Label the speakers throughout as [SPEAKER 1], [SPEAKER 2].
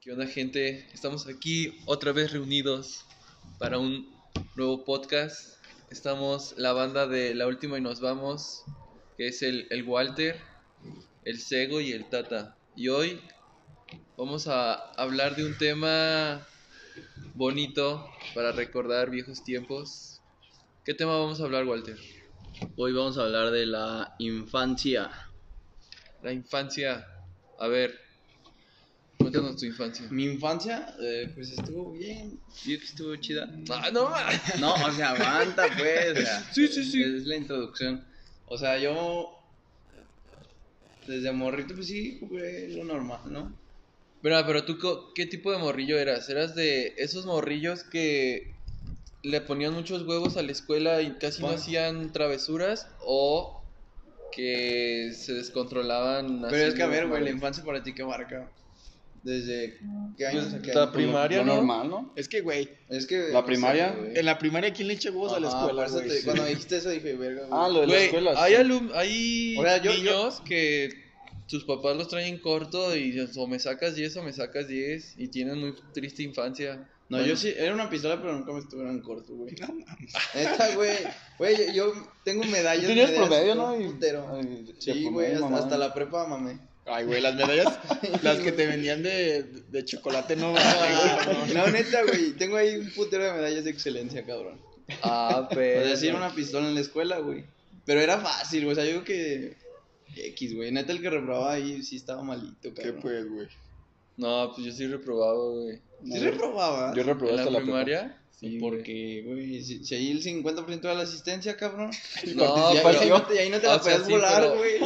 [SPEAKER 1] ¿Qué onda, gente? Estamos aquí otra vez reunidos para un nuevo podcast. Estamos la banda de La Última y Nos Vamos, que es el, el Walter, el Sego y el Tata. Y hoy vamos a hablar de un tema bonito para recordar viejos tiempos. ¿Qué tema vamos a hablar, Walter?
[SPEAKER 2] Hoy vamos a hablar de la infancia.
[SPEAKER 1] La infancia. A ver, cuéntanos tu infancia.
[SPEAKER 2] Mi infancia, eh, pues estuvo bien. Yo que estuvo chida.
[SPEAKER 1] Ah, no, ma-
[SPEAKER 2] No, o sea, aguanta, pues. o sea,
[SPEAKER 1] Sí, sí, sí.
[SPEAKER 2] Es la introducción. O sea, yo. Desde morrito, pues sí, jugué lo normal, ¿no?
[SPEAKER 1] Mira, pero tú, co- ¿qué tipo de morrillo eras? ¿Eras de esos morrillos que le ponían muchos huevos a la escuela y casi no
[SPEAKER 2] Bueno.
[SPEAKER 1] hacían travesuras? ¿O que se descontrolaban?
[SPEAKER 2] Pero es que, a ver,
[SPEAKER 1] haciendo
[SPEAKER 2] güey, la
[SPEAKER 1] males?
[SPEAKER 2] infancia para ti, ¿qué marca? ¿Desde qué años? a qué
[SPEAKER 1] la
[SPEAKER 2] años?
[SPEAKER 1] primaria,
[SPEAKER 3] lo
[SPEAKER 1] ¿no?
[SPEAKER 3] normal, ¿no? Pues,
[SPEAKER 4] Es que, güey,
[SPEAKER 2] Es que.
[SPEAKER 3] ¿La primaria?
[SPEAKER 4] en la primaria, ¿quién le echa huevos a la
[SPEAKER 3] pues,
[SPEAKER 4] escuela? güey?
[SPEAKER 3] este,
[SPEAKER 4] Sí.
[SPEAKER 2] Cuando me dijiste eso dije, verga, güey.
[SPEAKER 3] Ah, lo de la
[SPEAKER 1] Güey,
[SPEAKER 3] escuela.
[SPEAKER 1] hay,
[SPEAKER 3] sí.
[SPEAKER 1] alum- hay
[SPEAKER 2] O sea, yo- yo-
[SPEAKER 1] niños que sus papás los traen corto y dicen, o me sacas 10 o me sacas 10 y tienen muy triste infancia.
[SPEAKER 2] No,
[SPEAKER 1] Bueno,
[SPEAKER 2] yo sí, era una pistola, pero nunca me estuvieron corto, güey. Neta, güey. Güey, yo yo tengo medallas.
[SPEAKER 3] Tú tenías
[SPEAKER 2] medallas,
[SPEAKER 3] promedio,
[SPEAKER 2] todo
[SPEAKER 3] ¿no? Y-
[SPEAKER 2] putero.
[SPEAKER 3] ay,
[SPEAKER 2] Sí,
[SPEAKER 3] te
[SPEAKER 2] güey,
[SPEAKER 3] promedio,
[SPEAKER 2] hasta,
[SPEAKER 3] mamá.
[SPEAKER 2] hasta la prepa, mame.
[SPEAKER 4] Ay, güey, las medallas, las que te vendían de, de chocolate, no vale,
[SPEAKER 3] Ah,
[SPEAKER 4] güey.
[SPEAKER 2] No, neta, güey. Tengo ahí un putero de medallas de excelencia, cabrón.
[SPEAKER 1] Ah,
[SPEAKER 2] Es
[SPEAKER 1] pero...
[SPEAKER 2] decir, una pistola en la escuela, güey. Pero era fácil, güey. O sea, yo digo que. X, güey. Neta, el que reprobaba ahí sí estaba malito,
[SPEAKER 4] ¿Qué
[SPEAKER 2] cabrón.
[SPEAKER 4] pues, güey?
[SPEAKER 1] No, pues yo sí reprobado, güey.
[SPEAKER 2] Sí reprobaba.
[SPEAKER 3] Yo reprobé
[SPEAKER 1] ¿En la
[SPEAKER 3] hasta la
[SPEAKER 1] primaria? Sí, güey.
[SPEAKER 2] Porque, güey, si, si ahí el 50% de la asistencia, cabrón.
[SPEAKER 1] No,
[SPEAKER 3] pues,
[SPEAKER 2] y, ahí,
[SPEAKER 1] pero-
[SPEAKER 2] ahí no te, y ahí no te
[SPEAKER 1] o
[SPEAKER 2] la
[SPEAKER 1] sea,
[SPEAKER 2] puedes
[SPEAKER 1] sí,
[SPEAKER 2] volar,
[SPEAKER 1] pero-
[SPEAKER 2] güey.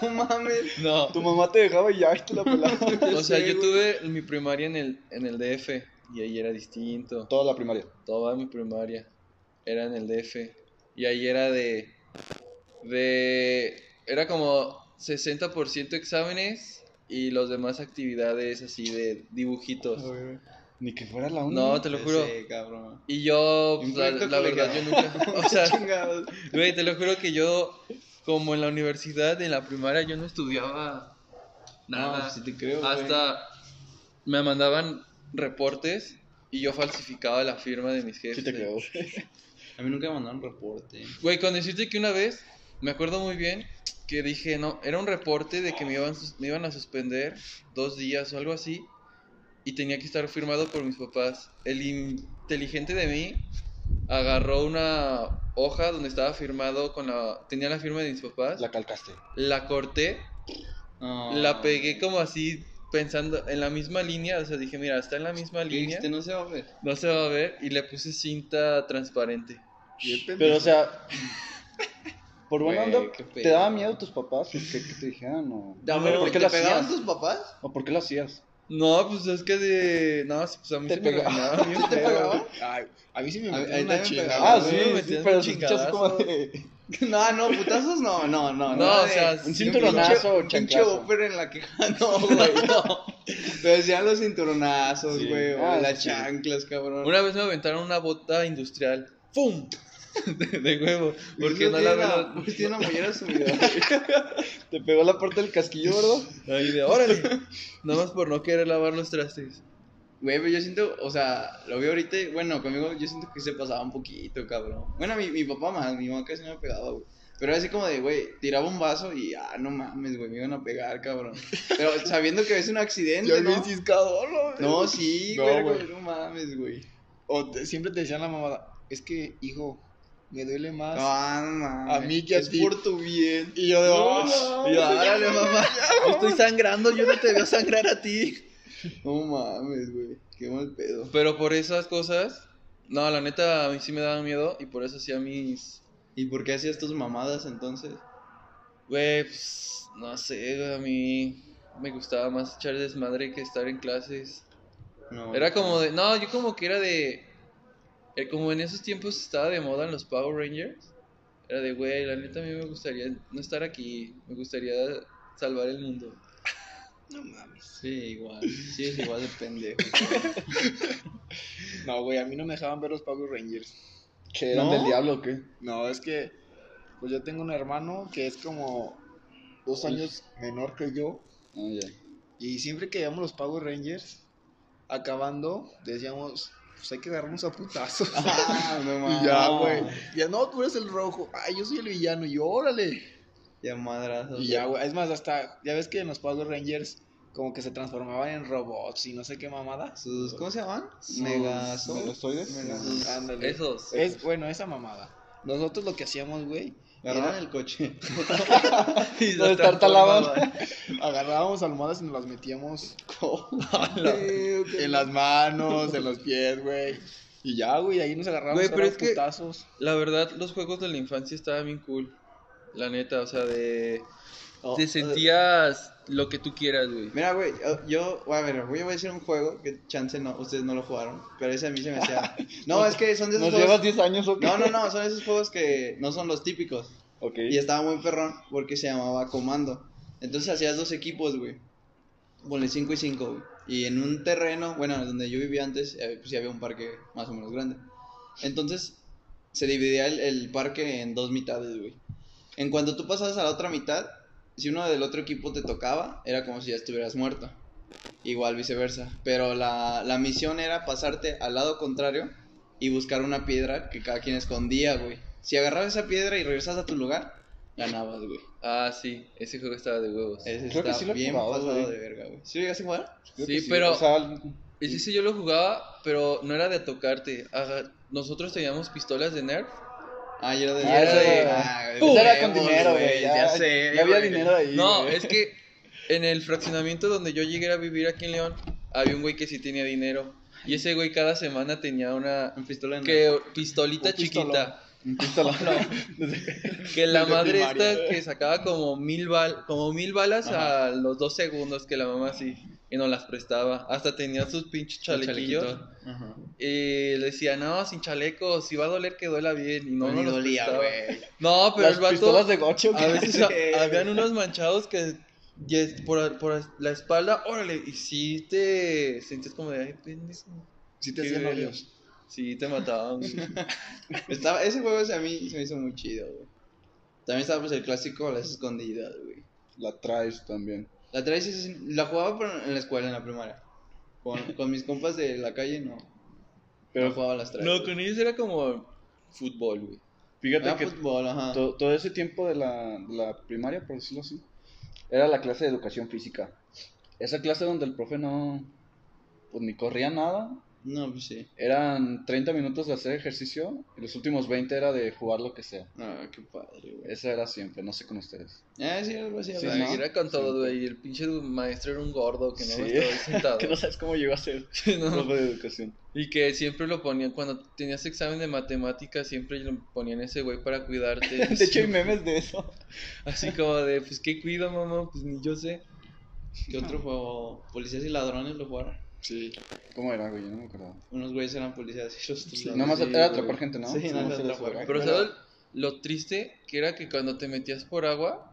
[SPEAKER 2] No mames.
[SPEAKER 1] No,
[SPEAKER 3] prepa. Tu mamá te dejaba y ya te la pelaba.
[SPEAKER 1] o sea,
[SPEAKER 2] sé,
[SPEAKER 1] yo
[SPEAKER 2] güey.
[SPEAKER 1] tuve mi primaria en el, en el DF y ahí era distinto.
[SPEAKER 3] Toda la primaria.
[SPEAKER 1] Toda mi primaria era en el DF y ahí era de... de era como 60% exámenes y los demás actividades así de dibujitos.
[SPEAKER 3] Ni que fuera la una.
[SPEAKER 1] No, te lo juro.
[SPEAKER 2] Sí, cabrón.
[SPEAKER 1] Y yo,
[SPEAKER 2] Y un
[SPEAKER 1] pues, la,
[SPEAKER 2] proyecto
[SPEAKER 1] la verdad, yo nunca... O sea,
[SPEAKER 2] Chingados.
[SPEAKER 1] Güey, te lo juro que yo, como en la universidad, en la primaria, yo no estudiaba nada.
[SPEAKER 2] No, pues sí te creo, güey.
[SPEAKER 1] Hasta me mandaban reportes y yo falsificaba la firma de mis jefes.
[SPEAKER 3] Sí te creo.
[SPEAKER 2] A mí nunca me mandaron reporte.
[SPEAKER 1] Güey, con decirte que una vez, me acuerdo muy bien, que dije, no, era un reporte de que me iban, sus- me iban a suspender dos días o algo así, y tenía que estar firmado por mis papás. El inteligente de mí agarró una hoja donde estaba firmado con la... tenía la firma de mis papás, la,
[SPEAKER 3] La calcaste.
[SPEAKER 1] corté,
[SPEAKER 2] No.
[SPEAKER 1] la pegué como así, pensando en la misma línea, o sea, dije, mira, está en la misma
[SPEAKER 2] ¿Qué
[SPEAKER 1] línea,
[SPEAKER 2] dijiste? No se va a ver.
[SPEAKER 1] no se va a ver, y le puse cinta transparente.
[SPEAKER 3] Pero, o sea. Por buena
[SPEAKER 2] Güey,
[SPEAKER 3] onda,
[SPEAKER 2] qué
[SPEAKER 3] ¿te
[SPEAKER 2] pedo.
[SPEAKER 3] daba miedo tus papás? ¿Qué, qué te dijeran? ¿O,
[SPEAKER 2] A ver,
[SPEAKER 3] ¿por
[SPEAKER 2] güey,
[SPEAKER 3] qué
[SPEAKER 2] ¿te
[SPEAKER 3] lo
[SPEAKER 2] pegaban
[SPEAKER 3] hacías?
[SPEAKER 2] tus papás?
[SPEAKER 3] ¿O por qué lo hacías?
[SPEAKER 1] No, pues es que de. No, pues a mí
[SPEAKER 3] Te
[SPEAKER 1] se me
[SPEAKER 3] pega-
[SPEAKER 1] regañaban bien
[SPEAKER 2] ¿Te
[SPEAKER 1] feo.
[SPEAKER 2] pegaban?
[SPEAKER 4] Ay, a mí sí me
[SPEAKER 2] A- ahí
[SPEAKER 4] metieron una
[SPEAKER 2] también me
[SPEAKER 4] chingada.
[SPEAKER 2] pegaban.
[SPEAKER 3] Ah,
[SPEAKER 1] güey,
[SPEAKER 3] sí,
[SPEAKER 1] me
[SPEAKER 3] sí,
[SPEAKER 1] tienes
[SPEAKER 3] pero
[SPEAKER 1] un
[SPEAKER 3] se escuchas como
[SPEAKER 1] chingadazo.
[SPEAKER 3] de.
[SPEAKER 2] No, no, putazos no, no, no.
[SPEAKER 1] No,
[SPEAKER 2] era
[SPEAKER 1] o sea,
[SPEAKER 2] de-
[SPEAKER 3] Un
[SPEAKER 1] sí,
[SPEAKER 2] de
[SPEAKER 3] cinturonazo o
[SPEAKER 2] pinche- pinche
[SPEAKER 3] chancazo.
[SPEAKER 2] ópera en la que no, güey, no. Pero decían los cinturonazos,
[SPEAKER 3] Sí.
[SPEAKER 2] güey, o
[SPEAKER 3] Ah,
[SPEAKER 2] las
[SPEAKER 3] sí.
[SPEAKER 2] chanclas, cabrón.
[SPEAKER 1] Una vez me aventaron una bota industrial. ¡Pum! De, de huevo. Porque
[SPEAKER 2] Eso
[SPEAKER 1] no
[SPEAKER 2] tiene
[SPEAKER 1] la
[SPEAKER 2] una-
[SPEAKER 1] veo.
[SPEAKER 2] pues tiene una mollera subida.
[SPEAKER 3] Te pegó la parte del casquillo, ¿verdad?
[SPEAKER 1] Ahí de órale. Nada más por no querer lavar los trastes.
[SPEAKER 2] Güey, pero yo siento, o sea, lo veo ahorita, y, bueno, conmigo yo siento que se pasaba un poquito, cabrón. Bueno, mi, mi papá más, mi mamá casi no me pegaba, güey. Pero era así como de, güey, tiraba un vaso y, ah, no mames, güey, me iban a pegar, cabrón. Pero sabiendo que es un
[SPEAKER 4] Yo
[SPEAKER 2] accidente,
[SPEAKER 4] bien
[SPEAKER 2] ¿no?
[SPEAKER 4] ciscador, güey.
[SPEAKER 2] No, sí,
[SPEAKER 4] No,
[SPEAKER 2] güey, era
[SPEAKER 4] güey.
[SPEAKER 2] como, no mames, güey.
[SPEAKER 4] O te- siempre te decían la mamada, es que, hijo, me duele más.
[SPEAKER 2] No, no mames.
[SPEAKER 4] Ah, A mí que a
[SPEAKER 2] Es
[SPEAKER 4] ti.
[SPEAKER 2] por tu bien.
[SPEAKER 4] Y yo de,
[SPEAKER 2] No,
[SPEAKER 4] "Oh".
[SPEAKER 2] "Ah, Y yo, árale, mamá.
[SPEAKER 1] Yo estoy sangrando, yo no te veo sangrar a ti.
[SPEAKER 2] No mames, güey, qué mal pedo.
[SPEAKER 1] Pero por esas cosas. No, la neta, a mí sí me daba miedo y por eso hacía mis.
[SPEAKER 2] ¿Y por qué hacías tus mamadas entonces?
[SPEAKER 1] Güey, pues, no sé, güey, a mí me gustaba más echar desmadre que estar en clases.
[SPEAKER 2] No.
[SPEAKER 1] Era como de. No, yo como que era de. eh, Como en esos tiempos estaba de moda en los Power Rangers. Era de, güey, la neta a mí me gustaría no estar aquí. Me gustaría salvar el mundo.
[SPEAKER 4] No mames.
[SPEAKER 2] Sí, igual. Sí, es igual de pendejo.
[SPEAKER 4] No, güey, a mí no me dejaban ver los Power Rangers.
[SPEAKER 3] ¿Que eran
[SPEAKER 4] ¿No?
[SPEAKER 3] del diablo o qué?
[SPEAKER 4] No, es que pues yo tengo un hermano que es como dos años menor que yo
[SPEAKER 3] Ah, ya.
[SPEAKER 4] y siempre que veíamos los Power Rangers acabando, decíamos, pues hay que agarrarnos a putazos.
[SPEAKER 2] Ah, no mames.
[SPEAKER 4] y ya, güey. Ya no, tú eres el rojo. Ay, yo soy el villano. Y órale.
[SPEAKER 2] Ya madrazos.
[SPEAKER 4] Y ya, güey. Es más, hasta, ya ves que en los Power Rangers como que se transformaban en robots y no sé qué mamada.
[SPEAKER 2] Sus, ¿Cómo se llaman?
[SPEAKER 4] Sus-
[SPEAKER 2] Megazord.
[SPEAKER 3] ¿Megazoides?
[SPEAKER 2] Megazoides.
[SPEAKER 1] Sus-
[SPEAKER 4] Ándale.
[SPEAKER 1] esos.
[SPEAKER 2] Eh,
[SPEAKER 4] Es, bueno, esa mamada. Nosotros lo que hacíamos, güey,
[SPEAKER 2] Agarraban el coche.
[SPEAKER 1] Y
[SPEAKER 4] Los
[SPEAKER 1] los
[SPEAKER 4] tartalaban.
[SPEAKER 1] transformaban.
[SPEAKER 4] agarrábamos almohadas y nos las metíamos
[SPEAKER 2] Sí, ok.
[SPEAKER 4] en las manos, en los pies, güey. Y ya, güey, ahí nos agarramos
[SPEAKER 1] Güey, pero
[SPEAKER 4] a
[SPEAKER 1] es que-
[SPEAKER 4] putazos.
[SPEAKER 1] La verdad, los juegos de la infancia estaban bien cool. La neta, o sea, de.
[SPEAKER 2] Oh,
[SPEAKER 1] Te sentías lo que tú quieras, güey.
[SPEAKER 2] Mira, güey, yo- yo, a ver, voy a decir un juego que chance no, ustedes no lo jugaron, pero ese a mí se me hacía. No, es que son de esos
[SPEAKER 3] ¿Nos
[SPEAKER 2] juegos.
[SPEAKER 3] llevas 10 años o qué?
[SPEAKER 2] No, no, no, son esos juegos que no son los típicos.
[SPEAKER 3] Ok.
[SPEAKER 2] Y estaba muy perrón porque se llamaba Comando. Entonces hacías dos equipos, güey. Ponle 5 y 5, güey. Y en un terreno, bueno, donde yo vivía antes, eh, pues sí había un parque más o menos grande. Entonces se dividía el, el parque en dos mitades, güey. En cuanto tú pasabas a la otra mitad, si uno del otro equipo te tocaba, era como si ya estuvieras muerto. Igual viceversa. Pero la, la misión era pasarte al lado contrario y buscar una piedra que cada quien escondía, güey. Si agarrabas esa piedra y regresas a tu lugar, ganabas, güey.
[SPEAKER 1] Ah, sí, ese juego estaba de huevos.
[SPEAKER 2] Ese
[SPEAKER 3] Creo que
[SPEAKER 2] está
[SPEAKER 3] sí lo he
[SPEAKER 2] bien
[SPEAKER 3] jugado,
[SPEAKER 2] pasado
[SPEAKER 3] güey.
[SPEAKER 2] de verga, güey. ¿Sí lo llegaste a jugar?
[SPEAKER 3] Creo
[SPEAKER 1] Sí,
[SPEAKER 3] que
[SPEAKER 1] pero-
[SPEAKER 3] o sea,
[SPEAKER 1] Y sí, sí, yo lo jugaba, pero no era de tocarte. Ajá, Nosotros teníamos pistolas de Nerf.
[SPEAKER 2] Ah, yo era de...
[SPEAKER 3] Ah,
[SPEAKER 2] era
[SPEAKER 3] ese
[SPEAKER 2] de-
[SPEAKER 3] era-
[SPEAKER 2] ah,
[SPEAKER 3] ese era con
[SPEAKER 2] huevos,
[SPEAKER 3] dinero, güey.
[SPEAKER 2] Ya,
[SPEAKER 3] Ya,
[SPEAKER 2] sé,
[SPEAKER 3] ya había
[SPEAKER 2] güey.
[SPEAKER 3] dinero ahí.
[SPEAKER 1] No,
[SPEAKER 3] güey.
[SPEAKER 1] es que en el fraccionamiento donde yo llegué a vivir aquí en León, había un güey que sí tenía dinero. Y ese güey cada semana tenía una
[SPEAKER 2] Un pistola en
[SPEAKER 1] que pistolita
[SPEAKER 3] Un pistolón.
[SPEAKER 1] chiquita.
[SPEAKER 3] Un pistolón.
[SPEAKER 1] Que la
[SPEAKER 3] Desde
[SPEAKER 1] madre
[SPEAKER 3] primaria.
[SPEAKER 1] esta que sacaba como mil, bal como mil balas a los dos segundos que la mamá así. Y nos las prestaba. Hasta tenía sus pinches
[SPEAKER 2] el
[SPEAKER 1] chalequillos.
[SPEAKER 2] chalequito. Ajá.
[SPEAKER 1] Y le decía, no, sin chaleco, si va a doler que duela bien. Y no, no
[SPEAKER 2] No, me
[SPEAKER 1] los
[SPEAKER 2] Pues dolía,
[SPEAKER 1] prestaba.
[SPEAKER 2] güey.
[SPEAKER 1] No, pero
[SPEAKER 3] Las
[SPEAKER 1] el vato.
[SPEAKER 3] pistolas de gocho.
[SPEAKER 1] A veces
[SPEAKER 2] Sí.
[SPEAKER 1] ha- habían unos manchados que yes, por, por la espalda, órale, y si te sentías como de, ay, pendejo.
[SPEAKER 4] Sí te
[SPEAKER 1] Qué
[SPEAKER 4] hacían
[SPEAKER 1] verga.
[SPEAKER 4] novios.
[SPEAKER 1] Sí, te mataban. güey.
[SPEAKER 2] Estaba, ese juego ese a mí se me hizo muy chido, güey. También estaba pues el clásico Las Escondidas, güey.
[SPEAKER 3] La traes también.
[SPEAKER 2] La traes es- la jugaba pero en la escuela, en la primaria. Con, con mis compas de la calle no. Pero jugaba las traes.
[SPEAKER 1] No, con ellos era como fútbol, güey.
[SPEAKER 3] Fíjate
[SPEAKER 2] Era
[SPEAKER 3] que
[SPEAKER 2] Ah, fútbol, ajá.
[SPEAKER 3] to- todo ese tiempo de la, de la primaria, por decirlo así, era la clase de educación física. Esa clase donde el profe no, pues ni corría nada.
[SPEAKER 2] No, pues sí.
[SPEAKER 3] Eran 30 minutos de hacer ejercicio y los últimos 20 era de jugar lo que sea.
[SPEAKER 2] Ah, qué padre, güey.
[SPEAKER 3] Esa era siempre, no sé con ustedes.
[SPEAKER 2] Ah, sí, algo así.
[SPEAKER 3] Sí,
[SPEAKER 2] algo
[SPEAKER 3] ¿no?
[SPEAKER 2] así.
[SPEAKER 1] Era con todo, güey. y El pinche maestro era un gordo que no
[SPEAKER 3] Sí.
[SPEAKER 1] estaba ahí sentado.
[SPEAKER 3] Que no sabes cómo llegó a ser
[SPEAKER 1] No.
[SPEAKER 3] profe de educación.
[SPEAKER 1] Y que siempre lo ponían, cuando tenías examen de matemáticas, siempre lo ponían a ese güey para cuidarte.
[SPEAKER 3] De hecho, hay memes de eso.
[SPEAKER 1] Así como de, pues, ¿qué cuido, mamá? Pues ni yo sé.
[SPEAKER 2] ¿Qué otro juego? Policías y ladrones lo jugaron.
[SPEAKER 4] Sí.
[SPEAKER 3] ¿Cómo era, güey? Yo no me acordaba.
[SPEAKER 2] Unos güeyes eran policías y los otros
[SPEAKER 1] Sí,
[SPEAKER 2] ladrones.
[SPEAKER 3] Nada más
[SPEAKER 1] sí,
[SPEAKER 3] era
[SPEAKER 1] güey.
[SPEAKER 3] atrapar gente, ¿no?
[SPEAKER 2] Sí, nada más
[SPEAKER 3] era
[SPEAKER 2] atrapar.
[SPEAKER 3] eso,
[SPEAKER 1] Pero
[SPEAKER 3] ¿verdad?
[SPEAKER 1] ¿sabes lo triste que era que cuando te metías por agua,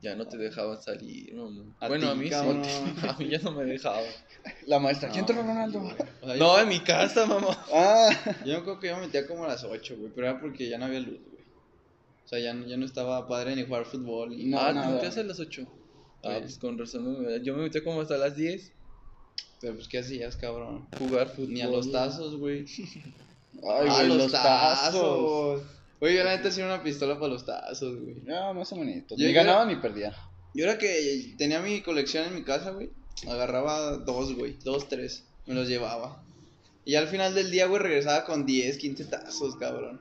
[SPEAKER 1] ya no te dejaban salir, mamá.
[SPEAKER 2] A
[SPEAKER 1] bueno,
[SPEAKER 2] ti,
[SPEAKER 1] a mí sí,
[SPEAKER 2] cabrón.
[SPEAKER 1] a mí ya no me dejaban.
[SPEAKER 3] La maestra,
[SPEAKER 2] No,
[SPEAKER 3] ¿quién entró Ronaldo?
[SPEAKER 2] güey. O sea,
[SPEAKER 1] No,
[SPEAKER 2] yo-
[SPEAKER 1] en mi casa, mamá.
[SPEAKER 3] Ah,
[SPEAKER 2] Yo me acuerdo que yo me metía como a las 8, güey, pero era porque ya no había luz, güey. O sea, ya, no- ya no estaba padre ni jugar fútbol. Ni
[SPEAKER 3] No,
[SPEAKER 1] ah,
[SPEAKER 2] nada.
[SPEAKER 1] ¿te
[SPEAKER 3] nada.
[SPEAKER 1] metías a las 8? Ah,
[SPEAKER 2] Sí.
[SPEAKER 1] pues con razón. no me- Yo me metí como hasta las 10,
[SPEAKER 2] Pero pues, ¿qué hacías, cabrón?
[SPEAKER 1] jugar fútbol.
[SPEAKER 2] Ni a los tazos, güey.
[SPEAKER 3] ay,
[SPEAKER 2] Ah,
[SPEAKER 3] güey, los tazos.
[SPEAKER 2] Güey, yo la neta hacía una pistola para los tazos, güey.
[SPEAKER 3] Ah, más o menos.
[SPEAKER 2] Yo
[SPEAKER 3] Ni ganaba ni perdía.
[SPEAKER 2] Yo era que tenía mi colección en mi casa, güey. Agarraba dos, güey. Dos, tres. Me los llevaba. Y ya al final del día, güey, regresaba con 10, 15 tazos, cabrón.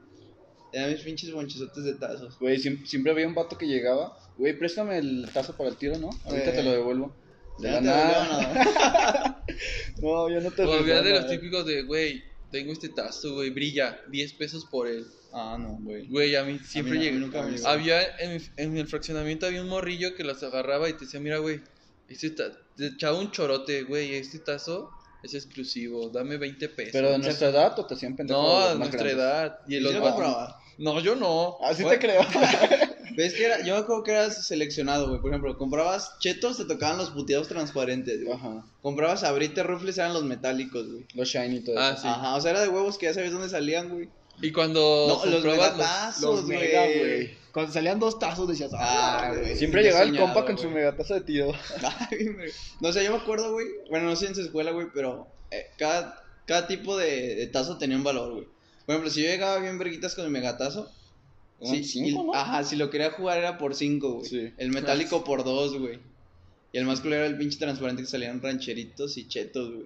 [SPEAKER 2] Eran mis pinches bonchizotes de tazos.
[SPEAKER 3] Güey, siem- siempre había un vato que llegaba. Güey, préstame el tazo para el tiro, ¿no? Ahorita
[SPEAKER 2] Eh.
[SPEAKER 3] te lo devuelvo. De
[SPEAKER 2] Ya
[SPEAKER 3] la
[SPEAKER 2] no te
[SPEAKER 3] nada.
[SPEAKER 2] dolió nada.
[SPEAKER 3] No, yo no te
[SPEAKER 1] O había
[SPEAKER 3] devuelvo
[SPEAKER 1] de los
[SPEAKER 3] nada.
[SPEAKER 1] típicos de, güey, tengo este tazo, güey, brilla, 10 pesos por él.
[SPEAKER 2] Ah, no, güey.
[SPEAKER 1] Güey, a mí siempre
[SPEAKER 2] no, a mí
[SPEAKER 1] llegué.
[SPEAKER 2] nunca me llegó.
[SPEAKER 1] había en, mi- en el fraccionamiento había un morrillo que los agarraba y te decía, mira, güey, este ta- te echaba un chorote, güey, este tazo es exclusivo, dame 20 pesos.
[SPEAKER 3] ¿Pero de nuestra edad o te hacían pendejos
[SPEAKER 1] no,
[SPEAKER 3] los
[SPEAKER 1] de
[SPEAKER 3] más
[SPEAKER 1] nuestra
[SPEAKER 3] grandes?
[SPEAKER 1] edad. Y
[SPEAKER 2] Y
[SPEAKER 1] los
[SPEAKER 2] yo Ah,
[SPEAKER 1] vatos-
[SPEAKER 2] compraba.
[SPEAKER 1] No, yo no.
[SPEAKER 3] Así
[SPEAKER 2] Güey.
[SPEAKER 3] te creo.
[SPEAKER 2] ¿Ves que era? Yo me acuerdo que eras seleccionado, güey. Por ejemplo, comprabas chetos, te tocaban los puteados transparentes, güey.
[SPEAKER 3] Ajá.
[SPEAKER 2] Comprabas abrites, rufles, eran los metálicos, güey.
[SPEAKER 3] Los shiny y todo
[SPEAKER 1] Ah,
[SPEAKER 3] eso.
[SPEAKER 1] sí.
[SPEAKER 2] Ajá, o sea, era de huevos que ya sabías dónde salían, güey.
[SPEAKER 1] Y cuando
[SPEAKER 2] No, los
[SPEAKER 1] comprobas
[SPEAKER 2] megatazos,
[SPEAKER 4] Los
[SPEAKER 2] güey.
[SPEAKER 4] mega, güey. Cuando salían dos tazos decías, ah,
[SPEAKER 2] Ah, güey.
[SPEAKER 3] Siempre
[SPEAKER 2] Ya
[SPEAKER 3] llegaba el
[SPEAKER 2] soñado,
[SPEAKER 3] compa con su
[SPEAKER 2] güey.
[SPEAKER 3] megataza de tiro.
[SPEAKER 2] Ay, me- no sé, yo me acuerdo, güey. Bueno, no sé en su escuela, güey, pero eh, cada, cada tipo de, de tazo tenía un valor, güey. Por ejemplo, si yo llegaba bien verguitas con el megatazo.
[SPEAKER 3] Eran
[SPEAKER 2] sí,
[SPEAKER 3] cinco,
[SPEAKER 2] y-
[SPEAKER 3] ¿no?
[SPEAKER 2] Ajá, si lo quería jugar era por 5, güey.
[SPEAKER 3] Sí.
[SPEAKER 2] El metálico por 2, güey. Y el más culero era el pinche transparente que salían rancheritos y chetos, güey.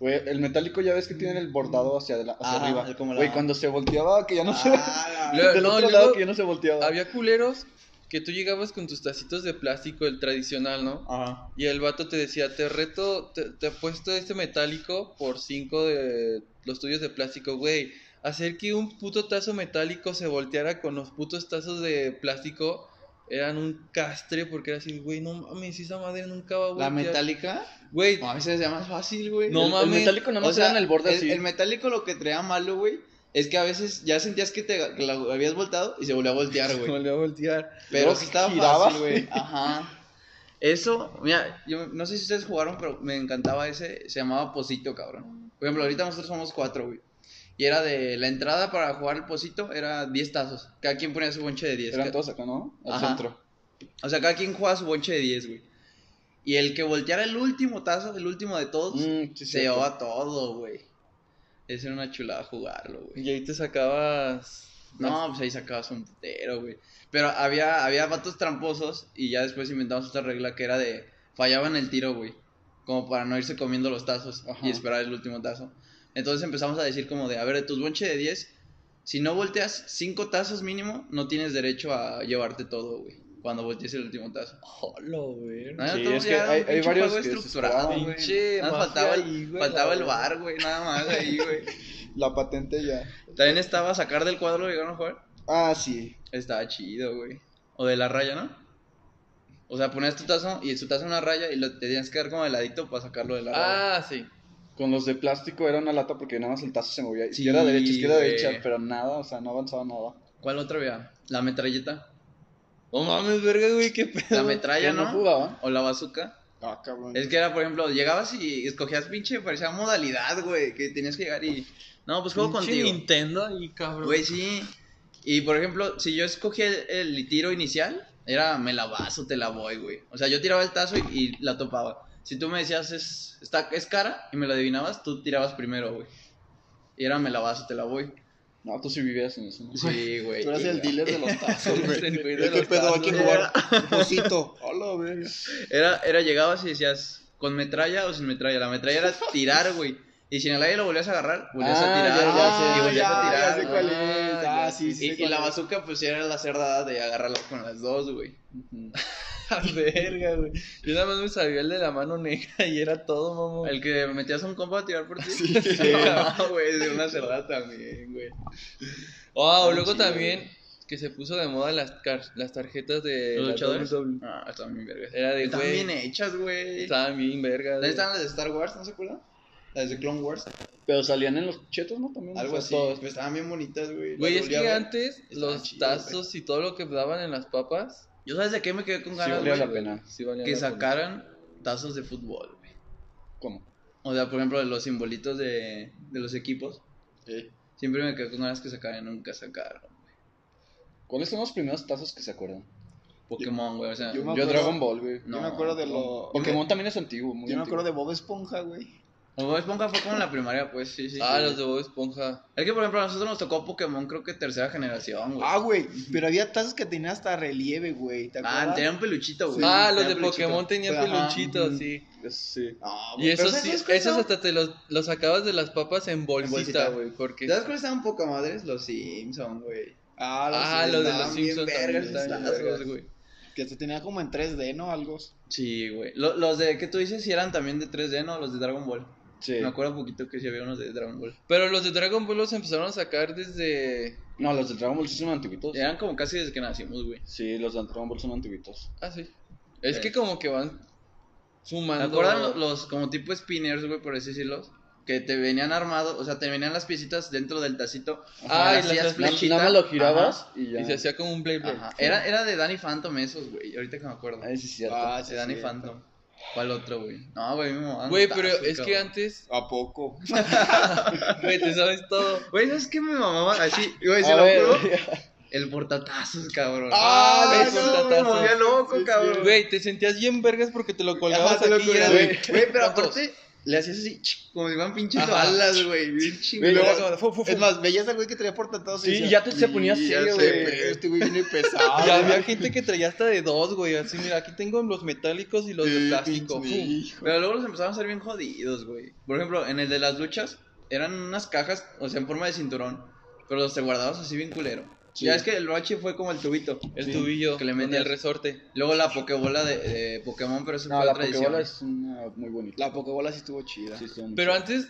[SPEAKER 3] Güey, el metálico ya ves que tiene el bordado hacia, adela- hacia
[SPEAKER 2] Ajá,
[SPEAKER 3] arriba.
[SPEAKER 2] como la-
[SPEAKER 3] Güey, cuando se volteaba, que ya no se...
[SPEAKER 2] Ah, la-
[SPEAKER 1] Luego-
[SPEAKER 3] del
[SPEAKER 1] no,
[SPEAKER 3] otro
[SPEAKER 1] y
[SPEAKER 3] lado
[SPEAKER 1] luego
[SPEAKER 3] que ya no se volteaba.
[SPEAKER 1] Había culeros que tú llegabas con tus tacitos de plástico, el tradicional, ¿no?
[SPEAKER 2] Ajá.
[SPEAKER 1] Y el vato te decía, te reto, te, te apuesto este metálico por cinco de los tuyos de plástico, güey. Hacer que un puto tazo metálico se volteara con los putos tazos de plástico eran un castre porque era así, güey, no mames, esa madre nunca va a
[SPEAKER 2] La
[SPEAKER 1] voltear.
[SPEAKER 2] metálica.
[SPEAKER 1] Güey,
[SPEAKER 2] A veces se más fácil, güey.
[SPEAKER 1] No
[SPEAKER 3] el, el
[SPEAKER 1] mames.
[SPEAKER 3] metálico nada más
[SPEAKER 2] O sea,
[SPEAKER 3] era en el borde así.
[SPEAKER 2] El metálico lo que traía malo, güey, es que a veces ya sentías que te que la habías voltado y se volvió a voltear,
[SPEAKER 1] se
[SPEAKER 2] güey.
[SPEAKER 1] volvió a voltear.
[SPEAKER 2] Pero
[SPEAKER 3] Luego
[SPEAKER 2] sí estaba
[SPEAKER 3] giraba.
[SPEAKER 2] fácil, güey. Ajá. Eso, mira, yo no sé si ustedes jugaron, pero me encantaba ese, se llamaba Posito, cabrón. Por ejemplo, ahorita nosotros somos cuatro, güey. Y era de la entrada para jugar el Posito era 10 tazos. Cada quien ponía su bonche de 10.
[SPEAKER 3] Eran
[SPEAKER 2] Ca-
[SPEAKER 3] todos acá, ¿no? Al
[SPEAKER 2] Ajá.
[SPEAKER 3] centro.
[SPEAKER 2] O sea, cada quien jugaba su bonche de 10, güey. Y el que volteara el último tazo, el último de todos,
[SPEAKER 3] Mm, sí,
[SPEAKER 2] se
[SPEAKER 3] cierto.
[SPEAKER 2] llevaba todo, güey. Esa era una chulada jugarlo, güey.
[SPEAKER 1] Y ahí te sacabas...
[SPEAKER 2] No, pues ahí sacabas un putero, güey. Pero había, había vatos tramposos y ya después inventamos otra regla que era de fallaban el tiro, güey. Como para no irse comiendo los tazos
[SPEAKER 3] Ajá.
[SPEAKER 2] y esperar el último tazo. Entonces empezamos a decir como de, a ver, de tus bonche de 10, si no volteas 5 tazos mínimo, no tienes derecho a llevarte todo, güey. Cuando voltees el último tazo.
[SPEAKER 1] Hola, güey.
[SPEAKER 2] No,
[SPEAKER 3] Sí,
[SPEAKER 2] todo
[SPEAKER 3] es
[SPEAKER 2] ya
[SPEAKER 3] que
[SPEAKER 2] era un
[SPEAKER 3] hay- hay
[SPEAKER 2] pinche
[SPEAKER 3] varios
[SPEAKER 2] juego
[SPEAKER 3] que se
[SPEAKER 2] estructurado,
[SPEAKER 3] esperaban.
[SPEAKER 2] güey.
[SPEAKER 1] Pinche
[SPEAKER 2] Nada más
[SPEAKER 1] mafia
[SPEAKER 2] faltaba, el-
[SPEAKER 1] ahí, güey,
[SPEAKER 2] faltaba
[SPEAKER 1] la
[SPEAKER 2] el
[SPEAKER 1] verdad.
[SPEAKER 2] bar, güey, nada más ahí, güey.
[SPEAKER 3] La patente ya.
[SPEAKER 2] También estaba sacar del cuadro, llegaron a jugar.
[SPEAKER 3] Ah, sí.
[SPEAKER 2] Estaba chido, güey. O de la raya, ¿no? O sea, ponías tu tazo y su tazo en una raya y lo te tenías que dar como de ladito para sacarlo de la raya.
[SPEAKER 1] Ah, sí.
[SPEAKER 3] Con los de plástico era una lata porque nada más el tazo se movía.
[SPEAKER 2] Sí,
[SPEAKER 3] Izquierda, derecha, izquierda,
[SPEAKER 2] güey.
[SPEAKER 3] derecha. Pero nada, o sea, no avanzaba nada.
[SPEAKER 2] ¿Cuál otra había? La metralleta.
[SPEAKER 1] No mames, verga, güey, qué pedo.
[SPEAKER 2] La metralla,
[SPEAKER 3] Que no
[SPEAKER 2] ¿no?
[SPEAKER 3] jugaba.
[SPEAKER 2] O la bazooka.
[SPEAKER 4] Ah, cabrón.
[SPEAKER 2] Es que era, por ejemplo, llegabas y escogías pinche, parecía modalidad, güey, que tenías que llegar y... No, pues juego
[SPEAKER 1] Pinche
[SPEAKER 2] contigo.
[SPEAKER 1] Nintendo y cabrón.
[SPEAKER 2] Güey, sí. Y por ejemplo, si yo escogía el, el tiro inicial, era me la vas o te la voy, güey. O sea, yo tiraba el tazo y, y la topaba. Si tú me decías es, está, es cara y me lo adivinabas, tú tirabas primero, güey. Y era me la vas o te la voy.
[SPEAKER 3] No, tú sí vivías en eso. ¿no?
[SPEAKER 2] Sí, güey.
[SPEAKER 4] Tú eras el dealer de los tazos, güey.
[SPEAKER 2] Eres el güey de
[SPEAKER 4] ¿Qué
[SPEAKER 2] los
[SPEAKER 4] pedo? Hay que
[SPEAKER 2] tazos,
[SPEAKER 4] jugar. Posito. Hola, verga.
[SPEAKER 2] Era, era llegabas y decías, ¿con metralla o sin metralla? La metralla era tirar, güey. Y si en el aire lo volvías a agarrar, volvías
[SPEAKER 3] Ah,
[SPEAKER 2] a tirar.
[SPEAKER 3] ya, ya
[SPEAKER 2] güey,
[SPEAKER 3] sé,
[SPEAKER 2] y volvías
[SPEAKER 4] ya,
[SPEAKER 2] a
[SPEAKER 4] ya
[SPEAKER 2] tirar.
[SPEAKER 4] sé
[SPEAKER 2] güey.
[SPEAKER 4] cuál
[SPEAKER 1] Ah,
[SPEAKER 4] es.
[SPEAKER 1] ya.
[SPEAKER 4] Ah, sí, sí.
[SPEAKER 2] y,
[SPEAKER 4] sé
[SPEAKER 2] y
[SPEAKER 4] cuál
[SPEAKER 2] la
[SPEAKER 4] es.
[SPEAKER 2] bazooka, pues era la cerdada de agarrarla con las dos, güey.
[SPEAKER 3] Ujú.
[SPEAKER 1] verga, güey. Yo nada más me sabía el de la mano negra y era todo, mamón.
[SPEAKER 2] El que metías un compa a tirar por ti. No, güey, de una cerrada también, güey.
[SPEAKER 1] Ah, o
[SPEAKER 2] Ah,
[SPEAKER 1] luego
[SPEAKER 2] chido,
[SPEAKER 1] también que se puso de moda las, car- las tarjetas de
[SPEAKER 2] ¿Los
[SPEAKER 1] la
[SPEAKER 2] luchadores?
[SPEAKER 1] WWE.
[SPEAKER 2] Ah, estaban bien vergas.
[SPEAKER 1] Era de,
[SPEAKER 2] Estaban
[SPEAKER 1] güey.
[SPEAKER 2] bien hechas, güey.
[SPEAKER 1] Estaban bien vergas.
[SPEAKER 2] ¿Dónde
[SPEAKER 1] güey.
[SPEAKER 2] estaban las de Star Wars? ¿No se acuerdan? Las de Clone Wars.
[SPEAKER 3] Pero salían en los chetos, ¿no? También.
[SPEAKER 2] Algo
[SPEAKER 3] o sea,
[SPEAKER 2] así.
[SPEAKER 3] todos.
[SPEAKER 2] Pero estaban bien bonitas, güey.
[SPEAKER 1] Güey,
[SPEAKER 2] Las
[SPEAKER 1] es
[SPEAKER 2] volví a
[SPEAKER 1] que
[SPEAKER 2] ver.
[SPEAKER 1] antes
[SPEAKER 2] Estaban
[SPEAKER 1] los
[SPEAKER 2] chidas,
[SPEAKER 1] tazos y todo lo que daban en las papas
[SPEAKER 2] Yo sabes de qué me quedé con
[SPEAKER 3] Sí,
[SPEAKER 2] ganas,
[SPEAKER 3] valía
[SPEAKER 2] güey.
[SPEAKER 3] la pena.
[SPEAKER 1] sí valían
[SPEAKER 2] que
[SPEAKER 1] la pena.
[SPEAKER 2] sacaran tazos de fútbol, güey.
[SPEAKER 3] ¿Cómo?
[SPEAKER 2] O sea, por ejemplo, de los simbolitos de, de los equipos. Siempre me quedé con ganas que sacaran, nunca sacaron.
[SPEAKER 3] ¿Cuáles son los primeros tazos que se acuerdan?
[SPEAKER 2] Pokémon, güey, o sea.
[SPEAKER 4] Yo me
[SPEAKER 3] Yo
[SPEAKER 4] acuerdo-
[SPEAKER 3] Dragon Ball, güey.
[SPEAKER 2] No,
[SPEAKER 4] Yo me acuerdo de lo.
[SPEAKER 3] Pokémon también es antiguo, muy
[SPEAKER 4] Yo me
[SPEAKER 3] antiguo.
[SPEAKER 4] acuerdo de Bob Esponja, güey.
[SPEAKER 2] O Bob Esponja fue como en la primaria, pues, sí, sí.
[SPEAKER 1] Ah,
[SPEAKER 2] sí.
[SPEAKER 1] los de Bob Esponja.
[SPEAKER 2] Es que, por ejemplo, a nosotros nos tocó Pokémon, creo que tercera generación, güey.
[SPEAKER 4] Ah, güey. Pero había tazos que tenían hasta relieve, güey. ¿Te acuerdas?
[SPEAKER 2] Ah, tenía un peluchito, güey.
[SPEAKER 1] ah, los
[SPEAKER 4] tenía
[SPEAKER 1] de
[SPEAKER 4] peluchito.
[SPEAKER 1] Pokémon tenían
[SPEAKER 2] Ajá,
[SPEAKER 1] peluchitos,
[SPEAKER 2] ujú.
[SPEAKER 1] sí.
[SPEAKER 3] Eso sí.
[SPEAKER 4] Ah,
[SPEAKER 1] Y
[SPEAKER 4] güey, pero
[SPEAKER 1] esos sí,
[SPEAKER 4] ¿sabes cuál
[SPEAKER 1] esos
[SPEAKER 4] estaba-
[SPEAKER 1] hasta te los, los sacabas de las papas en
[SPEAKER 2] bolsita.
[SPEAKER 1] bolsita, güey. Porque
[SPEAKER 2] ¿Sabes cuáles estaban poca madres? Los Simpson, güey.
[SPEAKER 4] Ah,
[SPEAKER 1] Ah, los de
[SPEAKER 4] estaban
[SPEAKER 1] los
[SPEAKER 4] bien
[SPEAKER 1] Simpsons
[SPEAKER 4] vergas,
[SPEAKER 1] también estaban
[SPEAKER 4] tazos,
[SPEAKER 1] bien vergas.
[SPEAKER 4] güey. Que se tenía como en 3D, ¿no? Algo.
[SPEAKER 2] Sí, güey. Lo- los de, ¿qué tú dices? Si eran también de 3D, ¿no? Los de Dragon Ball.
[SPEAKER 3] Sí.
[SPEAKER 2] Me acuerdo un poquito que sí había unos de Dragon Ball.
[SPEAKER 1] Pero los de Dragon Ball los empezaron a sacar desde...
[SPEAKER 3] No, los de Dragon Ball sí son antiguitos.
[SPEAKER 2] Eran como casi desde que nacimos, güey.
[SPEAKER 3] Sí, los de Dragon Ball son antiguitos.
[SPEAKER 1] Ah, sí. Es
[SPEAKER 2] Sí.
[SPEAKER 1] que como que van
[SPEAKER 2] ¿Te
[SPEAKER 1] sumando...
[SPEAKER 2] acuerdan los, los como tipo spinners, güey, por así decirlos? Que te venían armados, o sea, te venían las piecitas dentro del tacito.
[SPEAKER 1] Ah,
[SPEAKER 2] le
[SPEAKER 1] y las-
[SPEAKER 2] hacías
[SPEAKER 1] las-
[SPEAKER 2] flechita.
[SPEAKER 3] Nada más lo girabas y ya.
[SPEAKER 1] Y se hacía como un Blade
[SPEAKER 2] Ajá,
[SPEAKER 1] Blade.
[SPEAKER 2] ajá. Era, era de Danny Phantom esos, güey. Ahorita que me acuerdo.
[SPEAKER 3] Ah, sí, es cierto.
[SPEAKER 4] Ah,
[SPEAKER 2] de Danny Phantom. ¿Cuál otro, güey? No, güey, me mamaban
[SPEAKER 1] Güey,
[SPEAKER 2] los
[SPEAKER 1] pero
[SPEAKER 2] tazos,
[SPEAKER 1] es que
[SPEAKER 2] cabrón.
[SPEAKER 1] antes,
[SPEAKER 4] ¿A poco?
[SPEAKER 1] güey, te sabes todo.
[SPEAKER 2] Güey, ¿sabes qué me mamaban? Así, güey, se
[SPEAKER 3] A
[SPEAKER 2] lo
[SPEAKER 3] ver,
[SPEAKER 2] juro.
[SPEAKER 3] güey.
[SPEAKER 2] El portatazos, cabrón.
[SPEAKER 1] Ah,
[SPEAKER 2] Eso
[SPEAKER 1] no,
[SPEAKER 2] me
[SPEAKER 1] portatazo.
[SPEAKER 2] volvía loco, cabrón.
[SPEAKER 1] Güey, te sentías bien vergas porque te lo colgabas
[SPEAKER 2] Ajá, te lo
[SPEAKER 1] aquí y
[SPEAKER 2] colgaba,
[SPEAKER 1] era
[SPEAKER 2] güey.
[SPEAKER 1] de-
[SPEAKER 2] Güey, pero
[SPEAKER 1] ¿Cuántos?
[SPEAKER 2] aparte le hacías así, ch, como si fueran pinches
[SPEAKER 1] Ajá.
[SPEAKER 2] balas, güey. Bien
[SPEAKER 3] Güey,
[SPEAKER 2] chingón.
[SPEAKER 3] luego-
[SPEAKER 4] Es más, veías al güey que traía portatados
[SPEAKER 3] Sí, ya te, se ponía
[SPEAKER 2] Sí, ya
[SPEAKER 3] serio,
[SPEAKER 2] sé,
[SPEAKER 3] güey.
[SPEAKER 2] güey.
[SPEAKER 4] Este güey viene
[SPEAKER 2] Ah,
[SPEAKER 4] pesado.
[SPEAKER 1] Y había gente que traía hasta de dos, güey. Así, mira, aquí tengo los metálicos y los de plástico. Pum.
[SPEAKER 2] Pero luego los empezaron a hacer bien jodidos, güey. Por ejemplo, en el de las luchas eran unas cajas, o sea, en forma de cinturón. Pero los te guardabas así bien culero.
[SPEAKER 4] Sí.
[SPEAKER 2] Ya es que el Roachi fue como el tubito.
[SPEAKER 1] El tubillo,
[SPEAKER 2] que le metías.
[SPEAKER 1] con el resorte.
[SPEAKER 2] Luego la pokebola de, de Pokémon, pero eso
[SPEAKER 3] No,
[SPEAKER 2] fue
[SPEAKER 3] la
[SPEAKER 2] otra edición.
[SPEAKER 3] Pokébola es una muy bonita.
[SPEAKER 4] La Pokébola sí estuvo chida.
[SPEAKER 3] Sí, estuvo muy
[SPEAKER 1] Pero
[SPEAKER 3] chida.
[SPEAKER 1] antes,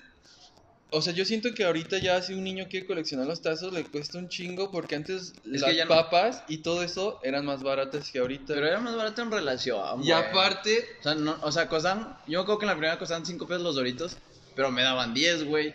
[SPEAKER 1] o sea, yo siento que ahorita ya si un niño quiere coleccionar los tazos le cuesta un chingo porque antes
[SPEAKER 2] Es
[SPEAKER 1] las
[SPEAKER 2] que ya no-
[SPEAKER 1] papas y todo eso eran más baratas que ahorita.
[SPEAKER 2] Pero era más barato en relación,
[SPEAKER 1] y
[SPEAKER 2] güey.
[SPEAKER 1] aparte,
[SPEAKER 2] O sea, no, o sea, costaban. Yo creo que en la primera costaban 5 pesos los doritos, pero me daban 10, güey.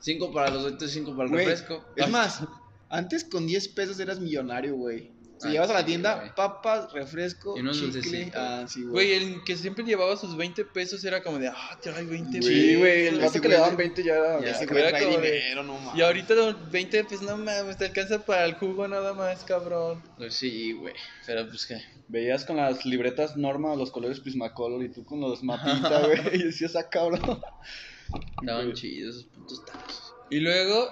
[SPEAKER 2] 5 para los doritos y 5 para el
[SPEAKER 4] Güey,
[SPEAKER 2] refresco.
[SPEAKER 4] Es más, antes con 10 pesos eras millonario, güey. Si
[SPEAKER 2] Ah,
[SPEAKER 4] llevas a la
[SPEAKER 2] sí,
[SPEAKER 4] tienda,
[SPEAKER 2] güey.
[SPEAKER 4] papas, refresco,
[SPEAKER 2] Y unos
[SPEAKER 4] chicle.
[SPEAKER 2] dulcecitos.
[SPEAKER 4] Ah, sí,
[SPEAKER 1] güey,
[SPEAKER 4] güey.
[SPEAKER 1] el que siempre llevaba sus 20 pesos era como de, ah, trae 20 pesos.
[SPEAKER 3] Sí, güey, el
[SPEAKER 4] Ese
[SPEAKER 3] vato que
[SPEAKER 4] güey
[SPEAKER 3] le
[SPEAKER 4] de-
[SPEAKER 3] daban 20 ya era.
[SPEAKER 2] Ya.
[SPEAKER 4] Ese
[SPEAKER 1] era
[SPEAKER 4] güey trae
[SPEAKER 1] como de-
[SPEAKER 4] dinero, no mames.
[SPEAKER 1] Y ahorita los 20 pesos, no mames, te alcanza para el jugo nada más, cabrón.
[SPEAKER 2] Pues sí, güey. Pero pues que.
[SPEAKER 3] Veías con las libretas Norma los colores Prismacolor y tú con los mapitas, güey. Y decías, ah, cabrón.
[SPEAKER 2] Estaban
[SPEAKER 3] Güey.
[SPEAKER 2] chidos esos putos tacos.
[SPEAKER 1] Y luego,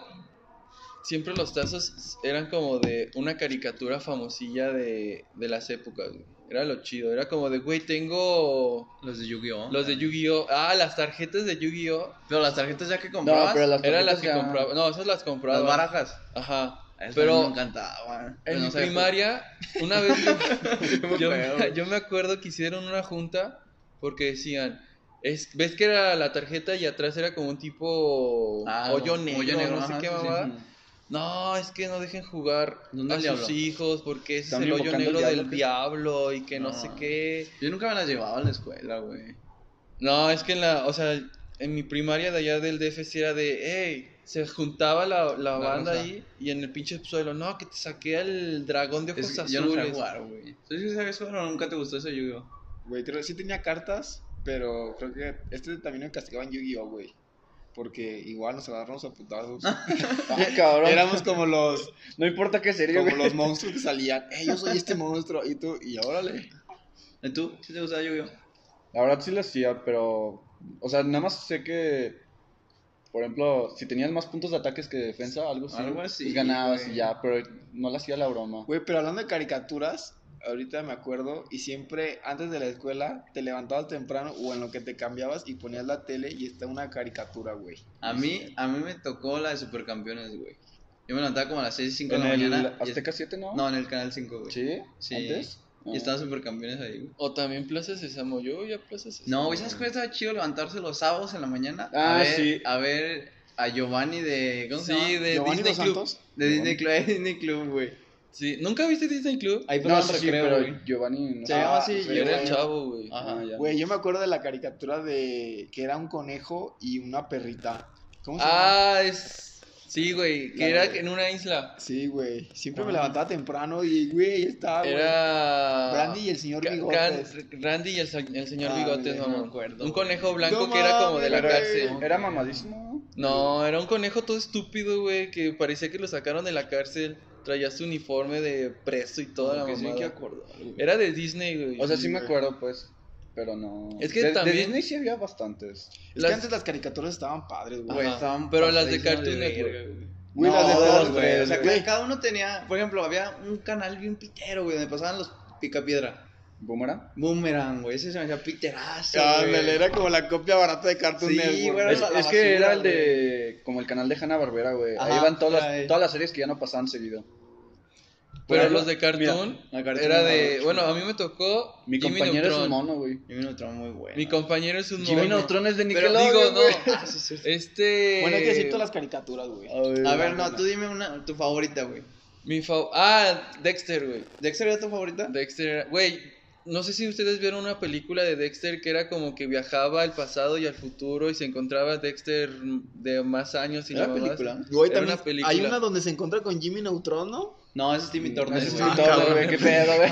[SPEAKER 1] siempre los tazos eran como de una caricatura famosilla de, de las épocas, güey. Era lo chido, era como de, güey, tengo
[SPEAKER 2] Los de Yu-Gi-Oh!
[SPEAKER 1] los de Yu-Gi-Oh! Ah, las tarjetas de Yu-Gi-Oh!
[SPEAKER 2] Pero las tarjetas ya que comprabas.
[SPEAKER 3] No, pero las
[SPEAKER 1] Eran las
[SPEAKER 3] tarjetas
[SPEAKER 1] que
[SPEAKER 3] ya-
[SPEAKER 1] compraba, no, esas las compraba.
[SPEAKER 2] Las barajas.
[SPEAKER 1] Ajá.
[SPEAKER 2] Eso Ah, me
[SPEAKER 1] Pero pues.
[SPEAKER 2] encantaban.
[SPEAKER 1] en
[SPEAKER 2] Pero
[SPEAKER 1] mi
[SPEAKER 2] no sabía
[SPEAKER 1] primaria, una vez yo, yo,
[SPEAKER 2] feo, güey.
[SPEAKER 1] yo me acuerdo que hicieron una junta porque decían, es, ¿ves que era la tarjeta y atrás era como un tipo
[SPEAKER 2] Ah,
[SPEAKER 1] hoyo
[SPEAKER 2] hoyo
[SPEAKER 1] negro,
[SPEAKER 2] negro,
[SPEAKER 1] no
[SPEAKER 2] ajá,
[SPEAKER 1] sé qué
[SPEAKER 2] sí, sí.
[SPEAKER 1] mamada? No, es que no dejen jugar
[SPEAKER 2] ¿Dónde
[SPEAKER 1] a
[SPEAKER 2] el
[SPEAKER 1] sus
[SPEAKER 2] diablo?
[SPEAKER 1] hijos porque ese es
[SPEAKER 3] ¿Están
[SPEAKER 1] el hoyo
[SPEAKER 3] invocando
[SPEAKER 1] negro
[SPEAKER 3] al
[SPEAKER 1] del diablo y que no. sé
[SPEAKER 2] No.
[SPEAKER 1] qué.
[SPEAKER 2] cómo. Yo nunca me las llevaba a la escuela, güey.
[SPEAKER 1] No, es que en la, o sea, en mi primaria de allá del DF sí era de, hey, se juntaba la, la
[SPEAKER 2] La
[SPEAKER 1] banda
[SPEAKER 2] raza.
[SPEAKER 1] ahí y en el pinche suelo, no, que te saqué al dragón de ojos
[SPEAKER 2] Es que
[SPEAKER 1] azules.
[SPEAKER 2] yo no sabía jugar, güey. ¿Tú sí sabías jugar o nunca te gustó ese Yu-Gi-Oh?
[SPEAKER 4] Güey, creo- sí tenía cartas, pero creo que este también me castigaban Yu-Gi-Oh, güey. Porque igual nos agarramos a putazos.
[SPEAKER 3] Ah, cabrón.
[SPEAKER 4] Éramos como los,
[SPEAKER 3] No importa qué serio,
[SPEAKER 4] como
[SPEAKER 3] güey.
[SPEAKER 4] los monstruos que salían. Eh, yo soy este monstruo. Y tú, y órale.
[SPEAKER 2] ¿Y tú? ¿Sí te gustaba Yu-Gi-Oh?
[SPEAKER 3] La verdad sí lo hacía, pero. O sea, nada más sé que. Por ejemplo, si tenías más puntos de ataques que de defensa, algo así.
[SPEAKER 2] Algo así,
[SPEAKER 3] pues ganabas
[SPEAKER 2] güey.
[SPEAKER 3] y ya, pero no le hacía la broma.
[SPEAKER 4] Güey, pero hablando de caricaturas, ahorita me acuerdo, y siempre antes de la escuela te levantabas temprano o en lo que te cambiabas y ponías la tele y está una caricatura, güey.
[SPEAKER 2] A mí, a mí me tocó la de Supercampeones, güey. Yo me levantaba como a las 6 y 5 de
[SPEAKER 3] En
[SPEAKER 2] la
[SPEAKER 3] el
[SPEAKER 2] mañana. y
[SPEAKER 3] Azteca 7, ¿no?
[SPEAKER 2] est- No, en el Canal 5, güey.
[SPEAKER 3] ¿Sí?
[SPEAKER 2] Sí.
[SPEAKER 3] ¿Antes? Ah.
[SPEAKER 2] Y estaban Supercampeones ahí, güey.
[SPEAKER 1] O también Plaza Sésamo, yo ya Plaza Sésamo.
[SPEAKER 2] No, güey, ¿sabes cuál estaba chido levantarse los sábados en la mañana? a
[SPEAKER 3] Ah,
[SPEAKER 2] ver,
[SPEAKER 3] sí.
[SPEAKER 2] A ver a Giovanni de... ¿Cómo se
[SPEAKER 1] Sí,
[SPEAKER 2] llama?
[SPEAKER 1] de
[SPEAKER 4] Giovanni
[SPEAKER 1] Disney
[SPEAKER 4] Dos
[SPEAKER 1] Club.
[SPEAKER 4] Santos.
[SPEAKER 2] De Disney Club, de Disney Club, güey.
[SPEAKER 1] Sí, ¿nunca viste Disney Club?
[SPEAKER 2] Ahí
[SPEAKER 3] No,
[SPEAKER 2] pasaban
[SPEAKER 3] sí, sí,
[SPEAKER 2] recreo,
[SPEAKER 3] pero
[SPEAKER 2] güey.
[SPEAKER 3] Giovanni no
[SPEAKER 2] Se
[SPEAKER 3] sé.
[SPEAKER 2] llama así,
[SPEAKER 1] Yo era el
[SPEAKER 4] Ah, güey.
[SPEAKER 1] chavo, güey.
[SPEAKER 2] Ah.
[SPEAKER 3] Ah, ya.
[SPEAKER 4] Güey, yo me acuerdo de la caricatura de que era un conejo y una perrita. ¿Cómo se llama?
[SPEAKER 1] Ah, es... Sí, güey, que
[SPEAKER 4] La
[SPEAKER 1] era
[SPEAKER 4] de-
[SPEAKER 1] en una isla.
[SPEAKER 4] Sí, güey. Siempre me
[SPEAKER 2] Ah.
[SPEAKER 4] levantaba temprano y, güey, ahí estaba, Ah, güey.
[SPEAKER 1] Era...
[SPEAKER 4] Randy y el señor
[SPEAKER 1] Ca-
[SPEAKER 4] Bigotes.
[SPEAKER 1] Can- Randy y el, sa- el señor
[SPEAKER 4] Ah,
[SPEAKER 1] Bigotes,
[SPEAKER 4] güey,
[SPEAKER 1] mamá.
[SPEAKER 2] no me acuerdo,
[SPEAKER 1] Un
[SPEAKER 2] güey.
[SPEAKER 1] conejo blanco
[SPEAKER 4] No
[SPEAKER 1] que era como de la
[SPEAKER 4] mames,
[SPEAKER 1] cárcel.
[SPEAKER 4] güey.
[SPEAKER 3] Era mamadísimo.
[SPEAKER 1] No, era un conejo todo estúpido, güey, que parecía que lo sacaron de la cárcel. Traía su uniforme de preso y toda la
[SPEAKER 2] Como que sí,
[SPEAKER 1] mamada.
[SPEAKER 2] que acordó, güey.
[SPEAKER 1] Era de Disney, güey.
[SPEAKER 3] O sea, sí me
[SPEAKER 4] güey.
[SPEAKER 3] acuerdo, pues. Pero no.
[SPEAKER 1] Es que
[SPEAKER 3] de, de
[SPEAKER 1] también-
[SPEAKER 3] Disney sí había bastantes.
[SPEAKER 4] Es
[SPEAKER 1] las-
[SPEAKER 4] que antes las caricaturas estaban padres, güey.
[SPEAKER 1] Ajá.
[SPEAKER 2] estaban
[SPEAKER 1] Pero las de
[SPEAKER 2] pasadísimas
[SPEAKER 1] Cartoon
[SPEAKER 2] de
[SPEAKER 1] Network.
[SPEAKER 2] verga, güey.
[SPEAKER 4] Güey, las de
[SPEAKER 3] No,
[SPEAKER 4] todos,
[SPEAKER 3] güey,
[SPEAKER 4] güey.
[SPEAKER 2] O sea,
[SPEAKER 4] Güey,
[SPEAKER 2] cada- cada uno tenía... Por ejemplo, había un canal bien pitero, güey, donde pasaban los picapiedra.
[SPEAKER 3] ¿Boomerang?
[SPEAKER 2] Boomerang, güey. Ese se me hacía piterazo,
[SPEAKER 4] Ándale,
[SPEAKER 2] güey.
[SPEAKER 4] era como la copia barata de Cartoon
[SPEAKER 2] Sí,
[SPEAKER 4] Network.
[SPEAKER 2] güey, Pero
[SPEAKER 3] Es,
[SPEAKER 2] la-
[SPEAKER 3] es que era el de. Como el canal de Hanna Barbera, güey. Ahí
[SPEAKER 2] Ajá,
[SPEAKER 3] van todas
[SPEAKER 2] ay.
[SPEAKER 3] las, todas las series que ya no pasaban seguido.
[SPEAKER 1] Pero
[SPEAKER 3] Bueno,
[SPEAKER 1] los de Cartoon,
[SPEAKER 2] la Cartoon
[SPEAKER 1] era de...
[SPEAKER 2] Network.
[SPEAKER 1] Bueno, a mí me tocó
[SPEAKER 3] Mi
[SPEAKER 1] Jimmy
[SPEAKER 3] compañero es
[SPEAKER 1] Neutron.
[SPEAKER 3] un mono, güey.
[SPEAKER 2] Jimmy Neutron muy bueno.
[SPEAKER 1] Mi compañero es un
[SPEAKER 3] Jimmy
[SPEAKER 1] mono.
[SPEAKER 3] Neutron es de
[SPEAKER 1] Pero
[SPEAKER 3] Nickelodeon.
[SPEAKER 1] digo,
[SPEAKER 3] güey.
[SPEAKER 1] no,
[SPEAKER 2] Ah, sí, sí, sí.
[SPEAKER 1] este...
[SPEAKER 4] Bueno, hay que decir todas las caricaturas, güey.
[SPEAKER 2] A ver, no, tú dime una, tu favorita, güey.
[SPEAKER 1] Mi fa- Ah, Dexter, güey.
[SPEAKER 2] ¿Dexter era tu favorita?
[SPEAKER 1] Dexter era... Güey, no sé si ustedes vieron una película de Dexter que era como que viajaba al pasado y al futuro y se encontraba Dexter de más años y
[SPEAKER 2] ¿Era
[SPEAKER 1] la mamá-
[SPEAKER 2] película?
[SPEAKER 4] Güey,
[SPEAKER 1] Era
[SPEAKER 4] también
[SPEAKER 1] una película.
[SPEAKER 4] Hay una donde se encuentra con Jimmy Neutron, ¿no?
[SPEAKER 2] No, ese es Timmy Turner,
[SPEAKER 3] Ese es
[SPEAKER 2] güey.
[SPEAKER 3] mi
[SPEAKER 5] Ah,
[SPEAKER 3] todo,
[SPEAKER 5] cabrón.
[SPEAKER 3] güey, qué pedo, güey.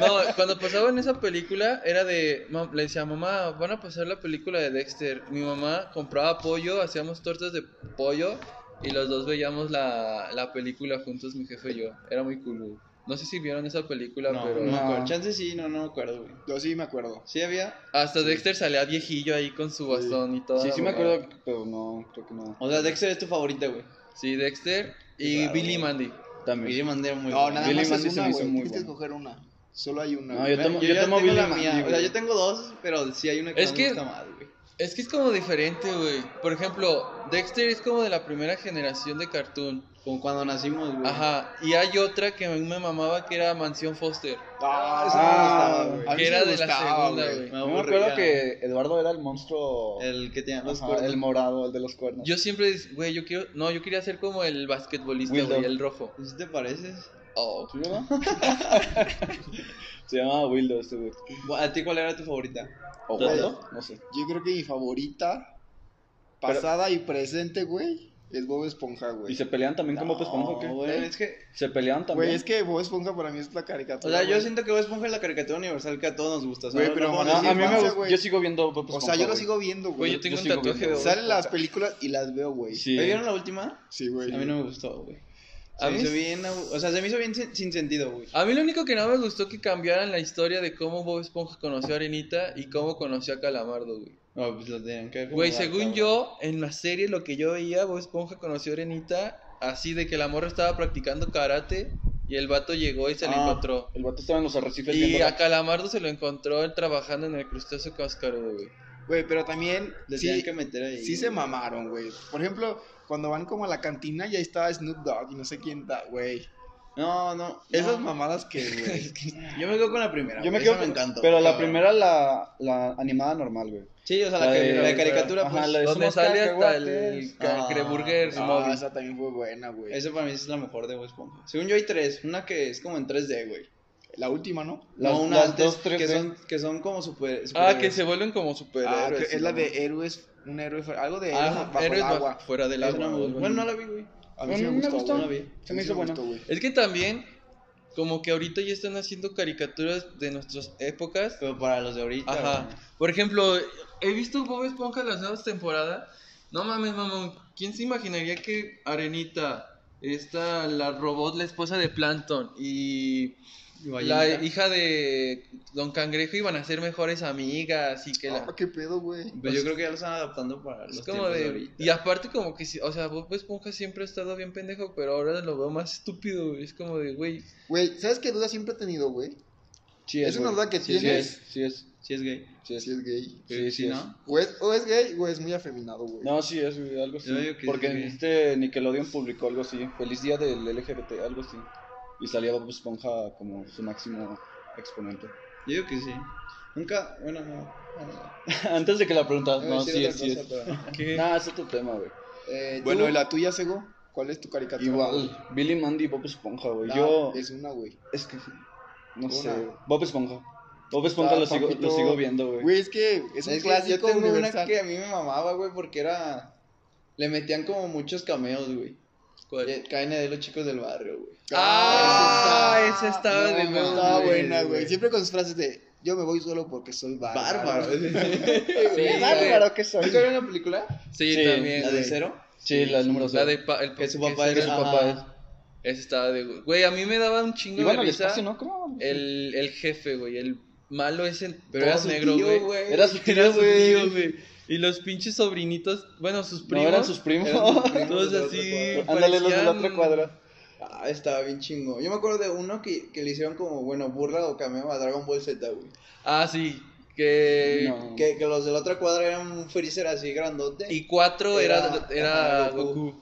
[SPEAKER 1] No, cuando pasaba en esa película era de... ma- Le decía, mamá, van a pasar la película de Dexter. Mi mamá compraba pollo, hacíamos tortas de pollo y los dos veíamos la, la película juntos, mi jefe y yo. Era muy cool, güey. No sé si vieron esa película,
[SPEAKER 2] No,
[SPEAKER 1] pero...
[SPEAKER 2] no me acuerdo.
[SPEAKER 3] No.
[SPEAKER 2] Chance sí, no, no me acuerdo, güey.
[SPEAKER 4] Yo sí me acuerdo.
[SPEAKER 2] ¿Sí había?
[SPEAKER 1] Hasta Dexter salía viejillo ahí con su bastón y todo.
[SPEAKER 3] Sí, sí me acuerdo, pero no, creo que no.
[SPEAKER 2] O sea, Dexter es tu favorita, güey.
[SPEAKER 1] Sí, Dexter y
[SPEAKER 2] Claro.
[SPEAKER 1] Billy Mandy.
[SPEAKER 2] Y de
[SPEAKER 3] También.
[SPEAKER 2] manera muy
[SPEAKER 4] No, nada
[SPEAKER 3] Billy
[SPEAKER 4] más
[SPEAKER 3] Mandy
[SPEAKER 4] es
[SPEAKER 3] se me
[SPEAKER 4] una,
[SPEAKER 3] hizo
[SPEAKER 4] güey.
[SPEAKER 3] muy
[SPEAKER 4] Tienes que
[SPEAKER 3] bueno.
[SPEAKER 4] escoger una. Solo hay una.
[SPEAKER 3] No,
[SPEAKER 4] güey.
[SPEAKER 3] yo tomo, yo
[SPEAKER 2] yo ya
[SPEAKER 3] tomo
[SPEAKER 2] tengo
[SPEAKER 3] Billy
[SPEAKER 2] la
[SPEAKER 3] Mandy,
[SPEAKER 2] mía. O sea,
[SPEAKER 3] güey.
[SPEAKER 2] yo tengo dos, pero sí hay una que
[SPEAKER 1] Es
[SPEAKER 2] no
[SPEAKER 1] que-
[SPEAKER 2] me gusta más, güey.
[SPEAKER 1] Es que es como diferente, güey. Por ejemplo, Dexter es como de la primera generación de cartoon.
[SPEAKER 2] Como cuando nacimos, güey.
[SPEAKER 1] Ajá. Y hay otra que a mí me mamaba que era Mansión Foster.
[SPEAKER 4] Ah, esa
[SPEAKER 3] Ah,
[SPEAKER 4] no me gustaba, güey.
[SPEAKER 1] que
[SPEAKER 4] A mí
[SPEAKER 1] era
[SPEAKER 4] sí me
[SPEAKER 1] de la
[SPEAKER 4] gustaba,
[SPEAKER 1] segunda, güey.
[SPEAKER 3] Yo me acuerdo que Eduardo era el monstruo.
[SPEAKER 2] El que tenía los
[SPEAKER 3] ajá,
[SPEAKER 2] cuernos.
[SPEAKER 3] el morado, el de los cuernos.
[SPEAKER 1] Yo siempre, dis- güey, yo quiero. No, yo quería ser como el basquetbolista,
[SPEAKER 3] Will
[SPEAKER 1] güey,
[SPEAKER 3] Dog.
[SPEAKER 1] el rojo.
[SPEAKER 2] ¿Sí te pareces?
[SPEAKER 1] Oh,
[SPEAKER 3] ¿Sí, verdad? Se llamaba Wildo este güey.
[SPEAKER 2] ¿A ti cuál era tu favorita?
[SPEAKER 3] ¿O Waldo? No sé.
[SPEAKER 4] Ah, Yo creo que mi favorita,
[SPEAKER 3] Pero-
[SPEAKER 4] pasada y presente, güey, es Bob Esponja, güey.
[SPEAKER 3] ¿Y se pelean también con Bob Esponja o
[SPEAKER 2] No,
[SPEAKER 3] qué?
[SPEAKER 2] güey,
[SPEAKER 4] ¿Eh?
[SPEAKER 2] es que...
[SPEAKER 3] ¿Se pelean también?
[SPEAKER 4] Güey, es que Bob Esponja para mí es la
[SPEAKER 2] O
[SPEAKER 4] caricatura.
[SPEAKER 2] sea, yo
[SPEAKER 4] güey.
[SPEAKER 2] siento que Bob Esponja es la caricatura universal que a todos nos gusta. o sea,
[SPEAKER 4] Güey,
[SPEAKER 2] no-
[SPEAKER 4] pero
[SPEAKER 2] no
[SPEAKER 4] mamá,
[SPEAKER 3] No,
[SPEAKER 2] vamos a
[SPEAKER 3] Ah, a mí me
[SPEAKER 4] Infancia,
[SPEAKER 3] gusta.
[SPEAKER 4] güey.
[SPEAKER 3] Yo sigo viendo Bob Esponja.
[SPEAKER 4] O sea, yo lo
[SPEAKER 3] güey.
[SPEAKER 4] sigo viendo,
[SPEAKER 1] güey,
[SPEAKER 4] güey.
[SPEAKER 1] yo tengo un
[SPEAKER 3] sigo
[SPEAKER 1] tatuaje de
[SPEAKER 3] viendo.
[SPEAKER 1] Bob
[SPEAKER 4] Salen las
[SPEAKER 1] Esponja.
[SPEAKER 4] películas y las veo, güey.
[SPEAKER 3] Sí.
[SPEAKER 2] ¿Me vieron la última?
[SPEAKER 4] Sí, güey.
[SPEAKER 2] A mí no me gustó, güey.
[SPEAKER 1] A
[SPEAKER 2] Se me
[SPEAKER 1] mí
[SPEAKER 2] hizo
[SPEAKER 1] sí.
[SPEAKER 2] bien... abu- O sea, se me hizo bien sin, sin sentido, güey.
[SPEAKER 1] A mí lo único que no me gustó que cambiaran la historia de cómo Bob Esponja conoció a Arenita y cómo conoció a Calamardo, güey.
[SPEAKER 2] No, pues lo tenían que... acomodar,
[SPEAKER 1] Güey, según
[SPEAKER 2] cabrón.
[SPEAKER 1] yo, en la serie lo que yo veía, Bob Esponja conoció a Arenita, así de que la morra estaba practicando karate y el vato llegó y se la
[SPEAKER 2] Ah.
[SPEAKER 1] encontró.
[SPEAKER 3] El vato estaba en los arrecifes
[SPEAKER 1] Y
[SPEAKER 3] viendo-
[SPEAKER 1] a Calamardo se lo encontró él trabajando en el crustáceo cascarudo, güey.
[SPEAKER 4] Güey, pero también
[SPEAKER 2] Le
[SPEAKER 4] sí,
[SPEAKER 2] tenían que meter ahí.
[SPEAKER 4] sí se mamaron, güey. Por ejemplo, cuando van como a la cantina y ahí está Snoop Dogg y no sé quién da, güey.
[SPEAKER 2] No, no.
[SPEAKER 4] Esas
[SPEAKER 2] Esas
[SPEAKER 4] mamadas que, güey.
[SPEAKER 2] Yo me quedo con la primera.
[SPEAKER 3] Yo me
[SPEAKER 2] güey,
[SPEAKER 3] quedo
[SPEAKER 2] esa
[SPEAKER 3] con-
[SPEAKER 2] encantó,
[SPEAKER 3] Pero la
[SPEAKER 2] cabrón.
[SPEAKER 3] primera, la, la animada normal, güey.
[SPEAKER 2] Sí, o sea, la, que-
[SPEAKER 3] de-
[SPEAKER 2] la caricatura,
[SPEAKER 3] ajá,
[SPEAKER 2] pues.
[SPEAKER 3] la de
[SPEAKER 1] Donde
[SPEAKER 3] somos
[SPEAKER 1] sale hasta el
[SPEAKER 3] cacahuates.
[SPEAKER 1] cangreburger
[SPEAKER 4] Ah,
[SPEAKER 1] móvil.
[SPEAKER 4] esa también fue buena, güey.
[SPEAKER 2] Esa para mí es la mejor de Bob Esponja. Según yo hay tres. Una que es como en 3D, güey.
[SPEAKER 4] La última, ¿no?
[SPEAKER 3] Las-
[SPEAKER 2] no, una
[SPEAKER 3] las
[SPEAKER 2] antes
[SPEAKER 3] dos 3D.
[SPEAKER 2] que son, que son como super,
[SPEAKER 1] Ah,
[SPEAKER 2] superhéroes.
[SPEAKER 1] que se vuelven como
[SPEAKER 4] Ah,
[SPEAKER 1] superhéroes.
[SPEAKER 4] que es la de héroes, un héroe fuera, algo de Ah, héroes
[SPEAKER 2] Ajá,
[SPEAKER 4] bajo
[SPEAKER 1] ah, héroes
[SPEAKER 4] el
[SPEAKER 1] bajo-
[SPEAKER 4] agua.
[SPEAKER 1] fuera del
[SPEAKER 2] Es una
[SPEAKER 1] agua.
[SPEAKER 2] muy-
[SPEAKER 1] güey.
[SPEAKER 2] Bueno, no la vi, güey.
[SPEAKER 4] A mí sí
[SPEAKER 3] Bueno,
[SPEAKER 4] me
[SPEAKER 3] me
[SPEAKER 4] gustó,
[SPEAKER 3] gustó.
[SPEAKER 4] güey.
[SPEAKER 2] No la vi.
[SPEAKER 4] Sí
[SPEAKER 3] me hizo buena.
[SPEAKER 4] gustó, güey.
[SPEAKER 1] Es que también, como que ahorita ya están haciendo caricaturas de nuestras épocas
[SPEAKER 2] Pero para los de ahorita.
[SPEAKER 1] Ajá.
[SPEAKER 2] güey.
[SPEAKER 1] Por ejemplo, he visto Bob Esponja las nuevas temporadas. No mames, mamón. ¿Quién se imaginaría que Arenita, esta, la robot, la esposa de Plankton y
[SPEAKER 2] Y
[SPEAKER 1] la
[SPEAKER 2] Ballenita.
[SPEAKER 1] hija de Don Cangrejo iban a ser mejores amigas y que la...
[SPEAKER 4] Ah, qué pedo, güey.
[SPEAKER 2] Pues yo creo que ya lo están adaptando para los
[SPEAKER 1] Es como
[SPEAKER 2] tiempos de,
[SPEAKER 1] de...
[SPEAKER 2] ahorita.
[SPEAKER 1] Y aparte como que, sí, o sea, Bob Esponja siempre ha estado bien pendejo, pero ahora lo veo más estúpido, güey. Es como de, güey,
[SPEAKER 4] Güey, ¿sabes qué duda siempre he tenido, güey?
[SPEAKER 3] Sí,
[SPEAKER 4] es una
[SPEAKER 3] güey.
[SPEAKER 4] duda que
[SPEAKER 3] Sí,
[SPEAKER 4] tienes.
[SPEAKER 3] Sí, es.
[SPEAKER 2] Si es gay.
[SPEAKER 3] Sí, es.
[SPEAKER 4] Si es gay.
[SPEAKER 3] Sí, sí, es.
[SPEAKER 2] ¿no?
[SPEAKER 4] O es, o es gay o es muy afeminado, güey.
[SPEAKER 3] No, sí es, güey, algo
[SPEAKER 2] Yo
[SPEAKER 3] así.
[SPEAKER 2] digo que
[SPEAKER 3] Porque
[SPEAKER 2] sí, güey.
[SPEAKER 3] este Nickelodeon publicó algo así. Feliz día del LGBT, algo así. Y salía Bob Esponja como su máximo exponente.
[SPEAKER 2] Yo digo que sí. Nunca, bueno, no.
[SPEAKER 3] Antes de que la preguntas,
[SPEAKER 4] Iba a
[SPEAKER 3] no,
[SPEAKER 4] decir
[SPEAKER 3] sí
[SPEAKER 4] otra
[SPEAKER 3] es, sí
[SPEAKER 4] cosa,
[SPEAKER 3] es.
[SPEAKER 4] pero no.
[SPEAKER 1] ¿qué?
[SPEAKER 3] Nah, es otro tema, güey.
[SPEAKER 4] Eh,
[SPEAKER 3] Bueno,
[SPEAKER 4] bueno, ¿y
[SPEAKER 3] ¿y
[SPEAKER 4] la tuya, Sego? ¿Cuál es tu caricatura?
[SPEAKER 3] Igual, Billy Mandy y Bob Esponja, güey.
[SPEAKER 4] Ah,
[SPEAKER 3] Yo,
[SPEAKER 4] Es una, güey.
[SPEAKER 3] es que, no
[SPEAKER 4] Una.
[SPEAKER 3] sé, Bob Esponja. Bob Esponja
[SPEAKER 4] Está
[SPEAKER 3] lo sigo,
[SPEAKER 4] Pampito.
[SPEAKER 3] lo sigo viendo, güey.
[SPEAKER 4] Güey, es que es un
[SPEAKER 2] Es que
[SPEAKER 4] clásico
[SPEAKER 2] yo tengo una
[SPEAKER 4] universal.
[SPEAKER 2] que a mí me mamaba, güey, porque era. Le metían como muchos cameos, güey.
[SPEAKER 1] ¿Cuál?
[SPEAKER 2] Eh, Caen de los chicos del barrio, güey.
[SPEAKER 1] Ah,
[SPEAKER 4] Ah,
[SPEAKER 1] esa estaba
[SPEAKER 2] no
[SPEAKER 1] de
[SPEAKER 2] mames.
[SPEAKER 1] nuevo.
[SPEAKER 4] Está
[SPEAKER 2] güey,
[SPEAKER 4] buena,
[SPEAKER 2] güey.
[SPEAKER 4] güey. Siempre con sus frases de yo me voy solo porque soy bárbaro.
[SPEAKER 2] Bárbaro.
[SPEAKER 1] güey.
[SPEAKER 3] bárbaro que soy.
[SPEAKER 2] ¿Nunca vieron la película?
[SPEAKER 1] Sí,
[SPEAKER 3] Sí,
[SPEAKER 1] también.
[SPEAKER 2] La de
[SPEAKER 1] güey.
[SPEAKER 2] cero.
[SPEAKER 3] Sí, la número
[SPEAKER 1] La
[SPEAKER 3] cero.
[SPEAKER 1] de pa- el
[SPEAKER 2] Que su
[SPEAKER 1] que
[SPEAKER 2] papá
[SPEAKER 1] era
[SPEAKER 2] es-
[SPEAKER 1] el
[SPEAKER 2] Ajá.
[SPEAKER 1] papá es- Ese estaba de güey, a mí me daba un chingo
[SPEAKER 3] Iban
[SPEAKER 1] de
[SPEAKER 3] al
[SPEAKER 1] risa
[SPEAKER 3] espacio, ¿no? Creo.
[SPEAKER 1] el, el jefe, güey, el malo ese
[SPEAKER 2] Pero
[SPEAKER 1] todo
[SPEAKER 2] era su
[SPEAKER 1] negro,
[SPEAKER 2] tío,
[SPEAKER 1] güey.
[SPEAKER 2] güey.
[SPEAKER 3] Era su
[SPEAKER 1] Era
[SPEAKER 3] tío,
[SPEAKER 1] su
[SPEAKER 3] güey.
[SPEAKER 1] tío, güey. Y los pinches sobrinitos, bueno, sus
[SPEAKER 3] No,
[SPEAKER 1] primos.
[SPEAKER 3] eran sus primos.
[SPEAKER 2] Eran sus primos.
[SPEAKER 1] Todos
[SPEAKER 2] de la
[SPEAKER 1] así.
[SPEAKER 2] otra cuadra.
[SPEAKER 3] Ándale, los de la otra
[SPEAKER 1] parecían-
[SPEAKER 3] cuadra.
[SPEAKER 2] Ah, estaba bien chingo. Yo me acuerdo de uno que, que le hicieron como, bueno, burla o cameo a Dragon Ball Z, güey.
[SPEAKER 1] Ah, sí, que
[SPEAKER 3] No.
[SPEAKER 2] Que, que los de la otra cuadra eran un freezer así grandote.
[SPEAKER 1] y cuatro era
[SPEAKER 2] Era-
[SPEAKER 1] era,
[SPEAKER 2] ajá,
[SPEAKER 1] Goku.
[SPEAKER 2] Goku.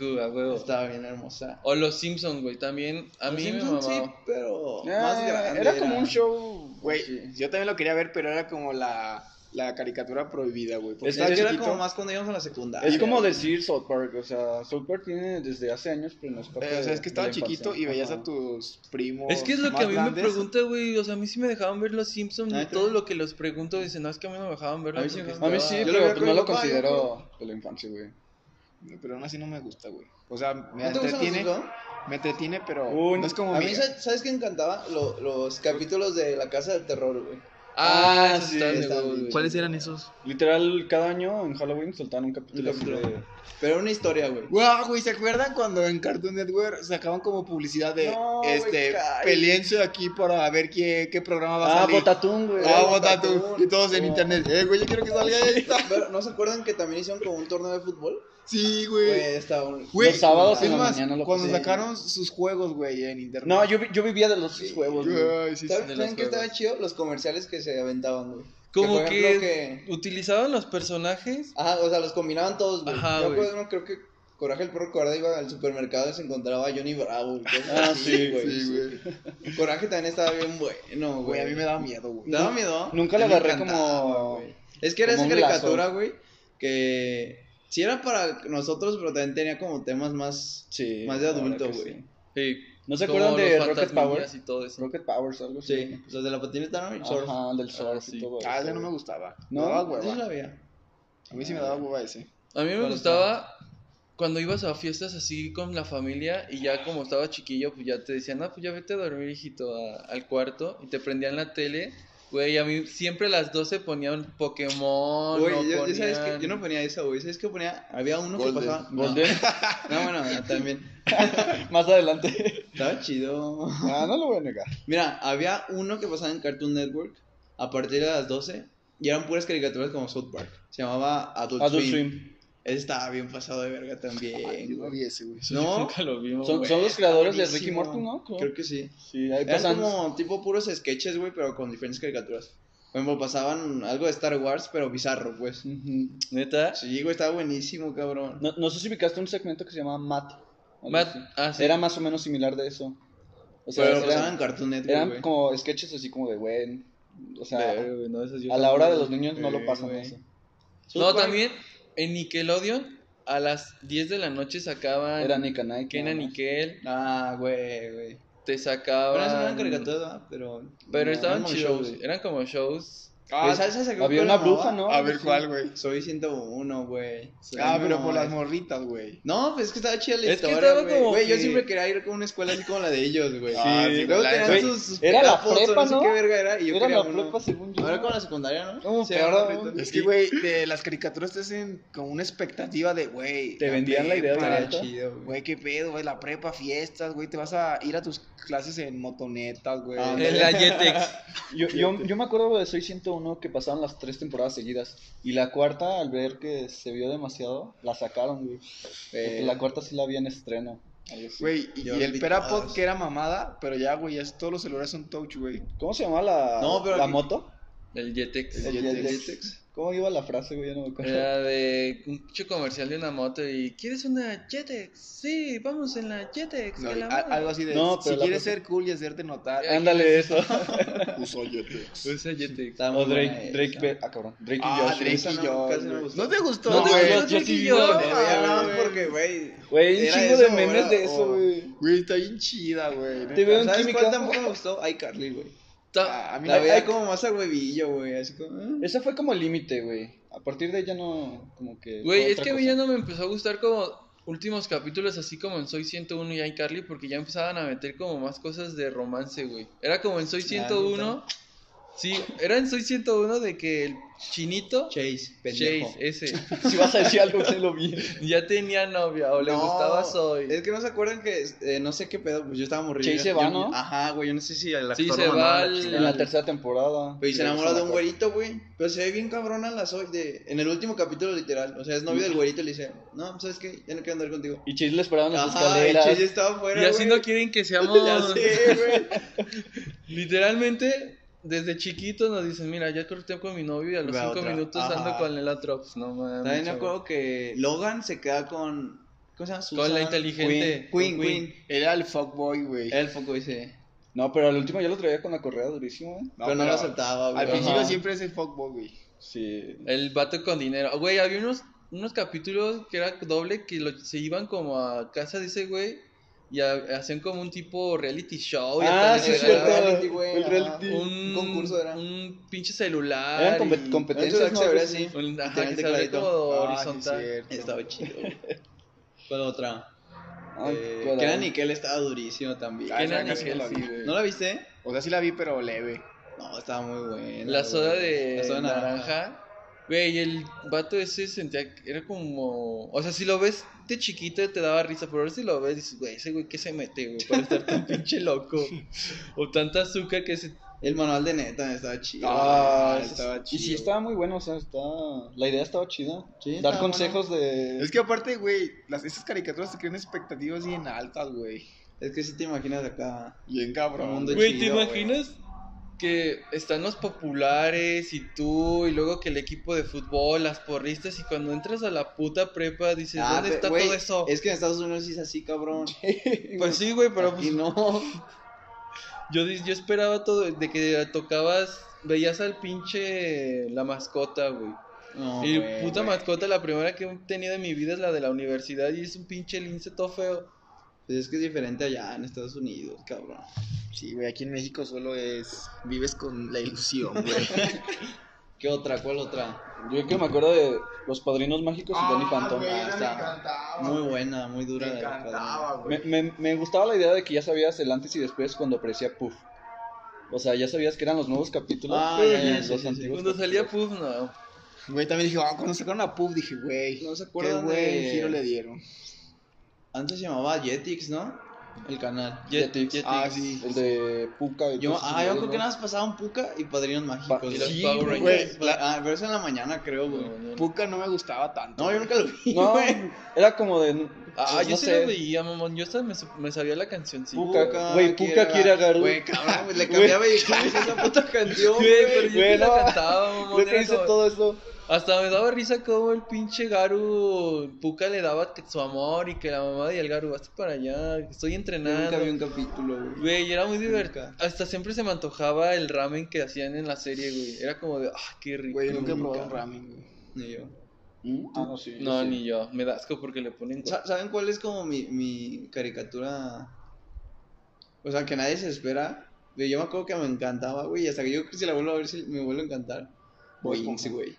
[SPEAKER 1] Goku, a huevo.
[SPEAKER 2] Estaba bien hermosa.
[SPEAKER 1] O los Simpsons, güey, también a mí me
[SPEAKER 2] Simpsons sí,
[SPEAKER 1] mamaba.
[SPEAKER 2] pero
[SPEAKER 3] Ah,
[SPEAKER 2] más grande.
[SPEAKER 3] era como un show,
[SPEAKER 4] Güey,
[SPEAKER 3] Sí.
[SPEAKER 4] yo también lo quería ver, pero era como la, la caricatura prohibida, güey. porque
[SPEAKER 3] Es
[SPEAKER 2] Es
[SPEAKER 3] que
[SPEAKER 2] que era
[SPEAKER 4] chiquito.
[SPEAKER 2] como más cuando íbamos a la secundaria.
[SPEAKER 3] Es como decir South Park, o sea, South Park tiene desde hace años, pero no es parte
[SPEAKER 4] Eh, o sea, es
[SPEAKER 3] de-
[SPEAKER 4] que
[SPEAKER 3] de
[SPEAKER 4] estaba
[SPEAKER 3] la infancia.
[SPEAKER 4] chiquito y veías
[SPEAKER 3] Ajá.
[SPEAKER 4] a tus primos.
[SPEAKER 1] Es que es lo
[SPEAKER 4] más
[SPEAKER 1] que a mí
[SPEAKER 4] grandes.
[SPEAKER 1] me pregunta, güey. O sea, a mí sí me dejaban ver los Simpsons. Y
[SPEAKER 2] Neta.
[SPEAKER 1] todo lo que los pregunto, dicen, no, es que a mí no me dejaban verlos.
[SPEAKER 2] A mí sí me
[SPEAKER 1] porque
[SPEAKER 2] dejaban
[SPEAKER 3] A mí
[SPEAKER 1] estaba-
[SPEAKER 3] sí,
[SPEAKER 2] Yo lo
[SPEAKER 3] pero
[SPEAKER 2] veía
[SPEAKER 3] pues
[SPEAKER 2] con
[SPEAKER 3] no
[SPEAKER 2] mi
[SPEAKER 3] lo
[SPEAKER 2] papá, yo
[SPEAKER 3] considero de la infancia, güey.
[SPEAKER 4] Pero aún así no me gusta, güey. O sea, me
[SPEAKER 2] ¿No te gustan los
[SPEAKER 4] entretiene.
[SPEAKER 2] Simpson?
[SPEAKER 4] Me entretiene, pero
[SPEAKER 3] Un-
[SPEAKER 4] no es como
[SPEAKER 2] A
[SPEAKER 4] mi-
[SPEAKER 2] mí, ¿sabes sabes qué me encantaba? Lo- los capítulos de La Casa del Terror, güey.
[SPEAKER 1] Ah,
[SPEAKER 2] Ah,
[SPEAKER 1] esos
[SPEAKER 2] sí,
[SPEAKER 1] estaban de
[SPEAKER 2] están
[SPEAKER 1] huevos,
[SPEAKER 2] bien
[SPEAKER 1] güey. ¿Cuáles eran esos?
[SPEAKER 3] Literal, cada año en Halloween soltaban un capítulo
[SPEAKER 2] Un
[SPEAKER 3] así
[SPEAKER 2] capítulo.
[SPEAKER 3] de.
[SPEAKER 2] Pero era una historia, güey.
[SPEAKER 4] Guau, güey, ¿se acuerdan cuando en Cartoon Network sacaban como publicidad de
[SPEAKER 3] No, güey,
[SPEAKER 4] este
[SPEAKER 3] cállate.
[SPEAKER 4] peleense aquí para ver qué, qué programa va a
[SPEAKER 3] Ah,
[SPEAKER 4] salir?
[SPEAKER 3] Botatún, güey.
[SPEAKER 4] Ah,
[SPEAKER 2] Bota
[SPEAKER 4] vota
[SPEAKER 2] tú.
[SPEAKER 4] tú. Y todos en
[SPEAKER 3] Ah.
[SPEAKER 4] internet. Eh, güey, yo quiero que salga esta.
[SPEAKER 2] Pero, ¿No se acuerdan que también hicieron como un torneo de fútbol?
[SPEAKER 4] Sí,
[SPEAKER 2] Güey,
[SPEAKER 4] güey.
[SPEAKER 2] estaba un...
[SPEAKER 4] Güey,
[SPEAKER 3] Los sábados
[SPEAKER 4] es
[SPEAKER 3] en la
[SPEAKER 4] más,
[SPEAKER 3] mañana lo
[SPEAKER 4] cuando
[SPEAKER 3] pusieron.
[SPEAKER 4] sacaron sus juegos, güey, en internet.
[SPEAKER 3] No, yo, vi- yo vivía de los juegos, güey.
[SPEAKER 4] Ay, sí, sí.
[SPEAKER 2] ¿Saben,
[SPEAKER 1] de los
[SPEAKER 2] saben qué
[SPEAKER 1] juegos.
[SPEAKER 2] estaba chido? Los comerciales que se aventaban, güey.
[SPEAKER 1] Como
[SPEAKER 2] por
[SPEAKER 1] que,
[SPEAKER 2] ejemplo, que-
[SPEAKER 1] utilizaban los personajes.
[SPEAKER 2] Ajá, o sea, los combinaban todos, güey.
[SPEAKER 1] Ajá,
[SPEAKER 2] Yo
[SPEAKER 1] güey.
[SPEAKER 2] acuerdo, no, creo que Coraje el Perro Cobarde iba al supermercado y se encontraba a Johnny Bravo. y cosas
[SPEAKER 3] Ah,
[SPEAKER 2] así,
[SPEAKER 3] sí,
[SPEAKER 4] Sí, güey.
[SPEAKER 2] Coraje también estaba bien bueno, güey.
[SPEAKER 4] Güey, a mí me daba miedo, güey.
[SPEAKER 2] ¿Te daba miedo?
[SPEAKER 3] Nunca le
[SPEAKER 2] A mí me
[SPEAKER 3] agarré
[SPEAKER 2] encantaba,
[SPEAKER 3] como-
[SPEAKER 2] güey. Es que era
[SPEAKER 3] como
[SPEAKER 2] esa
[SPEAKER 3] un lazo.
[SPEAKER 2] caricatura, güey, que... Sí era para nosotros, pero también tenía como temas más...
[SPEAKER 3] Sí.
[SPEAKER 2] Más de
[SPEAKER 3] la verdad
[SPEAKER 2] adulto,
[SPEAKER 3] que
[SPEAKER 2] güey.
[SPEAKER 3] sí.
[SPEAKER 1] Sí.
[SPEAKER 3] ¿No se
[SPEAKER 1] Como
[SPEAKER 3] acuerdan de
[SPEAKER 1] los
[SPEAKER 3] Rocket
[SPEAKER 1] fantasmillas
[SPEAKER 3] Power?
[SPEAKER 1] y todo eso.
[SPEAKER 3] Rocket Powers, algo así.
[SPEAKER 2] Sí, los de la patineta, ¿no? Y surf.
[SPEAKER 3] Ajá, del surf
[SPEAKER 1] sí.
[SPEAKER 3] y todo.
[SPEAKER 4] Ah, ese
[SPEAKER 3] eso,
[SPEAKER 4] no me
[SPEAKER 3] güey.
[SPEAKER 4] gustaba.
[SPEAKER 3] No,
[SPEAKER 4] No,
[SPEAKER 2] Yo sí
[SPEAKER 4] güey.
[SPEAKER 2] la veía.
[SPEAKER 4] A mí sí me daba hueva ese.
[SPEAKER 1] A mí me
[SPEAKER 3] ¿Cuál
[SPEAKER 1] gustaba cuando ibas a fiestas así con la familia y ya como estaba chiquillo, pues ya te decían, ah, pues ya vete a dormir, hijito, a- al cuarto. Y te prendían la tele, güey, a mí siempre a las 12 ponían Pokémon.
[SPEAKER 2] Güey,
[SPEAKER 1] o
[SPEAKER 2] yo, yo, ¿sabes qué?
[SPEAKER 1] ponían-
[SPEAKER 2] yo no ponía eso, güey. ¿Sabes qué ponía? Había uno
[SPEAKER 4] Golden.
[SPEAKER 2] que pasaba... No.
[SPEAKER 3] Golden.
[SPEAKER 2] No, bueno, también.
[SPEAKER 3] Más adelante.
[SPEAKER 2] Estaba chido.
[SPEAKER 3] Ah, no lo voy a negar.
[SPEAKER 2] Mira, había uno que pasaba en Cartoon Network a partir de las 12 y eran puras caricaturas como South Park. Se llamaba Adult,
[SPEAKER 3] Adult
[SPEAKER 2] Swim.
[SPEAKER 3] Swim.
[SPEAKER 2] Ese estaba bien pasado de verga también.
[SPEAKER 4] Yo
[SPEAKER 2] güey.
[SPEAKER 4] vi ese, güey.
[SPEAKER 1] Yo
[SPEAKER 2] ¿No?
[SPEAKER 1] Nunca lo vimos,
[SPEAKER 3] Son,
[SPEAKER 1] güey.
[SPEAKER 3] son los creadores de Ricky
[SPEAKER 2] buenísimo.
[SPEAKER 3] Morton, ¿no? Creo.
[SPEAKER 2] Creo que sí.
[SPEAKER 3] Sí, ahí
[SPEAKER 2] Eran
[SPEAKER 3] pasan.
[SPEAKER 2] como tipo puros sketches, güey, pero con diferentes caricaturas. Por ejemplo, pasaban algo de Star Wars, pero bizarro, pues.
[SPEAKER 3] Ujú.
[SPEAKER 1] ¿Neta?
[SPEAKER 2] Sí, güey, estaba buenísimo, cabrón.
[SPEAKER 3] No, no sé si ubicaste un segmento que se llamaba Matt. algo
[SPEAKER 1] Matt,
[SPEAKER 3] así.
[SPEAKER 1] ah, sí.
[SPEAKER 3] Era más o menos similar de eso. O sea,
[SPEAKER 2] pero
[SPEAKER 3] eran,
[SPEAKER 2] pasaban en Cartoon Network,
[SPEAKER 3] eran
[SPEAKER 2] güey.
[SPEAKER 3] como sketches así como de, güey. O sea,
[SPEAKER 1] Verga, güey, no, esos yo
[SPEAKER 3] a la hora de los
[SPEAKER 1] tampoco.
[SPEAKER 3] niños no lo
[SPEAKER 2] Eh,
[SPEAKER 3] pasan
[SPEAKER 2] güey.
[SPEAKER 3] eso.
[SPEAKER 1] No, también en Nickelodeon a las 10 de la noche sacaban
[SPEAKER 3] Era Nick and Nike,
[SPEAKER 1] Kenan
[SPEAKER 3] nada
[SPEAKER 1] y
[SPEAKER 3] más.
[SPEAKER 1] Kel,
[SPEAKER 2] Ah, güey, güey.
[SPEAKER 1] te
[SPEAKER 2] Bueno,
[SPEAKER 1] sacaban...
[SPEAKER 2] esas no eran caricaturas, ¿verdad? pero...
[SPEAKER 1] Pero
[SPEAKER 2] no,
[SPEAKER 1] estaban
[SPEAKER 2] eran
[SPEAKER 1] chidos,
[SPEAKER 2] shows. Pues,
[SPEAKER 1] güey, eran como shows...
[SPEAKER 2] Güey,
[SPEAKER 4] Ah,
[SPEAKER 2] ¿sabes esa
[SPEAKER 3] Había
[SPEAKER 2] película
[SPEAKER 3] una bruja,
[SPEAKER 2] nueva?
[SPEAKER 3] ¿no?
[SPEAKER 4] a ver
[SPEAKER 3] Sí.
[SPEAKER 4] cuál, güey.
[SPEAKER 2] Soy 101, güey.
[SPEAKER 4] Ah,
[SPEAKER 2] Soy uno,
[SPEAKER 4] pero por
[SPEAKER 2] güey.
[SPEAKER 4] las morritas, güey.
[SPEAKER 2] No, pues es que estaba chida la
[SPEAKER 1] Es que
[SPEAKER 2] historia,
[SPEAKER 1] estaba
[SPEAKER 2] güey.
[SPEAKER 1] como
[SPEAKER 2] Güey, yo
[SPEAKER 1] que-
[SPEAKER 2] siempre quería ir con una escuela así como la de ellos, güey.
[SPEAKER 4] Sí, Ah, sí,
[SPEAKER 2] luego
[SPEAKER 4] la-
[SPEAKER 2] tenían
[SPEAKER 4] güey,
[SPEAKER 2] sus, sus
[SPEAKER 3] era la
[SPEAKER 2] pegapos,
[SPEAKER 3] prepa,
[SPEAKER 2] no sé
[SPEAKER 3] ¿no?
[SPEAKER 2] qué verga era, y yo
[SPEAKER 3] Era
[SPEAKER 2] quería
[SPEAKER 3] la
[SPEAKER 2] uno.
[SPEAKER 3] prepa, según yo.
[SPEAKER 2] Ahora con la secundaria, ¿no?
[SPEAKER 3] No,
[SPEAKER 2] era
[SPEAKER 3] peor,
[SPEAKER 2] una prepa.
[SPEAKER 3] güey.
[SPEAKER 4] Es que, güey, de las caricaturas te hacen como una expectativa de, güey.
[SPEAKER 3] Te vendían la idea de
[SPEAKER 4] prepa,
[SPEAKER 2] Estaba
[SPEAKER 3] la neta.
[SPEAKER 2] chido, güey.
[SPEAKER 4] Güey, qué pedo, güey, la prepa, fiestas, güey, te vas a ir a tus clases en motonetas, güey.
[SPEAKER 2] Ah,
[SPEAKER 1] En la Jetex.
[SPEAKER 3] Yo, yo, yo me acuerdo de Soy 101 que pasaron las tres temporadas seguidas. Y la cuarta, al ver que se vio demasiado, la sacaron, güey.
[SPEAKER 2] Eh.
[SPEAKER 3] Porque La cuarta sí la vi en estreno. algo así.
[SPEAKER 4] Güey, y,
[SPEAKER 2] Yo
[SPEAKER 4] y el
[SPEAKER 2] vi
[SPEAKER 3] ah,
[SPEAKER 4] Perapod
[SPEAKER 2] todas.
[SPEAKER 4] que era mamada, pero ya, güey, ya es- todos los celulares son touch, güey.
[SPEAKER 3] ¿Cómo se llamaba la,
[SPEAKER 2] No, pero
[SPEAKER 3] la
[SPEAKER 2] aquí-
[SPEAKER 3] moto?
[SPEAKER 1] El Eh, Jetex.
[SPEAKER 4] El
[SPEAKER 3] Jetex.
[SPEAKER 2] Jetex.
[SPEAKER 3] ¿Cómo iba la frase, güey? Ya no me acuerdo.
[SPEAKER 1] Era de un pinche comercial de una moto y ¿quieres una Jetex? Sí, vamos en la Jetex.
[SPEAKER 4] No,
[SPEAKER 1] que la
[SPEAKER 4] a-
[SPEAKER 1] madre".
[SPEAKER 4] algo así de,
[SPEAKER 3] No,
[SPEAKER 4] si
[SPEAKER 3] pero la
[SPEAKER 4] quieres
[SPEAKER 3] cosa-
[SPEAKER 4] ser cool y hacerte notar, pues,
[SPEAKER 3] Ándale, eso.
[SPEAKER 4] usa Yetex.
[SPEAKER 1] Usa Jetex.
[SPEAKER 2] Estaba
[SPEAKER 3] o
[SPEAKER 2] muy buena
[SPEAKER 3] Drake,
[SPEAKER 2] esa.
[SPEAKER 3] Drake Bell. Ah, cabrón. Drake y
[SPEAKER 4] Ah,
[SPEAKER 3] Josh.
[SPEAKER 4] Drake
[SPEAKER 2] esa
[SPEAKER 4] y
[SPEAKER 2] no, casi no me
[SPEAKER 4] Josh.
[SPEAKER 2] gustó.
[SPEAKER 4] ¿No te
[SPEAKER 3] No,
[SPEAKER 4] gustó,
[SPEAKER 3] güey,
[SPEAKER 4] güey?
[SPEAKER 3] yo
[SPEAKER 1] Drake
[SPEAKER 3] sí
[SPEAKER 1] y
[SPEAKER 3] vi,
[SPEAKER 1] Josh.
[SPEAKER 2] No,
[SPEAKER 3] güey.
[SPEAKER 2] güey,
[SPEAKER 4] Ah,
[SPEAKER 2] no,
[SPEAKER 4] güey.
[SPEAKER 2] porque, güey.
[SPEAKER 3] Güey, un
[SPEAKER 2] Era
[SPEAKER 3] chingo
[SPEAKER 2] eso,
[SPEAKER 3] de memes de
[SPEAKER 2] era-
[SPEAKER 3] eso,
[SPEAKER 2] o-
[SPEAKER 3] güey.
[SPEAKER 4] Güey, está bien chida, güey.
[SPEAKER 3] Te veo en
[SPEAKER 2] ¿Sabes
[SPEAKER 3] química.
[SPEAKER 2] cuál tampoco me gustó? iCarly, güey.
[SPEAKER 1] Ta-
[SPEAKER 4] Ah, A mí
[SPEAKER 2] La
[SPEAKER 4] la
[SPEAKER 2] veía como más a huevillo, güey. Así como... ¿eh?
[SPEAKER 3] Ese fue como el límite, güey. A partir de ahí ya no, como
[SPEAKER 1] Güey,
[SPEAKER 3] que...
[SPEAKER 1] es
[SPEAKER 3] fue Ah, otra
[SPEAKER 1] que a mí
[SPEAKER 3] cosa.
[SPEAKER 1] ya no me empezó a gustar como últimos capítulos, así como en Soy 101 y iCarly, porque ya empezaban a meter como más cosas de romance, güey. Era como en Soy 101. Sí, era en Soy 101 de que el chinito.
[SPEAKER 2] Chase, pendejo.
[SPEAKER 1] Chase, ese.
[SPEAKER 3] Si vas a decir algo, que lo vi.
[SPEAKER 1] Ya tenía novia o le
[SPEAKER 2] No,
[SPEAKER 1] gustaba Soy.
[SPEAKER 2] Es que no se acuerdan que eh, no sé qué pedo, pues yo estaba morrido.
[SPEAKER 3] Chase se
[SPEAKER 2] Yo-
[SPEAKER 3] va,
[SPEAKER 2] yo-
[SPEAKER 3] ¿no?
[SPEAKER 2] Ajá, güey, yo no sé si el actor
[SPEAKER 1] Sí,
[SPEAKER 2] lo
[SPEAKER 1] se
[SPEAKER 2] mandó
[SPEAKER 1] va
[SPEAKER 2] a
[SPEAKER 1] al-
[SPEAKER 2] chingada.
[SPEAKER 3] En la tercera temporada.
[SPEAKER 2] Pero y se
[SPEAKER 3] Sí,
[SPEAKER 2] enamora
[SPEAKER 3] me
[SPEAKER 2] de un
[SPEAKER 3] acuerdo.
[SPEAKER 2] güerito, güey. Pero se ve bien cabrona la soy de en el último capítulo literal, o sea, es novio del güerito y le dice, "No, pues, ¿sabes qué? Ya no quiero andar contigo."
[SPEAKER 3] Y Chase le esperaban en las
[SPEAKER 2] Ajá, y
[SPEAKER 3] escaleras.
[SPEAKER 2] Chase estaba fuera,
[SPEAKER 1] Y así
[SPEAKER 2] güey.
[SPEAKER 1] no quieren que
[SPEAKER 2] Ya
[SPEAKER 1] seamos.
[SPEAKER 2] sé, güey.
[SPEAKER 1] Literalmente, desde chiquitos nos dicen, mira, ya corté con mi novio y a los
[SPEAKER 2] Ve a
[SPEAKER 1] cinco
[SPEAKER 2] otra.
[SPEAKER 1] minutos
[SPEAKER 2] Ajá.
[SPEAKER 1] ando con el otro. Pues, no mames.
[SPEAKER 2] También me
[SPEAKER 1] chavo.
[SPEAKER 2] acuerdo que Logan se queda con ¿cómo se llama?
[SPEAKER 1] Con la inteligente.
[SPEAKER 2] Queen,
[SPEAKER 1] Con
[SPEAKER 2] Queen.
[SPEAKER 4] Era el fuckboy, güey.
[SPEAKER 2] El foco dice,
[SPEAKER 3] No, pero al último ya lo traía con la correa durísimo, ¿eh?
[SPEAKER 2] pero no lo aceptaba, güey.
[SPEAKER 4] Al principio
[SPEAKER 3] Ajá.
[SPEAKER 4] siempre es el fuckboy, güey.
[SPEAKER 3] Sí.
[SPEAKER 1] El vato con dinero. Güey, había unos, unos capítulos que era doble que lo- se iban como a casa de ese güey y a- hacían como un tipo reality show. y hasta
[SPEAKER 3] Ah,
[SPEAKER 1] le
[SPEAKER 3] sí, es
[SPEAKER 1] regalaban
[SPEAKER 2] cierto.
[SPEAKER 3] verdad.
[SPEAKER 2] reality, güey,
[SPEAKER 3] El
[SPEAKER 2] ajá.
[SPEAKER 3] reality.
[SPEAKER 1] Un,
[SPEAKER 2] Un concurso era.
[SPEAKER 1] un pinche celular.
[SPEAKER 3] Eran
[SPEAKER 1] y-
[SPEAKER 3] compet-
[SPEAKER 2] Antes de
[SPEAKER 3] competencias,
[SPEAKER 2] que
[SPEAKER 3] ¿no?
[SPEAKER 2] se
[SPEAKER 3] Algo
[SPEAKER 2] vea
[SPEAKER 3] así.
[SPEAKER 2] así.
[SPEAKER 1] un- ajá,
[SPEAKER 2] tenía el
[SPEAKER 1] que se abría
[SPEAKER 2] tecladito.
[SPEAKER 1] como
[SPEAKER 4] Ah, sí,
[SPEAKER 1] horizontal.
[SPEAKER 4] cierto.
[SPEAKER 2] Estaba chido. güey. ¿Cuál otra?
[SPEAKER 3] Ay,
[SPEAKER 2] Eh,
[SPEAKER 3] caray.
[SPEAKER 2] Kenan Nickel estaba durísimo también.
[SPEAKER 4] Ah, esa
[SPEAKER 1] Kenan
[SPEAKER 4] casi
[SPEAKER 1] Nickel,
[SPEAKER 4] no la vi,
[SPEAKER 1] sí,
[SPEAKER 4] güey.
[SPEAKER 2] ¿No la viste?
[SPEAKER 4] O sea, sí la vi, pero leve.
[SPEAKER 2] No, estaba muy buena.
[SPEAKER 1] La soda
[SPEAKER 2] güey.
[SPEAKER 1] de
[SPEAKER 2] La soda
[SPEAKER 1] naranja. Güey, el vato ese sentía que era como. O sea, si lo ves de chiquito te daba risa, pero ahora si lo ves dices, güey, ese güey, ¿qué se mete, güey? Para estar tan pinche loco. O tanta azúcar que se.
[SPEAKER 2] El manual de neta estaba chido.
[SPEAKER 4] Ah,
[SPEAKER 2] güey,
[SPEAKER 4] estaba
[SPEAKER 3] Y sí,
[SPEAKER 4] chido.
[SPEAKER 3] estaba muy bueno, o sea, está... la idea estaba chida.
[SPEAKER 2] Sí,
[SPEAKER 3] Dar
[SPEAKER 2] estaba
[SPEAKER 3] consejos de...
[SPEAKER 4] Es que aparte, güey, las, esas caricaturas te crean expectativas bien altas, güey.
[SPEAKER 2] Es que si te imaginas acá.
[SPEAKER 4] Bien
[SPEAKER 2] Un
[SPEAKER 4] cabrón.
[SPEAKER 2] mundo
[SPEAKER 4] güey.
[SPEAKER 1] Güey, ¿te
[SPEAKER 2] chido, güey.
[SPEAKER 1] imaginas? Que están los populares y tú, y luego que el equipo de fútbol, las porristas, y cuando entras a la puta prepa dices,
[SPEAKER 2] Ah,
[SPEAKER 1] ¿dónde
[SPEAKER 2] pe-
[SPEAKER 1] está
[SPEAKER 2] güey,
[SPEAKER 1] todo eso?
[SPEAKER 2] Es que en Estados Unidos sí es así, cabrón.
[SPEAKER 1] Pues sí, güey, pero pues
[SPEAKER 2] Y no.
[SPEAKER 1] Yo, dis- yo esperaba todo, de que tocabas, veías al pinche la mascota, güey.
[SPEAKER 2] No,
[SPEAKER 1] y
[SPEAKER 2] güey,
[SPEAKER 1] puta
[SPEAKER 2] güey.
[SPEAKER 1] mascota, la primera que he tenido en mi vida es la de la universidad y es un pinche lince todo feo.
[SPEAKER 2] Pues es que es diferente allá en Estados Unidos, cabrón.
[SPEAKER 4] Sí, güey, aquí en México solo es. Vives con la ilusión, güey.
[SPEAKER 2] ¿Qué otra? ¿Cuál otra?
[SPEAKER 3] Yo que me acuerdo de Los Padrinos Mágicos
[SPEAKER 4] Ah,
[SPEAKER 3] y Danny Phantom.
[SPEAKER 2] güey, era
[SPEAKER 4] me
[SPEAKER 2] me
[SPEAKER 4] encantaba.
[SPEAKER 2] Muy buena, muy
[SPEAKER 4] Me
[SPEAKER 2] dura. de
[SPEAKER 4] encantaba,
[SPEAKER 2] cabrón.
[SPEAKER 3] Me,
[SPEAKER 4] güey.
[SPEAKER 3] me- me gustaba la idea de que ya sabías el antes y después cuando aparecía Puff. O sea, ya sabías que eran los nuevos capítulos.
[SPEAKER 2] Ah,
[SPEAKER 3] y
[SPEAKER 2] ya, ya,
[SPEAKER 3] los
[SPEAKER 2] sí, sí, sí.
[SPEAKER 3] antiguos
[SPEAKER 1] Cuando salía
[SPEAKER 3] capítulos.
[SPEAKER 1] Puff, no. Ah,
[SPEAKER 4] Güey, también dije, ah, cuando sacaron a Puff, dije, güey.
[SPEAKER 2] No se
[SPEAKER 4] Qué
[SPEAKER 2] acuerdan
[SPEAKER 4] buen
[SPEAKER 2] de-
[SPEAKER 4] giro le dieron.
[SPEAKER 2] Antes se llamaba Jetix, ¿no? El canal.
[SPEAKER 1] Jet-
[SPEAKER 3] Jetix.
[SPEAKER 1] Jetix.
[SPEAKER 4] Ah, sí.
[SPEAKER 3] El de Puka y
[SPEAKER 2] Yo,
[SPEAKER 3] todos esos
[SPEAKER 2] ah, yo
[SPEAKER 3] videos,
[SPEAKER 2] creo que
[SPEAKER 3] ¿no?
[SPEAKER 2] nada más pasaban Puka y Padrinos
[SPEAKER 3] Pa-
[SPEAKER 2] Mágicos.
[SPEAKER 1] Pues, Y
[SPEAKER 2] Y
[SPEAKER 1] los
[SPEAKER 3] Sí,
[SPEAKER 1] Power
[SPEAKER 3] güey.
[SPEAKER 1] Rangers.
[SPEAKER 2] Ah, pero eso en la mañana, creo, güey.
[SPEAKER 1] No, no, no.
[SPEAKER 4] Puka no me gustaba tanto.
[SPEAKER 2] No, yo nunca lo vi,
[SPEAKER 3] No,
[SPEAKER 2] güey.
[SPEAKER 3] era como de.
[SPEAKER 1] Ah,
[SPEAKER 3] pues,
[SPEAKER 1] yo
[SPEAKER 3] no
[SPEAKER 1] sí
[SPEAKER 3] sé.
[SPEAKER 1] lo veía, mamón. Yo hasta me, su- me sabía la cancioncita.
[SPEAKER 3] Puka, güey, Puka quiere agarrar-
[SPEAKER 2] Güey, cabrón, pues le cambiaba y ¿cómo es esa puta canción,
[SPEAKER 1] Güey,
[SPEAKER 2] güey?
[SPEAKER 1] pero yo
[SPEAKER 3] güey,
[SPEAKER 1] sí la
[SPEAKER 3] no.
[SPEAKER 1] cantaba, mamón.
[SPEAKER 3] Yo que
[SPEAKER 1] era
[SPEAKER 3] hice
[SPEAKER 1] como-
[SPEAKER 3] todo eso.
[SPEAKER 1] Hasta me daba risa como el pinche Garu. Puka le daba que- su amor y que la mamá y el Garu, vas para allá. Estoy entrenando.
[SPEAKER 2] Nunca vi un capítulo, güey.
[SPEAKER 1] Güey, era muy divertido.
[SPEAKER 2] Nunca.
[SPEAKER 1] Hasta siempre se me antojaba el ramen que hacían en la serie, güey. Era como de, ah, qué rico.
[SPEAKER 4] Güey,
[SPEAKER 2] Nunca.
[SPEAKER 4] nunca
[SPEAKER 2] ¿Mm?
[SPEAKER 4] probé un ramen, güey.
[SPEAKER 2] Ni yo.
[SPEAKER 3] Ah, no, sí.
[SPEAKER 1] no,
[SPEAKER 3] sí.
[SPEAKER 1] ni yo. Me da asco porque le ponen. gua-
[SPEAKER 2] Sa- ¿Saben cuál es como mi, mi caricatura? O sea, que nadie se espera. Güey, Yo me acuerdo que me encantaba, güey. y Hasta que yo creo que si la vuelvo a ver, si me vuelve a encantar.
[SPEAKER 4] Bob
[SPEAKER 2] Winx,
[SPEAKER 4] Esponja.
[SPEAKER 2] güey.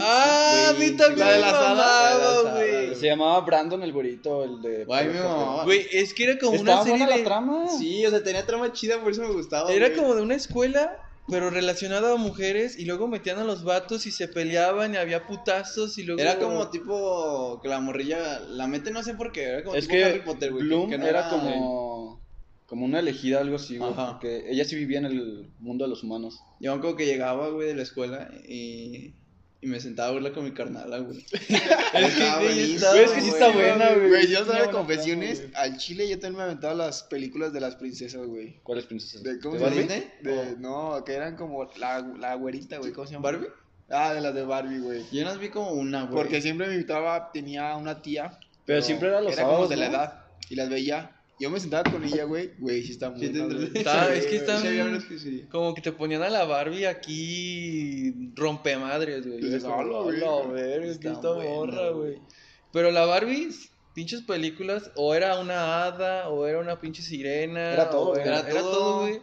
[SPEAKER 1] Ah, a mí
[SPEAKER 2] Güey,
[SPEAKER 1] también
[SPEAKER 2] la de
[SPEAKER 1] me
[SPEAKER 2] las hadas, la de las
[SPEAKER 1] mamaba,
[SPEAKER 2] hadas,
[SPEAKER 1] güey.
[SPEAKER 3] Se llamaba Brandon el güerito, el de.
[SPEAKER 2] Güey, mi mamá.
[SPEAKER 1] Güey, es que era como
[SPEAKER 3] Estaba
[SPEAKER 1] una serie
[SPEAKER 3] buena la
[SPEAKER 1] de-
[SPEAKER 3] trama.
[SPEAKER 2] Sí, o sea, tenía trama chida, por eso me gustaba.
[SPEAKER 1] Era
[SPEAKER 2] güey.
[SPEAKER 1] como de una escuela, pero relacionada a mujeres. Y luego metían a los vatos y se peleaban y había putazos. Y luego.
[SPEAKER 2] Era como tipo que la morrilla la mete no sé por qué, era como
[SPEAKER 3] Es
[SPEAKER 2] tipo
[SPEAKER 3] que
[SPEAKER 2] Harry Potter, güey.
[SPEAKER 3] Bloom
[SPEAKER 2] que no
[SPEAKER 3] era como. Como una elegida, algo así, güey.
[SPEAKER 2] Ajá.
[SPEAKER 3] Porque ella sí vivía en el mundo de los humanos.
[SPEAKER 2] Yo me acuerdo que llegaba, güey, de la escuela y, y me sentaba a verla con mi carnala, güey.
[SPEAKER 1] Es que,
[SPEAKER 2] Estaba
[SPEAKER 1] güey,
[SPEAKER 2] buenísima,
[SPEAKER 1] estaba
[SPEAKER 3] Güey, es que sí está
[SPEAKER 1] buena,
[SPEAKER 3] buena, güey.
[SPEAKER 4] Güey,
[SPEAKER 3] Sí
[SPEAKER 4] yo
[SPEAKER 3] tenía
[SPEAKER 4] sabía
[SPEAKER 3] buena
[SPEAKER 4] confesiones.
[SPEAKER 3] trama,
[SPEAKER 4] Al Chile yo también me aventaba las películas de las princesas, güey.
[SPEAKER 3] ¿Cuáles princesas?
[SPEAKER 4] ¿De cómo
[SPEAKER 2] ¿De
[SPEAKER 4] se
[SPEAKER 2] Barbie?
[SPEAKER 4] llama? De- No, que eran como la, la güerita, güey. ¿Cómo se llama?
[SPEAKER 2] ¿Barbie?
[SPEAKER 4] Ah, de las de Barbie, güey.
[SPEAKER 2] Yo las vi como una, güey.
[SPEAKER 4] Porque siempre me invitaba, tenía una tía.
[SPEAKER 3] siempre era los
[SPEAKER 4] como
[SPEAKER 3] sábados,
[SPEAKER 4] de
[SPEAKER 3] ¿no?
[SPEAKER 4] la edad. Y las veía. Yo me sentaba con ella, güey. Güey, sí está muy.
[SPEAKER 2] Sí, te entretenía.
[SPEAKER 1] Está- es que
[SPEAKER 2] Sí, había
[SPEAKER 1] están.
[SPEAKER 2] unas que sí.
[SPEAKER 1] Como que te ponían a la Barbie aquí rompemadres, güey.
[SPEAKER 4] Dices,
[SPEAKER 1] Como,
[SPEAKER 4] "Hala, güey,
[SPEAKER 1] "Hala, verga,
[SPEAKER 2] está
[SPEAKER 1] que esta
[SPEAKER 2] buena,
[SPEAKER 1] morra,
[SPEAKER 2] güey".
[SPEAKER 1] güey. Pero la Barbie, pinches películas, o era una hada, o era una pinche sirena.
[SPEAKER 3] Era todo,
[SPEAKER 1] o
[SPEAKER 3] güey.
[SPEAKER 1] Era,
[SPEAKER 2] Era
[SPEAKER 1] era todo,
[SPEAKER 2] todo.
[SPEAKER 1] güey.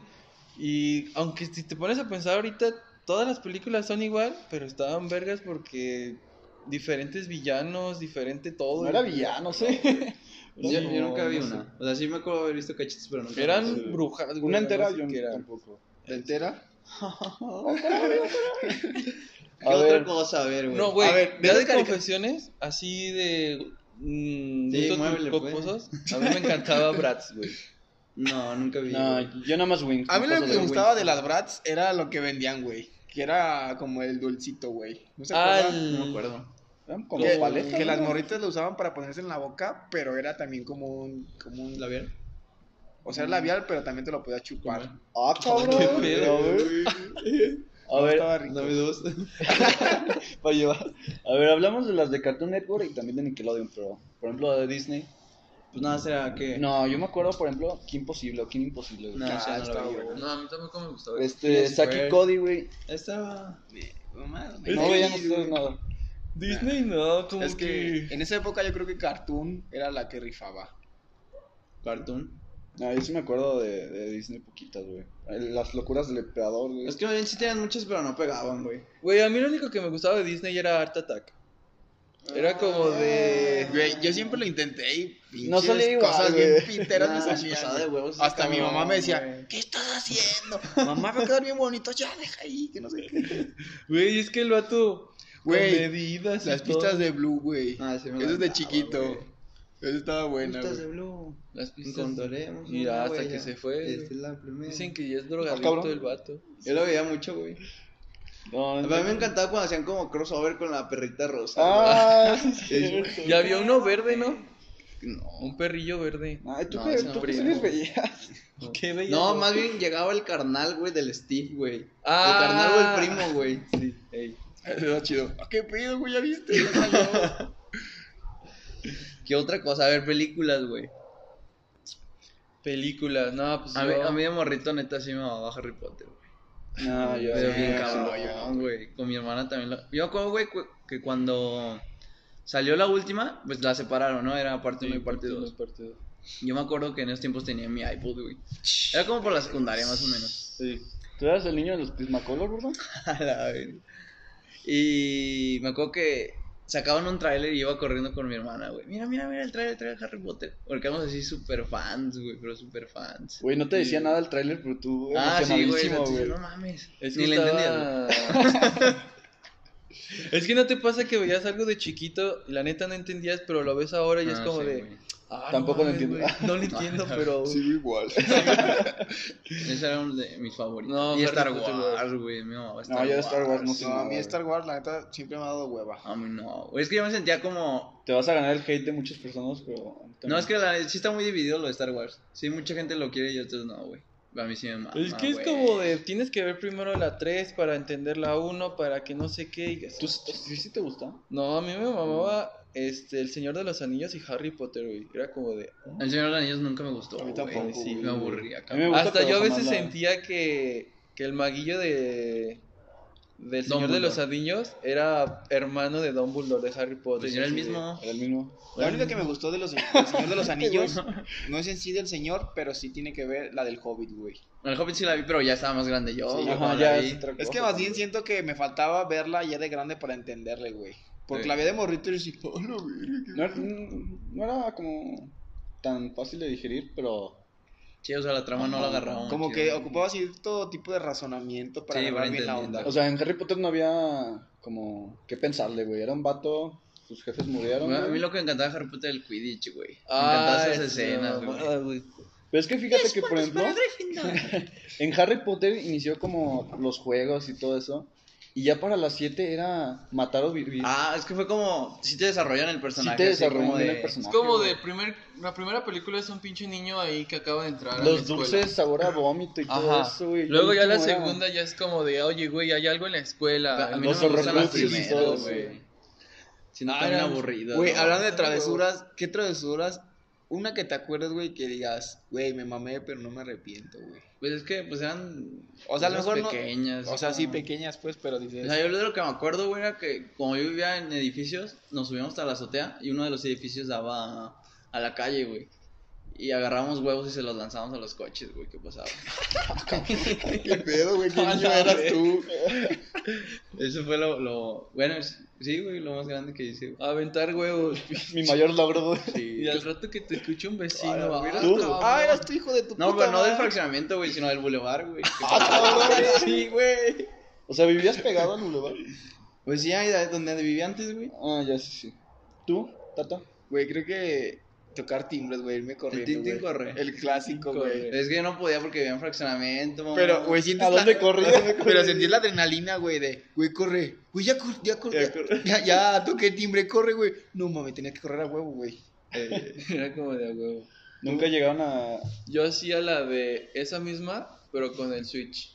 [SPEAKER 1] Y aunque si te pones a pensar ahorita, todas las películas son igual, pero estaban vergas porque diferentes villanos, diferente todo.
[SPEAKER 3] No era
[SPEAKER 1] güey.
[SPEAKER 3] villano, sé.
[SPEAKER 2] Yo, yo
[SPEAKER 1] No,
[SPEAKER 2] nunca vi
[SPEAKER 1] no sé.
[SPEAKER 2] una. O sea, sí me acuerdo haber visto cachitos, pero nunca.
[SPEAKER 1] Eran
[SPEAKER 2] vi.
[SPEAKER 1] brujas, güey.
[SPEAKER 3] Una
[SPEAKER 1] no
[SPEAKER 3] entera
[SPEAKER 1] sé
[SPEAKER 3] yo
[SPEAKER 1] qué era.
[SPEAKER 3] tampoco.
[SPEAKER 4] ¿Te entera?
[SPEAKER 2] ¿Qué
[SPEAKER 3] A
[SPEAKER 2] otra
[SPEAKER 3] ver,
[SPEAKER 2] cosa? A ver, güey.
[SPEAKER 1] No, güey.
[SPEAKER 4] A ver, de
[SPEAKER 1] ya de
[SPEAKER 4] esas carica-
[SPEAKER 1] confesiones, así de. Mmm,
[SPEAKER 2] Sí, muévele, pues.
[SPEAKER 1] A mí me encantaba Bratz, güey.
[SPEAKER 2] No, nunca vi.
[SPEAKER 3] no,
[SPEAKER 2] güey.
[SPEAKER 3] yo nada más Wings.
[SPEAKER 4] A mí lo que me
[SPEAKER 2] Winx.
[SPEAKER 4] gustaba de las Bratz era lo que vendían, güey. Que era como el dulcito, güey. ¿No se acuerdan?
[SPEAKER 1] Al.
[SPEAKER 2] No me acuerdo.
[SPEAKER 3] Como
[SPEAKER 4] que,
[SPEAKER 3] paleta.
[SPEAKER 4] que las
[SPEAKER 3] ¿no?
[SPEAKER 4] morritas lo usaban para ponerse en la boca, pero era también como un, como un labial. O sea, era labial, pero también te lo podías chupar.
[SPEAKER 3] Ah, cabrón.
[SPEAKER 1] Qué pedo,
[SPEAKER 3] A ver, a
[SPEAKER 4] No,
[SPEAKER 3] ver,
[SPEAKER 4] estaba rico.
[SPEAKER 2] Dame dos.
[SPEAKER 3] para llevar. A ver, hablamos de las de Cartoon Network y también de Nickelodeon, pero por ejemplo la de Disney.
[SPEAKER 2] Pues nada, será que.
[SPEAKER 3] No, yo me acuerdo, por ejemplo, Kim Posible o Kim Imposible. güey.
[SPEAKER 2] No,
[SPEAKER 4] Ah,
[SPEAKER 2] o sea, no
[SPEAKER 4] estaba
[SPEAKER 2] lo vi.
[SPEAKER 4] bueno.
[SPEAKER 1] No, a mí tampoco me gustaba.
[SPEAKER 3] Este, Saki Cody, güey.
[SPEAKER 2] Estaba.
[SPEAKER 3] No
[SPEAKER 4] que-
[SPEAKER 3] veían ustedes nada.
[SPEAKER 2] Ah,
[SPEAKER 1] Disney no, como
[SPEAKER 4] Es que
[SPEAKER 1] que.
[SPEAKER 4] en esa época yo creo que Cartoon era la que rifaba.
[SPEAKER 2] Cartoon.
[SPEAKER 3] No, yo sí me acuerdo de, de Disney poquitas, güey. El- Las locuras del emperador, güey.
[SPEAKER 2] Es que bien, sí tenían muchas, pero no pegaban, güey.
[SPEAKER 1] Güey, a mí lo único que me gustaba de Disney era Art Attack.
[SPEAKER 2] Ah.
[SPEAKER 1] Era como de.
[SPEAKER 4] Güey, yo siempre lo intenté y pinches
[SPEAKER 3] No salía igual,
[SPEAKER 4] cosas
[SPEAKER 3] güey.
[SPEAKER 4] bien pinteras me
[SPEAKER 2] Nah,
[SPEAKER 4] salían.
[SPEAKER 2] pasada de huevos,
[SPEAKER 4] Hasta mi
[SPEAKER 2] cabrón,
[SPEAKER 4] mamá me decía,
[SPEAKER 2] güey.
[SPEAKER 4] ¿qué estás haciendo? Mamá, me va a quedar bien bonito, ya, deja ahí, que no sé qué.
[SPEAKER 1] Güey, es que el vato. con
[SPEAKER 4] Güey,
[SPEAKER 1] medidas y
[SPEAKER 4] Las
[SPEAKER 1] todo.
[SPEAKER 4] pistas de Blue, güey.
[SPEAKER 2] Ah, sí me la
[SPEAKER 4] Eso es de
[SPEAKER 2] aventaba,
[SPEAKER 4] chiquito.
[SPEAKER 2] güey.
[SPEAKER 4] Eso estaba buena,
[SPEAKER 2] Pistas de
[SPEAKER 4] güey.
[SPEAKER 2] blue.
[SPEAKER 1] Las pistas.
[SPEAKER 2] Encontraremos.
[SPEAKER 1] Y
[SPEAKER 2] una
[SPEAKER 1] hasta
[SPEAKER 2] huella.
[SPEAKER 1] que se fue,
[SPEAKER 2] Esta es Este, la primera.
[SPEAKER 1] Dicen que ya es
[SPEAKER 3] Ah,
[SPEAKER 1] drogadicto
[SPEAKER 3] cabrón.
[SPEAKER 1] el vato.
[SPEAKER 2] Yo lo veía mucho, güey.
[SPEAKER 3] No,
[SPEAKER 2] A mí me encantaba cuando hacían como crossover con la perrita rosa.
[SPEAKER 3] Ah, sí,
[SPEAKER 2] Es-
[SPEAKER 3] es cierto.
[SPEAKER 1] Ya había uno verde, ¿no?
[SPEAKER 2] güey. No. Ah.
[SPEAKER 1] Un perrillo verde.
[SPEAKER 3] Ay, ¿tú
[SPEAKER 2] No,
[SPEAKER 3] qué,
[SPEAKER 2] ese no
[SPEAKER 3] tú qué
[SPEAKER 2] brilla,
[SPEAKER 3] series
[SPEAKER 2] no.
[SPEAKER 3] veías?
[SPEAKER 1] ¿Qué veía?
[SPEAKER 2] No, más bien llegaba el carnal, güey, del Steve, güey.
[SPEAKER 1] Ah.
[SPEAKER 2] El carnal o el primo, güey. Sí.
[SPEAKER 3] Ey.
[SPEAKER 2] Eh,
[SPEAKER 4] Eso era chido. Ah, ¿Qué pedo, güey? ¿Ya viste? Ya salió.
[SPEAKER 2] ¿Qué otra cosa? A ver, películas, güey.
[SPEAKER 1] Películas, no, pues
[SPEAKER 2] A, mí,
[SPEAKER 1] yo-
[SPEAKER 2] a mí de morrito, neta, sí me mamaba Harry Potter, güey.
[SPEAKER 3] No, yo
[SPEAKER 2] Pero bien
[SPEAKER 4] sí,
[SPEAKER 2] cabrón,
[SPEAKER 4] sí, yo
[SPEAKER 2] güey. Con mi hermana también lo... Yo me acuerdo, güey, cu- que cuando salió la última, pues la separaron, ¿no? Era parte
[SPEAKER 1] Sí,
[SPEAKER 2] 1 y parte
[SPEAKER 1] parte
[SPEAKER 2] 2.
[SPEAKER 1] uno y parte dos.
[SPEAKER 2] Yo me acuerdo que en esos tiempos tenía mi iPod, güey. Era como por la secundaria, más o menos.
[SPEAKER 3] Sí. ¿Tú eras el niño de los Prismacolor, verdad?
[SPEAKER 2] A la vez. Y me acuerdo que sacaban un tráiler y iba corriendo con mi hermana, güey. Mira, mira, mira el tráiler, el tráiler de Harry Potter. Porque éramos así super fans, güey, pero super fans.
[SPEAKER 3] Güey, no te decía nada el tráiler, pero tú
[SPEAKER 2] Ah, sí, güey.
[SPEAKER 3] emocionadísimo,
[SPEAKER 2] entonces,
[SPEAKER 3] güey.
[SPEAKER 2] No mames.
[SPEAKER 1] Es que
[SPEAKER 2] Ni le
[SPEAKER 1] estaba-
[SPEAKER 2] entendías, güey.
[SPEAKER 1] Es que no te pasa que veías algo de chiquito y la neta no entendías, pero lo ves ahora y es
[SPEAKER 2] Ah,
[SPEAKER 1] como
[SPEAKER 2] sí,
[SPEAKER 1] de.
[SPEAKER 2] güey.
[SPEAKER 1] "Ah, no
[SPEAKER 3] Tampoco lo
[SPEAKER 1] mames,
[SPEAKER 3] entiendo".
[SPEAKER 1] güey, No lo entiendo, pero.
[SPEAKER 4] Sigo igual.
[SPEAKER 2] Ese era uno de mis favoritos.
[SPEAKER 1] No, Harry
[SPEAKER 2] y Star
[SPEAKER 1] Potter,
[SPEAKER 2] Wars, güey. Mi mamá,
[SPEAKER 3] No, yo de Star Wars no sé
[SPEAKER 4] No, a
[SPEAKER 3] nada,
[SPEAKER 4] mí
[SPEAKER 3] güey.
[SPEAKER 4] Star Wars, la neta, siempre me ha dado hueva.
[SPEAKER 2] A mí no. güey. Es que yo me sentía como.
[SPEAKER 3] Te vas a ganar el hate de muchas personas, pero...
[SPEAKER 2] No, es que la... sí está muy dividido lo de Star Wars. Sí, mucha gente lo quiere y otros no, güey. A mí sí me mama,
[SPEAKER 1] Pues Es que es
[SPEAKER 2] güey.
[SPEAKER 1] como de. Tienes que ver primero la 3 para entender la 1, para que no sé qué. y así.
[SPEAKER 3] ¿Tú tú- sí sí te gusta?
[SPEAKER 1] No, a mí me mamaba este, El Señor de los Anillos y Harry Potter, güey. Era como de.
[SPEAKER 2] El Señor de los Anillos nunca me gustó.
[SPEAKER 4] A mí
[SPEAKER 2] güey.
[SPEAKER 4] tampoco,
[SPEAKER 2] Sí,
[SPEAKER 4] güey.
[SPEAKER 2] me aburría,
[SPEAKER 3] A mí me
[SPEAKER 2] cabrón.
[SPEAKER 3] gusta,
[SPEAKER 1] Hasta
[SPEAKER 3] pero
[SPEAKER 1] yo a
[SPEAKER 3] jamás
[SPEAKER 1] veces
[SPEAKER 3] la-
[SPEAKER 1] sentía que, que el maguillo de. Del Señor de los
[SPEAKER 2] Dumbledore.
[SPEAKER 1] Anillos era hermano de Dumbledore de Harry Potter.
[SPEAKER 2] Pues
[SPEAKER 1] y
[SPEAKER 2] era el
[SPEAKER 1] así de-
[SPEAKER 2] mismo.
[SPEAKER 3] Era el mismo.
[SPEAKER 4] La única que me gustó de los, del Señor de los Anillos, no es en sí del Señor, pero sí tiene que ver la del Hobbit, güey.
[SPEAKER 2] El Hobbit sí la vi, pero ya estaba más grande yo.
[SPEAKER 4] Sí,
[SPEAKER 2] güey,
[SPEAKER 4] ajá,
[SPEAKER 2] cuando la
[SPEAKER 3] ya
[SPEAKER 2] vi.
[SPEAKER 3] es otra
[SPEAKER 4] Es que
[SPEAKER 3] cosa,
[SPEAKER 4] más bien
[SPEAKER 3] güey.
[SPEAKER 4] siento que me faltaba verla ya de grande para entenderle, güey. Porque
[SPEAKER 2] Sí.
[SPEAKER 4] la vi de morrito y yo decía, "Oh, la verga, qué
[SPEAKER 3] No, era- no era como tan fácil de digerir, pero...
[SPEAKER 2] Sí, o sea, la trama no la agarraba.
[SPEAKER 4] Como que ocupaba cierto tipo de razonamiento para
[SPEAKER 2] Sí,
[SPEAKER 4] agarrar
[SPEAKER 2] para
[SPEAKER 4] bien la
[SPEAKER 2] entenderla.
[SPEAKER 4] onda.
[SPEAKER 3] O sea, en Harry Potter no había como qué pensarle, güey. Era un vato, sus jefes murieron.
[SPEAKER 2] A
[SPEAKER 3] güey.
[SPEAKER 2] mí lo que me encantaba de Harry Potter era el Quidditch, güey. Me
[SPEAKER 1] Ah,
[SPEAKER 2] encantaban esas
[SPEAKER 1] es
[SPEAKER 2] escenas,
[SPEAKER 1] una
[SPEAKER 2] güey.
[SPEAKER 1] mamada, güey.
[SPEAKER 3] Pero es que fíjate que, por ejemplo, en Harry Potter inició como los juegos y todo eso. Y ya para las 7 era matar o vivir.
[SPEAKER 2] Ah, es que fue como. Sí te desarrollan el
[SPEAKER 3] sí
[SPEAKER 2] personaje.
[SPEAKER 3] te
[SPEAKER 2] así
[SPEAKER 3] desarrollan
[SPEAKER 2] como
[SPEAKER 3] bien
[SPEAKER 2] de-
[SPEAKER 3] el personaje.
[SPEAKER 1] Es como de
[SPEAKER 3] güey.
[SPEAKER 1] primer, la primera película es un pinche niño ahí que acaba de entrar. a la
[SPEAKER 3] Los
[SPEAKER 1] escuela.
[SPEAKER 3] dulces, sabor a vómito y todo
[SPEAKER 1] Ajá.
[SPEAKER 3] eso, güey.
[SPEAKER 1] Luego
[SPEAKER 3] El
[SPEAKER 1] ya la
[SPEAKER 3] último era-
[SPEAKER 1] segunda ya es como de, oye, güey, hay algo en la escuela.
[SPEAKER 2] A
[SPEAKER 1] A
[SPEAKER 2] mí
[SPEAKER 1] mí
[SPEAKER 2] no
[SPEAKER 3] Los
[SPEAKER 2] me gustan las
[SPEAKER 3] horrocruxes y todo
[SPEAKER 2] primeras,
[SPEAKER 3] eso,
[SPEAKER 2] güey.
[SPEAKER 3] güey.
[SPEAKER 2] Si no,
[SPEAKER 4] Ah,
[SPEAKER 2] también
[SPEAKER 4] era-
[SPEAKER 2] aburrido.
[SPEAKER 4] Güey,
[SPEAKER 2] ¿no?
[SPEAKER 4] hablando de travesuras, ¿qué travesuras? Una que te acuerdas, güey, que digas, güey, me mamé, pero no me arrepiento, güey.
[SPEAKER 2] Pues es que, pues eran.
[SPEAKER 4] O sea, a lo
[SPEAKER 2] cosas
[SPEAKER 4] mejor no-
[SPEAKER 2] pequeñas.
[SPEAKER 4] O sea, sí,
[SPEAKER 2] como-
[SPEAKER 4] pequeñas, pues, pero dices...
[SPEAKER 2] O sea, yo de lo que me acuerdo, güey, era que como yo vivía en edificios, nos subíamos hasta la azotea y uno de los edificios daba a, a la calle, güey. Y agarrábamos huevos y se los lanzábamos a los coches, güey, ¿qué pasaba?
[SPEAKER 4] ¿Qué pedo, güey? ¿Qué
[SPEAKER 2] A
[SPEAKER 4] niño
[SPEAKER 2] la
[SPEAKER 4] eras
[SPEAKER 2] vez.
[SPEAKER 4] tú?
[SPEAKER 2] Eso fue lo, lo... Bueno, es- sí, güey, lo más grande que hice, güey.
[SPEAKER 1] Aventar huevos.
[SPEAKER 3] Mi mayor logro, güey.
[SPEAKER 1] Y al rato que te escuche un vecino.
[SPEAKER 4] Ah,
[SPEAKER 1] ah,
[SPEAKER 4] eras
[SPEAKER 3] tú.
[SPEAKER 1] cabrón.
[SPEAKER 4] Ah, eras tu hijo de tu
[SPEAKER 2] No,
[SPEAKER 4] puta
[SPEAKER 2] pero no del
[SPEAKER 4] madre.
[SPEAKER 2] fraccionamiento, güey, sino del bulevar, güey. ¿Qué pasaba?
[SPEAKER 4] Ah, Sí, güey.
[SPEAKER 3] O sea, vivías pegado al boulevard.
[SPEAKER 2] Pues sí, ahí donde vivía antes, güey.
[SPEAKER 3] Ah, ya sí, sí. ¿Tú, Tata?
[SPEAKER 4] Güey, creo que tocar timbres, güey, irme corriendo,
[SPEAKER 2] tin, tin,
[SPEAKER 4] güey.
[SPEAKER 2] corre.
[SPEAKER 4] El clásico, güey.
[SPEAKER 2] Es que yo no podía porque vivía en fraccionamiento, mamá.
[SPEAKER 4] Pero, güey, sientes
[SPEAKER 3] ¿A dónde
[SPEAKER 4] la...
[SPEAKER 3] corrí?
[SPEAKER 4] Pero sentí la adrenalina, güey, de, güey, corre. Güey, ya corre, ya corre.
[SPEAKER 2] Ya corre.
[SPEAKER 4] Ya, ya, toqué timbre, corre, güey. No, mami, tenía que correr a huevo, güey.
[SPEAKER 1] Eh, Era como de a huevo.
[SPEAKER 3] Nunca llegaron a.
[SPEAKER 1] Yo hacía la de esa misma, pero con el Switch.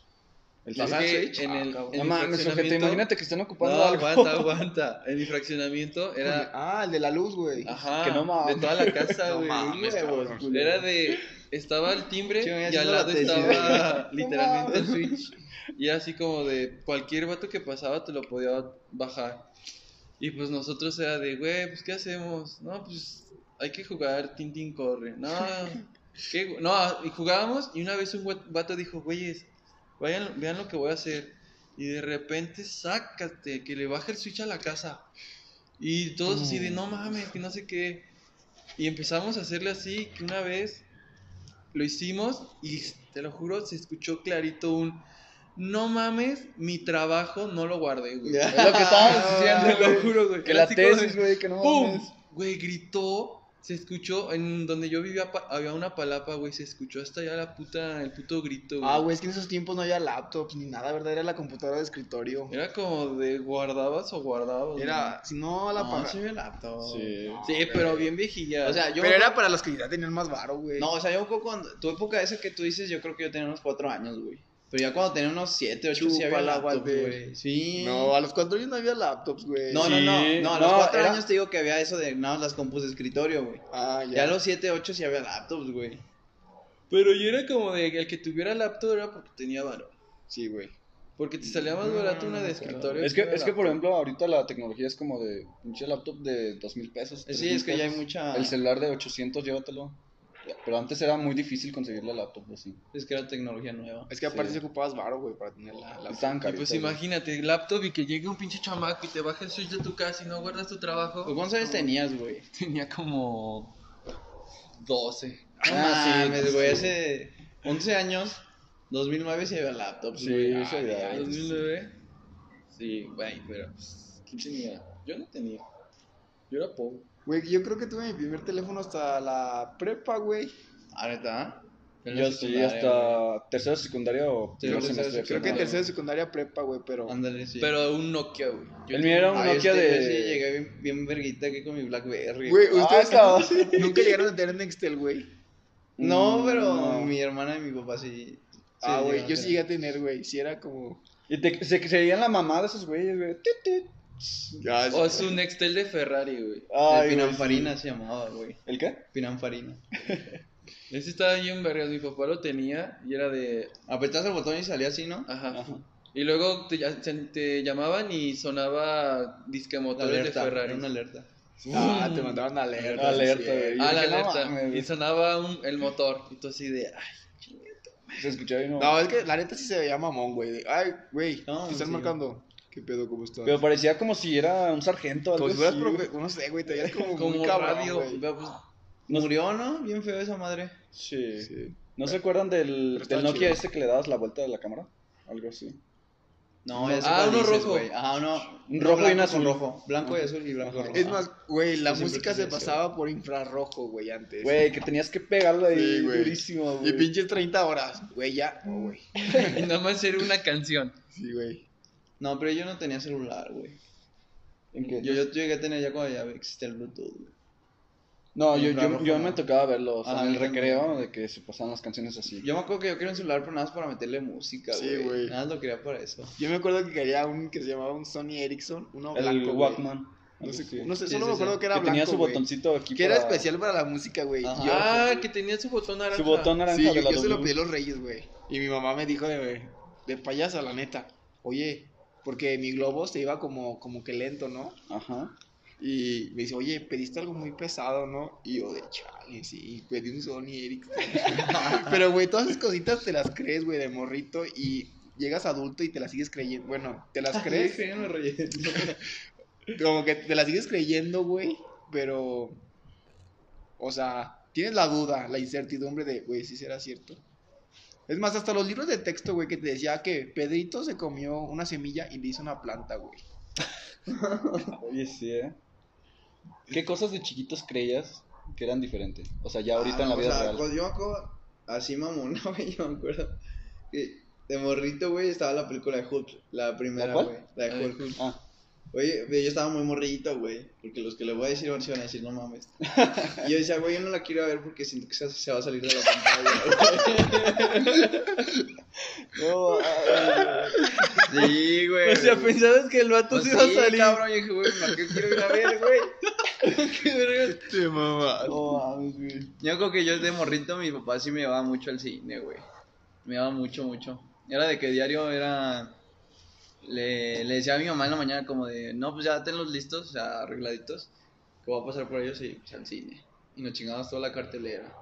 [SPEAKER 3] El
[SPEAKER 1] Es
[SPEAKER 2] Bajar
[SPEAKER 1] que
[SPEAKER 2] Switch?
[SPEAKER 1] en
[SPEAKER 2] Ah,
[SPEAKER 1] el,
[SPEAKER 2] cabrón.
[SPEAKER 1] en
[SPEAKER 3] No
[SPEAKER 1] el
[SPEAKER 3] mames, ojete,
[SPEAKER 1] fraccionamiento-
[SPEAKER 3] imagínate que están ocupando
[SPEAKER 1] No,
[SPEAKER 3] algo.
[SPEAKER 1] aguanta, aguanta. En mi fraccionamiento era.
[SPEAKER 4] Ah, el de la luz, güey.
[SPEAKER 1] Ajá.
[SPEAKER 3] que no mames.
[SPEAKER 1] de toda la casa,
[SPEAKER 4] No
[SPEAKER 1] güey.
[SPEAKER 4] mames,
[SPEAKER 1] Huevos,
[SPEAKER 4] cabrón.
[SPEAKER 1] culero. era de. Estaba el timbre
[SPEAKER 2] Sí, me voy
[SPEAKER 1] y al
[SPEAKER 2] haciendo la
[SPEAKER 1] lado
[SPEAKER 2] tesis,
[SPEAKER 1] estaba
[SPEAKER 3] güey.
[SPEAKER 1] literalmente el Switch. Y era así como de cualquier vato que pasaba te lo podía bajar. Y pues nosotros era de, güey, pues ¿qué hacemos? No, pues hay que jugar Tintín Corre. No, ¿qué gu- no, y jugábamos y una vez un güe- vato dijo, güeyes, vayan, vean lo que voy a hacer. Y de repente, sácate, que le baje el switch a la casa. Y todos así de,
[SPEAKER 3] Mm.
[SPEAKER 1] no mames, que no sé qué. Y empezamos a hacerle así, que una vez lo hicimos y te lo juro, se escuchó clarito un, no mames, mi trabajo no lo guardé, güey. Ah,
[SPEAKER 3] Es lo que estábamos
[SPEAKER 1] Te
[SPEAKER 3] diciendo,
[SPEAKER 1] lo
[SPEAKER 3] güey.
[SPEAKER 1] juro, güey.
[SPEAKER 3] Que la
[SPEAKER 1] Así como de-
[SPEAKER 3] tesis, güey, que no
[SPEAKER 1] ¡Pum!
[SPEAKER 3] mames.
[SPEAKER 1] Güey, gritó. Se escuchó, en donde yo vivía pa- había una palapa, güey, se escuchó hasta allá la puta, el puto grito, güey.
[SPEAKER 4] Ah, güey, es que en esos tiempos no había laptops ni nada, ¿verdad? Era la computadora de escritorio.
[SPEAKER 1] Era como de guardabas o guardabas.
[SPEAKER 4] Era, si no, la
[SPEAKER 2] No,
[SPEAKER 4] para-
[SPEAKER 2] sí había laptop.
[SPEAKER 3] Sí.
[SPEAKER 1] güey. Sí, pero bien viejilla.
[SPEAKER 2] O sea, yo.
[SPEAKER 4] Pero era para los que ya tenían más varo, güey.
[SPEAKER 2] No, o sea, yo me acuerdo cuando. Tu época esa que tú dices, yo creo que yo tenía unos 4 años, güey. Pero ya cuando tenía unos 7, 8, sí había
[SPEAKER 4] Chúpala,
[SPEAKER 2] laptop,
[SPEAKER 4] Walter.
[SPEAKER 2] güey. Sí.
[SPEAKER 4] No, a los cuatro años no había laptops, güey.
[SPEAKER 2] No, no, no,
[SPEAKER 3] Sí.
[SPEAKER 2] no, a los
[SPEAKER 3] No,
[SPEAKER 2] 4
[SPEAKER 3] era-
[SPEAKER 2] años te digo que había eso de nada, más las compus de escritorio, güey.
[SPEAKER 4] Ah,
[SPEAKER 2] Ya a los 7, 8 sí había laptops, güey.
[SPEAKER 1] pero yo era como de el que tuviera laptop era porque tenía varón.
[SPEAKER 4] Sí, güey.
[SPEAKER 1] Porque te salía más barato una de escritorio.
[SPEAKER 3] Es que,
[SPEAKER 1] una
[SPEAKER 3] es que,
[SPEAKER 1] laptop.
[SPEAKER 3] por ejemplo, ahorita la tecnología es como de pinche laptop de dos mil pesos.
[SPEAKER 2] Sí, es que ya hay mucha.
[SPEAKER 3] El celular de 800, llévatelo. Pero antes era muy difícil conseguir la laptop así.
[SPEAKER 2] Es que era tecnología nueva.
[SPEAKER 4] Es que aparte
[SPEAKER 3] Sí.
[SPEAKER 4] se ocupabas varo, güey, para tener la laptop.
[SPEAKER 3] Estaban
[SPEAKER 1] Y
[SPEAKER 3] caritas,
[SPEAKER 1] pues
[SPEAKER 3] güey.
[SPEAKER 1] imagínate, laptop y que llegue un pinche chamaco y te baje el switch de tu casa y no guardas tu trabajo.
[SPEAKER 2] ¿Tú ¿Cuántos años tenías, güey?
[SPEAKER 1] Tenía como 12.
[SPEAKER 2] No
[SPEAKER 3] Ah, sí,
[SPEAKER 2] mames,
[SPEAKER 3] sí.
[SPEAKER 2] güey. Hace 11 años, 2009 sí había laptops,
[SPEAKER 3] Sí,
[SPEAKER 2] güey. Ah,
[SPEAKER 3] sí
[SPEAKER 2] Ay,
[SPEAKER 3] había.
[SPEAKER 2] ay,
[SPEAKER 1] 2009.
[SPEAKER 2] Sí, güey, pero. pues, ¿Quién tenía? Yo no tenía.
[SPEAKER 1] Yo era pobre.
[SPEAKER 4] Güey, yo creo que tuve mi primer teléfono hasta la prepa, güey.
[SPEAKER 2] ¿Ah, ¿Ahorita?
[SPEAKER 3] Yo sí, hasta tercero secundario o
[SPEAKER 2] Sí,
[SPEAKER 3] primer
[SPEAKER 2] tercero,
[SPEAKER 3] semestre de
[SPEAKER 4] Creo que en
[SPEAKER 3] primaria.
[SPEAKER 4] tercero de secundaria prepa, güey, pero...
[SPEAKER 2] Ándale, sí.
[SPEAKER 1] Pero un Nokia, güey. Yo-
[SPEAKER 3] El mío era un
[SPEAKER 2] Ah, yo
[SPEAKER 3] Nokia
[SPEAKER 2] sí-
[SPEAKER 3] de...
[SPEAKER 2] yo sí llegué bien, bien verguita aquí con mi Blackberry.
[SPEAKER 4] Güey,
[SPEAKER 3] Ah,
[SPEAKER 4] ustedes
[SPEAKER 3] cabrón.
[SPEAKER 4] nunca llegaron a tener Nextel, güey.
[SPEAKER 2] No, pero
[SPEAKER 3] No.
[SPEAKER 2] mi hermana y mi papá sí.
[SPEAKER 4] ah, güey, yo sí llegué
[SPEAKER 2] llegaron
[SPEAKER 4] a tener, güey. Si era como...
[SPEAKER 3] Y te, se creían la mamá de esos güeyes, güey. Tit, tit.
[SPEAKER 1] O es un Nextel de Ferrari, güey.
[SPEAKER 2] a tener.
[SPEAKER 3] Ay,
[SPEAKER 2] El
[SPEAKER 3] güey,
[SPEAKER 2] Pinanfarina se llamaba, güey.
[SPEAKER 3] sí. ¿El qué?
[SPEAKER 2] Pinanfarina.
[SPEAKER 1] Ese estaba bien vergas, mi papá lo tenía y era de...
[SPEAKER 2] Apretabas el botón y salía así, ¿no?
[SPEAKER 3] Ah,
[SPEAKER 1] Ajá.
[SPEAKER 3] Ajá.
[SPEAKER 1] Y luego te, ya- se- te llamaban y sonaba disque
[SPEAKER 2] La
[SPEAKER 1] motores de
[SPEAKER 2] alerta.
[SPEAKER 1] Ferrari.
[SPEAKER 2] Era una alerta.
[SPEAKER 4] Ah, te mandaron alerta.
[SPEAKER 3] Alerta,
[SPEAKER 4] sí.
[SPEAKER 3] güey.
[SPEAKER 1] Ah,
[SPEAKER 3] Yo
[SPEAKER 1] la
[SPEAKER 3] dije, no
[SPEAKER 1] alerta.
[SPEAKER 3] mames, güey.
[SPEAKER 1] y sonaba un- el motor. Y tú así de... ay,
[SPEAKER 3] Se escuchaba bien.
[SPEAKER 4] No, es que la neta sí se veía mamón, güey. de, Ay, güey,
[SPEAKER 2] No,
[SPEAKER 4] te están
[SPEAKER 2] sí.
[SPEAKER 4] marcando. ¿Qué pedo? ¿Cómo estás?
[SPEAKER 3] Pero parecía como si era un sargento.
[SPEAKER 4] como
[SPEAKER 3] algo
[SPEAKER 4] si fueras,
[SPEAKER 3] así,
[SPEAKER 4] profe-
[SPEAKER 3] güey.
[SPEAKER 4] no sé, güey, te veías como,
[SPEAKER 1] como
[SPEAKER 4] muy cabrón,
[SPEAKER 1] radio.
[SPEAKER 4] güey.
[SPEAKER 1] Pero, pues,
[SPEAKER 2] Murió, ¿no? Bien feo esa madre.
[SPEAKER 3] Sí.
[SPEAKER 4] Sí.
[SPEAKER 3] ¿No se acuerdan del,
[SPEAKER 4] Pero está
[SPEAKER 3] del Nokia
[SPEAKER 4] chido.
[SPEAKER 3] ese que le dabas la vuelta de la cámara? Algo así.
[SPEAKER 2] No, ya sé
[SPEAKER 1] Ah,
[SPEAKER 2] cuál
[SPEAKER 1] uno
[SPEAKER 2] dices,
[SPEAKER 1] rojo.
[SPEAKER 2] güey. Ajá, uno.
[SPEAKER 3] Un rojo y
[SPEAKER 2] blanco
[SPEAKER 3] un azul.
[SPEAKER 2] con rojo. Blanco y azul y blanco y
[SPEAKER 3] Ajá.
[SPEAKER 2] rojo.
[SPEAKER 4] Es más, güey, la
[SPEAKER 2] Yo siempre
[SPEAKER 4] música se
[SPEAKER 2] quise eso.
[SPEAKER 4] pasaba por infrarrojo, güey, antes.
[SPEAKER 3] Güey, que tenías que pegarlo ahí
[SPEAKER 4] Sí, güey.
[SPEAKER 3] durísimo,
[SPEAKER 4] Y
[SPEAKER 3] güey.
[SPEAKER 4] pinches 30 horas, güey, ya. No, güey.
[SPEAKER 1] y nada más era una canción.
[SPEAKER 4] Sí, güey.
[SPEAKER 2] No, pero yo no tenía celular, güey.
[SPEAKER 3] ¿En qué?
[SPEAKER 2] Yo, yo llegué a tener ya cuando ya existía el Bluetooth, güey.
[SPEAKER 3] no, yo, yo,
[SPEAKER 2] infrarrojo,
[SPEAKER 3] yo
[SPEAKER 2] no.
[SPEAKER 3] me tocaba verlo o sea,
[SPEAKER 2] Ah,
[SPEAKER 3] en el
[SPEAKER 2] yo también.
[SPEAKER 3] recreo de que se pasaban las canciones así.
[SPEAKER 2] Yo me acuerdo que yo quería un celular, pero nada más para meterle música,
[SPEAKER 4] Sí,
[SPEAKER 2] güey.
[SPEAKER 4] güey.
[SPEAKER 2] Nada más lo quería para eso.
[SPEAKER 4] Yo me acuerdo que quería un que se llamaba un Sony Ericsson, uno
[SPEAKER 3] el
[SPEAKER 4] blanco, güey.
[SPEAKER 3] Walkman.
[SPEAKER 4] No
[SPEAKER 3] algo
[SPEAKER 4] sé,
[SPEAKER 3] así.
[SPEAKER 4] no sé,
[SPEAKER 2] Sí,
[SPEAKER 4] solo
[SPEAKER 2] sí,
[SPEAKER 4] me acuerdo
[SPEAKER 2] sí.
[SPEAKER 4] que era
[SPEAKER 3] que
[SPEAKER 4] blanco,
[SPEAKER 3] tenía su
[SPEAKER 4] güey.
[SPEAKER 3] botoncito aquí.
[SPEAKER 4] Que era
[SPEAKER 3] para-
[SPEAKER 4] especial para la música, güey.
[SPEAKER 2] Ajá.
[SPEAKER 4] Yo-
[SPEAKER 1] Ah, que tenía su botón naranja.
[SPEAKER 3] Su botón naranja
[SPEAKER 4] Sí, yo,
[SPEAKER 3] de la
[SPEAKER 4] yo se lo
[SPEAKER 3] W.
[SPEAKER 4] pedí a los Reyes, güey. Y mi mamá me dijo de, de payasa, la neta. Oye, porque mi globo se iba como, como que lento, ¿no?
[SPEAKER 3] Ajá.
[SPEAKER 4] Y me dice, oye, pediste algo muy pesado, ¿no? Y yo, de chale, sí, pedí un Sony Ericsson. Pero, güey, todas esas cositas te las crees, güey, de morrito. Y llegas adulto y te las sigues creyendo. Bueno, te las crees.
[SPEAKER 2] Yo no reí.
[SPEAKER 4] Como que te la sigues creyendo, güey, pero. O sea, tienes la duda, la incertidumbre de, güey, si será cierto. Es más, hasta los libros de texto, güey, que te decía que Pedrito se comió una semilla y le hizo una planta, güey.
[SPEAKER 3] Oye, sí, ¿eh? ¿Qué cosas de chiquitos creías que eran diferentes? O sea, ya ahorita en la
[SPEAKER 2] Ah,
[SPEAKER 3] vida
[SPEAKER 2] o sea,
[SPEAKER 3] real.
[SPEAKER 2] cuando yo me acuerdo, así mamona, güey, yo me acuerdo. que de morrito, güey, estaba la película de Hulk. La
[SPEAKER 3] ¿La
[SPEAKER 2] primera,
[SPEAKER 3] cuál?
[SPEAKER 2] güey. La de Hulk.
[SPEAKER 3] Ah,
[SPEAKER 2] Oye, güey, yo estaba muy morrillito, güey. Porque los que le voy a decir van- se van a decir, no mames. Y yo decía, güey, yo no la quiero ver porque siento que se, se va a salir de la pantalla.
[SPEAKER 3] no, ah,
[SPEAKER 2] güey. Sí, güey.
[SPEAKER 1] O sea, pensabas que el vato
[SPEAKER 2] Pues
[SPEAKER 1] se iba a
[SPEAKER 2] sí,
[SPEAKER 1] salir.
[SPEAKER 2] cabrón, yo dije, güey, ¿para qué quiero ir a ver, güey? Qué verga.
[SPEAKER 4] Te mamá.
[SPEAKER 3] no mames, güey.
[SPEAKER 2] Yo creo que yo de morrito, mi papá sí me llevaba mucho al cine, güey. Me llevaba mucho, mucho. Era de que diario era... Le, le decía a mi mamá en la mañana como de, no, pues ya tenlos listos, o sea, arregladitos, que voy a pasar por ellos y pues al cine. Y nos chingabas toda la cartelera.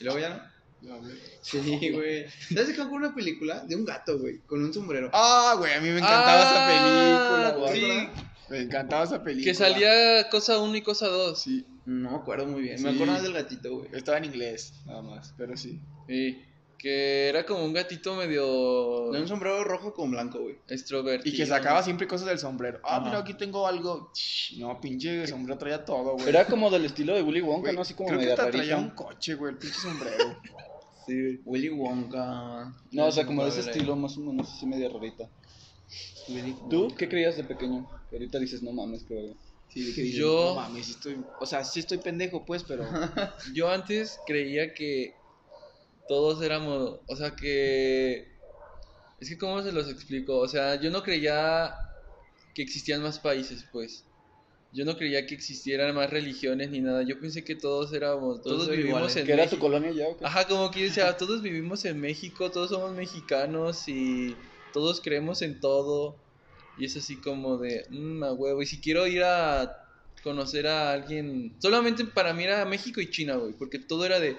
[SPEAKER 2] Y luego ya no. Sí, güey. ¿Sabes qué? Con una película de un gato, güey, con un sombrero.
[SPEAKER 4] Ah, güey, a mí me encantaba
[SPEAKER 1] Ah,
[SPEAKER 4] esa película, güey.
[SPEAKER 1] sí.
[SPEAKER 4] Me encantaba esa película.
[SPEAKER 1] Que salía cosa 1 y cosa 2.
[SPEAKER 4] Sí,
[SPEAKER 2] No me acuerdo muy bien. Me
[SPEAKER 4] Sí.
[SPEAKER 2] acuerdo más del gatito, güey.
[SPEAKER 4] estaba en inglés, nada más, pero sí.
[SPEAKER 1] Sí, que era como un gatito medio
[SPEAKER 2] Tenía un sombrero rojo con blanco, güey.
[SPEAKER 1] extrovertido.
[SPEAKER 4] Y que sacaba siempre cosas del sombrero. Ah,
[SPEAKER 3] Ajá.
[SPEAKER 4] mira, aquí tengo algo. Ch, No, pinche sombrero traía todo, güey.
[SPEAKER 3] Era como del estilo de Willy Wonka,
[SPEAKER 4] Güey,
[SPEAKER 3] ¿no? Así como
[SPEAKER 4] Creo que
[SPEAKER 3] media
[SPEAKER 4] hasta traía
[SPEAKER 3] rarita.
[SPEAKER 4] un coche, güey, el pinche sombrero.
[SPEAKER 2] Willy Wonka.
[SPEAKER 3] No, o sea, como de
[SPEAKER 2] Madre.
[SPEAKER 3] ese estilo más o menos así media rarita.
[SPEAKER 2] Willy Wonka.
[SPEAKER 3] ¿Tú qué creías de pequeño? Que ahorita dices, no mames, qué verga.
[SPEAKER 4] Sí, de que dices,
[SPEAKER 1] Yo-
[SPEAKER 4] No mames, sí estoy. O sea, sí estoy pendejo, pues, pero.
[SPEAKER 1] Yo antes creía que todos éramos, o sea que es que cómo se los explico, o sea, yo no creía que existían más países, pues. Yo no creía que existieran más religiones ni nada. Yo pensé que todos éramos, todos,
[SPEAKER 2] Todos eran
[SPEAKER 1] vivimos
[SPEAKER 2] iguales.
[SPEAKER 1] en
[SPEAKER 3] ¿Que era tu
[SPEAKER 1] México.
[SPEAKER 3] colonia ya o qué?
[SPEAKER 1] Ajá, como que yo decía, todos vivimos en México, todos somos mexicanos y todos creemos en todo. Y es así como de, mmm, a huevo. Y si quiero ir a conocer a alguien, solamente para mí era México y China, güey, porque todo era de,